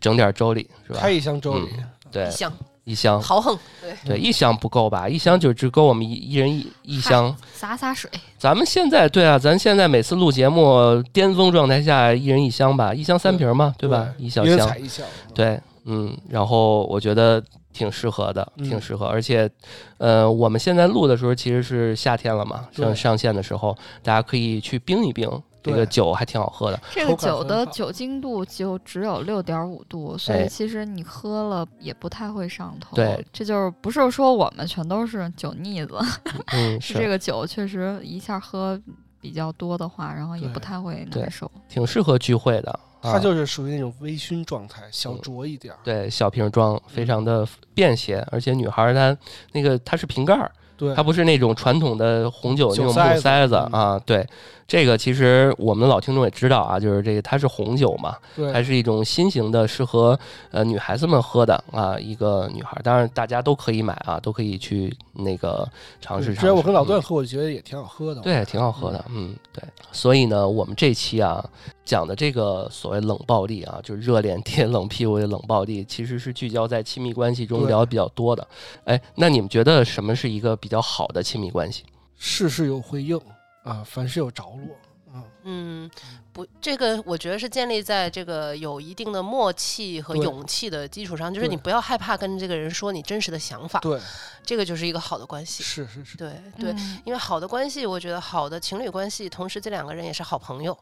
Speaker 2: 整点周礼是吧嗯
Speaker 1: 开？一箱周礼，
Speaker 2: 对
Speaker 4: [LAUGHS] 一，箱
Speaker 2: 一箱，
Speaker 4: 豪横，对，
Speaker 2: 对，一箱不够吧？一箱就只够我们一一人一一
Speaker 3: 嗨
Speaker 2: 箱。
Speaker 3: 洒洒水，
Speaker 2: 咱们现在对啊，咱现在每次录节目巅峰状态下，一人一箱吧，一箱三瓶嘛，对吧？一小
Speaker 1: 一人
Speaker 2: 箱
Speaker 1: 采，一箱，
Speaker 2: 对，嗯，然后我觉得挺适合的，
Speaker 1: 嗯
Speaker 2: 挺适合，而且，呃，我们现在录的时候其实是夏天了嘛，
Speaker 1: 对
Speaker 2: 上上线的时候，大家可以去冰一冰，这
Speaker 1: 对
Speaker 2: 个酒还挺好喝的，
Speaker 3: 这
Speaker 1: 口
Speaker 3: 个
Speaker 1: 感
Speaker 3: 酒
Speaker 1: 很
Speaker 3: 的
Speaker 1: 好
Speaker 3: 酒精度就只有六点五度，所
Speaker 2: 哎
Speaker 3: 以其实你喝了也不太会上头。
Speaker 2: 对，
Speaker 3: 这就是不是说我们全都是酒腻子，
Speaker 2: 嗯，
Speaker 3: 是这
Speaker 2: 是
Speaker 3: 个酒确实一下喝比较多的话，然后也
Speaker 1: 对
Speaker 3: 不太会
Speaker 2: 对
Speaker 3: 难受。
Speaker 2: 挺适合聚会的
Speaker 1: 它就是属于那种微醺状态，小
Speaker 2: 嗯
Speaker 1: 酌一点儿。
Speaker 2: 对小瓶装，非常的便携，而且女孩儿她那个它是瓶盖儿，
Speaker 1: 对，
Speaker 2: 它不是那种传统的红酒那
Speaker 1: 酒
Speaker 2: 种
Speaker 1: 塞
Speaker 2: 木
Speaker 1: 子
Speaker 2: 塞子
Speaker 1: 嗯
Speaker 2: 啊。对，这个其实我们老听众也知道啊，就是这个它是红酒嘛，它
Speaker 1: 对，
Speaker 2: 是一种新型的，适合呃女孩子们喝的啊，一个女孩，当然大家都可以买啊，都可以去那个尝试
Speaker 1: 对之
Speaker 2: 尝试。
Speaker 1: 前我跟老
Speaker 2: 嗯
Speaker 1: 段喝，我觉得也挺好喝的。
Speaker 2: 对，挺好喝的，嗯，对。所以呢，我们这期啊讲的这个所谓冷暴力啊，就是热脸贴冷屁股的冷暴力，其实是聚焦在亲密关系中
Speaker 1: 对
Speaker 2: 聊的比较多的。哎，那你们觉得什么是一个比较好的亲密关系？
Speaker 1: 事事有回应啊，凡事有着落啊。
Speaker 4: 嗯，不，这个我觉得是建立在这个有一定的默契和
Speaker 1: 对
Speaker 4: 勇气的基础上，就是你
Speaker 1: 对
Speaker 4: 不要害怕跟这个人说你真实的想法，
Speaker 1: 对，
Speaker 4: 这个就是一个好的关系。
Speaker 1: 是是是，
Speaker 4: 对对，
Speaker 3: 嗯
Speaker 4: 因为好的关系，我觉得好的情侣关系，同时这两个人也是好朋友。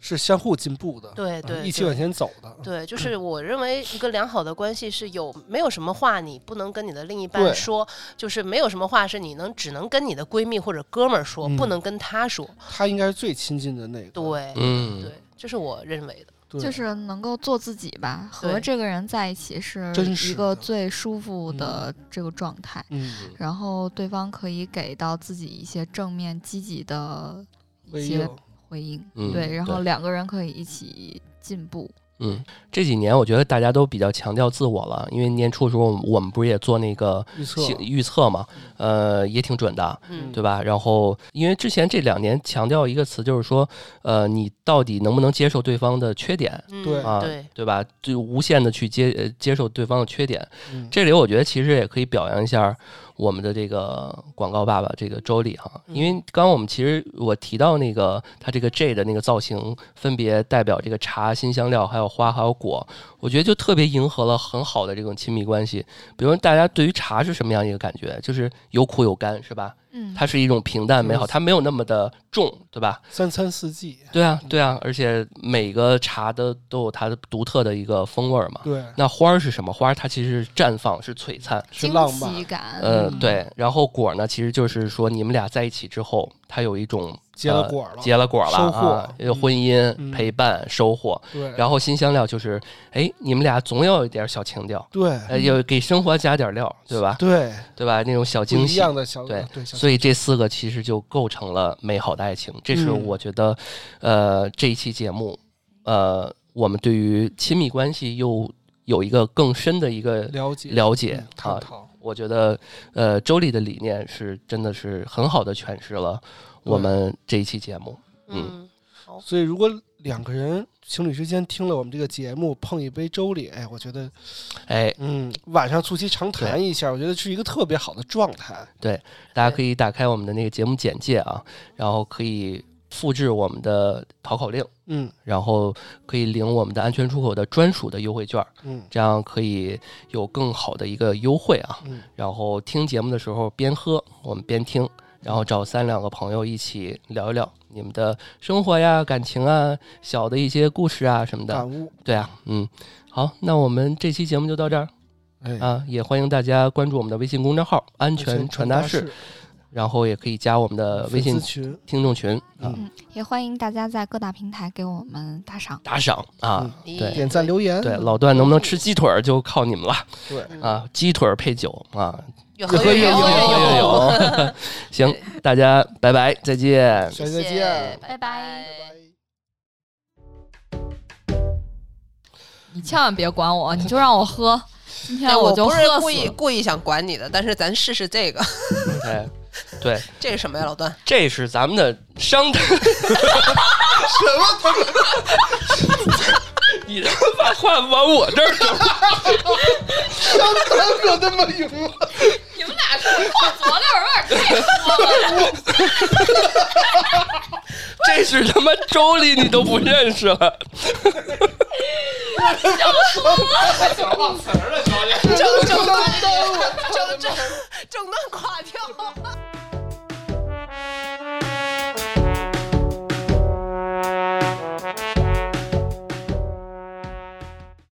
Speaker 1: 是相互进步的，
Speaker 4: 对
Speaker 1: 啊
Speaker 4: 对
Speaker 1: 一起
Speaker 4: 对
Speaker 1: 往前走的。
Speaker 4: 对，就是我认为一个良好的关系是有没有什么话你不能跟你的另一半
Speaker 1: 对
Speaker 4: 说，就是没有什么话是你能只能跟你的闺蜜或者哥们儿说，不
Speaker 1: 嗯
Speaker 4: 能跟他说。
Speaker 1: 他应该是最亲近的那个。
Speaker 4: 对、
Speaker 2: 嗯，
Speaker 4: 对，这是我认为的。
Speaker 1: 对，
Speaker 3: 就是能够做自己吧，和
Speaker 4: 对
Speaker 3: 这个人在一起是
Speaker 1: 真
Speaker 3: 一
Speaker 1: 实
Speaker 3: 个
Speaker 1: 的
Speaker 3: 最舒服的这个状态，
Speaker 1: 嗯，
Speaker 3: 然后对方可以给到自己一些正面积极的
Speaker 1: 回
Speaker 3: 一些
Speaker 1: 应
Speaker 3: 回应，
Speaker 2: 嗯
Speaker 3: 对，然后
Speaker 2: 对
Speaker 3: 两个人可以一起进步，
Speaker 2: 嗯，这几年我觉得大家都比较强调自我了，因为年初的时候我们我们不是也做那个
Speaker 1: 预测
Speaker 2: 行预测嘛，呃，也挺准的，
Speaker 4: 嗯，
Speaker 2: 对吧？然后，因为之前这两年强调一个词，就是说，呃，你到底能不能接受对方的缺点，
Speaker 4: 嗯
Speaker 1: 对
Speaker 2: 啊
Speaker 4: 对，
Speaker 2: 对吧？就无限的去接呃接受对方的缺点。
Speaker 1: 嗯
Speaker 2: 这里我觉得其实也可以表扬一下我们的这个广告爸爸这个周丽哈，
Speaker 4: 嗯
Speaker 2: 因为刚刚我们其实我提到那个他这个 J 的那个造型，分别代表这个茶、新香料、还有花、还有果，我觉得就特别迎合了很好的这种亲密关系。比如大家对于茶是什么样一个感觉？就是有苦有甘，是吧？
Speaker 3: 嗯，
Speaker 2: 它是一种平淡美好，
Speaker 1: 就是
Speaker 2: 它没有那么的重，对吧？
Speaker 1: 三餐四季，
Speaker 2: 嗯对啊，对啊，而且每个茶的都有它的独特的一个风味儿嘛。
Speaker 1: 对，
Speaker 2: 那花儿是什么？花儿它其实是绽放，是璀璨，
Speaker 1: 是
Speaker 3: 惊
Speaker 1: 浪
Speaker 3: 喜
Speaker 1: 漫
Speaker 3: 感，
Speaker 2: 呃，
Speaker 1: 嗯
Speaker 2: 对。然后果儿呢，其实就是说你们俩在一起之后，它有一种
Speaker 1: 结了果了，
Speaker 2: 呃结了果了
Speaker 1: 收获
Speaker 2: 啊，有婚姻、
Speaker 1: 嗯
Speaker 2: 陪伴、收获。
Speaker 1: 对，
Speaker 2: 然后新香料就是，哎，你们俩总要有一点小情调，
Speaker 1: 对
Speaker 2: 呃，要给生活加点料，对吧？
Speaker 1: 嗯对，
Speaker 2: 对吧？那种小
Speaker 1: 不
Speaker 2: 惊
Speaker 1: 一
Speaker 2: 喜。
Speaker 1: 样的小
Speaker 2: 对
Speaker 1: 对，小
Speaker 2: 所以这四个其实就构成了美好的爱情。这是
Speaker 1: 嗯
Speaker 2: 我觉得，呃，这一期节目，呃，我们对于亲密关系又有一个更深的一个
Speaker 1: 了解
Speaker 2: 了解
Speaker 1: 嗯
Speaker 2: 啊
Speaker 1: 探。讨，
Speaker 2: 我觉得，呃，周丽的理念是真的是很好的诠释了我们这一期节目。嗯
Speaker 4: 嗯，
Speaker 1: 所以如果两个人情侣之间听了我们这个节目，碰一杯粥里，哎，我觉得，
Speaker 2: 哎，
Speaker 1: 嗯，晚上促膝长谈一下，我觉得是一个特别好的状态。
Speaker 2: 大家可以打开我们的那个节目简介啊，然后可以复制我们的淘口令，
Speaker 1: 嗯
Speaker 2: 然后可以领我们的安全出口的专属的优惠券。
Speaker 1: 嗯
Speaker 2: 这样可以有更好的一个优惠啊。
Speaker 1: 嗯，
Speaker 2: 然后听节目的时候边喝，我们边听，然后找三两个朋友一起聊一聊你们的生活呀、感情啊、小的一些故事啊什么的。
Speaker 1: 感悟，
Speaker 2: 对啊，嗯，好，那我们这期节目就到这儿
Speaker 1: 哎，
Speaker 2: 啊，也欢迎大家关注我们的微信公众号“安
Speaker 1: 安
Speaker 2: 全传
Speaker 1: 传
Speaker 2: 达室
Speaker 1: 室”，
Speaker 2: 然后也可以加我们的微
Speaker 1: 粉丝
Speaker 2: 信
Speaker 1: 群，
Speaker 2: 听众群啊，
Speaker 1: 嗯
Speaker 3: 嗯，也欢迎大家在各大平台给我们打赏，
Speaker 2: 打赏啊。
Speaker 1: 嗯
Speaker 4: 对
Speaker 1: 点赞留言，
Speaker 2: 对，老段能不能吃鸡腿儿就靠你们了
Speaker 1: 对，
Speaker 4: 嗯，
Speaker 2: 啊！鸡腿儿配酒啊，
Speaker 4: 越
Speaker 1: 喝
Speaker 4: 喝越
Speaker 1: 越
Speaker 4: 有，
Speaker 1: 有
Speaker 4: 越
Speaker 1: 越
Speaker 4: 有
Speaker 1: 有。
Speaker 2: 有。行，大家拜拜，再见。
Speaker 1: 下期再
Speaker 4: 谢谢
Speaker 1: [LAUGHS] 见，
Speaker 3: 拜拜
Speaker 1: 拜拜。
Speaker 3: 你千万别管我，你就让我喝，今天
Speaker 4: 哎我
Speaker 3: 就
Speaker 4: 不
Speaker 3: 喝
Speaker 4: 是
Speaker 3: 死
Speaker 4: 故意故意想管你的，但是咱试试这个， [LAUGHS]
Speaker 2: 哎，对，
Speaker 4: 这是什么呀，老段？
Speaker 2: 这是咱们的商谈。什么他妈？ [LAUGHS] 你他妈把话往我这儿整！
Speaker 1: 可他妈赢了！
Speaker 3: 你们俩说话佐料有点
Speaker 2: 这是他妈周丽，你都不认识了。
Speaker 4: 正正端端，正正正端垮掉。